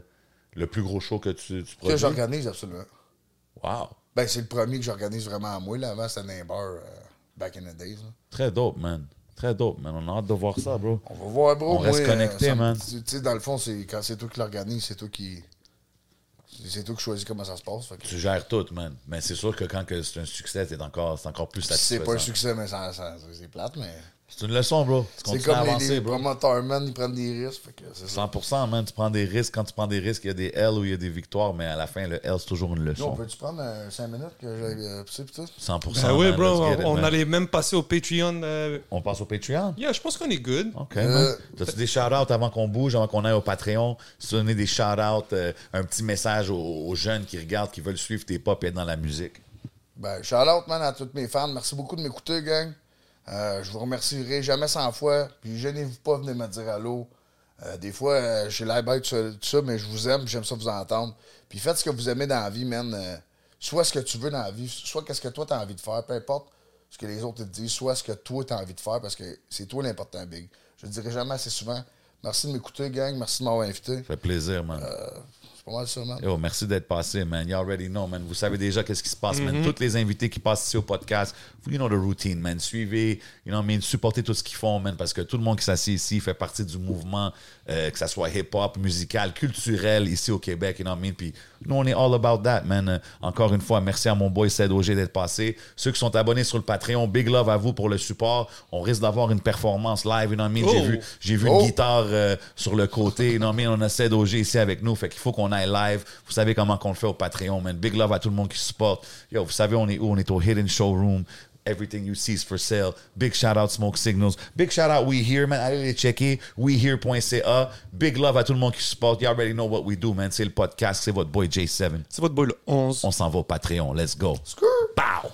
[SPEAKER 2] le plus gros show que tu, tu
[SPEAKER 4] Que
[SPEAKER 2] produis?
[SPEAKER 4] j'organise, absolument.
[SPEAKER 2] Wow.
[SPEAKER 4] Ben, c'est le premier que j'organise vraiment à moi, là. Avant, c'était dans les bars, euh, back in the days, là.
[SPEAKER 2] Très dope, man. Très dope, man. On a hâte de voir ça, bro.
[SPEAKER 4] On va voir, bro.
[SPEAKER 2] On reste
[SPEAKER 4] Moi, euh,
[SPEAKER 2] connecté,
[SPEAKER 4] ça me-
[SPEAKER 2] man.
[SPEAKER 4] Tu tu sais, dans le fond, c'est quand c'est toi qui l'organise, c'est toi qui. C'est toi qui choisis comment ça se passe. fait que-
[SPEAKER 2] Tu gères tout, man. Mais c'est sûr que quand que c'est un succès, c'est encore, c'est encore plus
[SPEAKER 4] c'est
[SPEAKER 2] satisfaisant.
[SPEAKER 4] pas un succès, mais ça, ça- c'est plate, mais.
[SPEAKER 2] C'est une leçon, bro. Tu
[SPEAKER 4] C'est
[SPEAKER 2] continues à
[SPEAKER 4] comme les,
[SPEAKER 2] avancer,
[SPEAKER 4] les
[SPEAKER 2] bro.
[SPEAKER 4] promoteurs, man, ils prennent des risques. fait que c'est ça.
[SPEAKER 2] 100%, man. Tu prends des risques. Quand tu prends des risques, il y a des L ou il y a des victoires, mais à la fin, le L, c'est toujours une
[SPEAKER 4] Yo, on
[SPEAKER 2] leçon.
[SPEAKER 4] peut-tu prendre 5 minutes que j'aille euh, pisser pis tout?
[SPEAKER 2] 100%.
[SPEAKER 3] Ben oui,
[SPEAKER 2] man.
[SPEAKER 3] bro.
[SPEAKER 2] Let's get it,
[SPEAKER 3] On
[SPEAKER 2] man.
[SPEAKER 3] allait même passer au Patreon. euh,
[SPEAKER 2] On passe au Patreon?
[SPEAKER 3] Yeah, je pense qu'on est good.
[SPEAKER 2] OK.
[SPEAKER 4] Euh,
[SPEAKER 2] man. T'as-tu des shout-outs avant qu'on bouge, avant qu'on aille au Patreon? Tu donner des shout-outs, euh, un petit message aux, aux jeunes qui regardent, qui veulent suivre tes pop et être dans la musique.
[SPEAKER 4] Ben, shout out, man, à toutes mes fans. Merci beaucoup de m'écouter, gang. Euh, je vous remercierai jamais 100 fois. Puis, gênez-vous pas, venez me dire allô. Euh, des fois, euh, j'ai l'air bête, tout ça- tout ça, mais je vous aime, j'aime ça vous entendre. Puis, faites ce que vous aimez dans la vie, man. Euh, soit ce que tu veux dans la vie, soit qu'est-ce que toi, tu as envie de faire, peu importe ce que les autres te disent, soit ce que toi, tu as envie de faire, parce que c'est toi l'important, Big. Je le dirai jamais assez souvent. Merci de m'écouter, gang. Merci de m'avoir invité.
[SPEAKER 2] Ça fait plaisir, man.
[SPEAKER 4] C'est pas mal ça, man.
[SPEAKER 2] Yo, Oh, merci d'être passé, man. You already know, man. Vous savez déjà qu'est-ce qui se passe, man. Toutes les invités qui passent ici au podcast, vous, you know the routine, man. Suivez, you know, what I mean, supportez tout ce qu'ils font, man, parce que tout le monde qui s'assied ici fait partie du mouvement, euh, que ça soit hip-hop, musical, culturel, ici au Québec, you know, what I mean. Puis nous, on est all about that, man. Euh, Encore une fois, merci à mon boy CDOG d'être passé. Ceux qui sont abonnés sur le Patreon, big love à vous pour le support. On risque d'avoir une performance live, you know, what I mean. J'ai
[SPEAKER 3] Oh!
[SPEAKER 2] vu, j'ai vu
[SPEAKER 4] Oh!
[SPEAKER 2] une guitare euh, sur le côté. Non, mais on a CDOG ici avec nous. Fait qu'il faut qu'on aille live. Vous savez comment qu'on le fait au Patreon, man. Big love à tout le monde qui supporte. Yo, vous savez, on est où? On est au Hidden Showroom. Everything you see is for sale. Big shout out Smoke Signals. Big shout out We Here, man. Allez les checker. WeHere.ca. Big love à tout le monde qui supporte. You already know what we do, man. C'est le podcast. C'est votre boy J7.
[SPEAKER 3] C'est votre boy le 11.
[SPEAKER 2] On s'en va au Patreon. Let's go. Pow!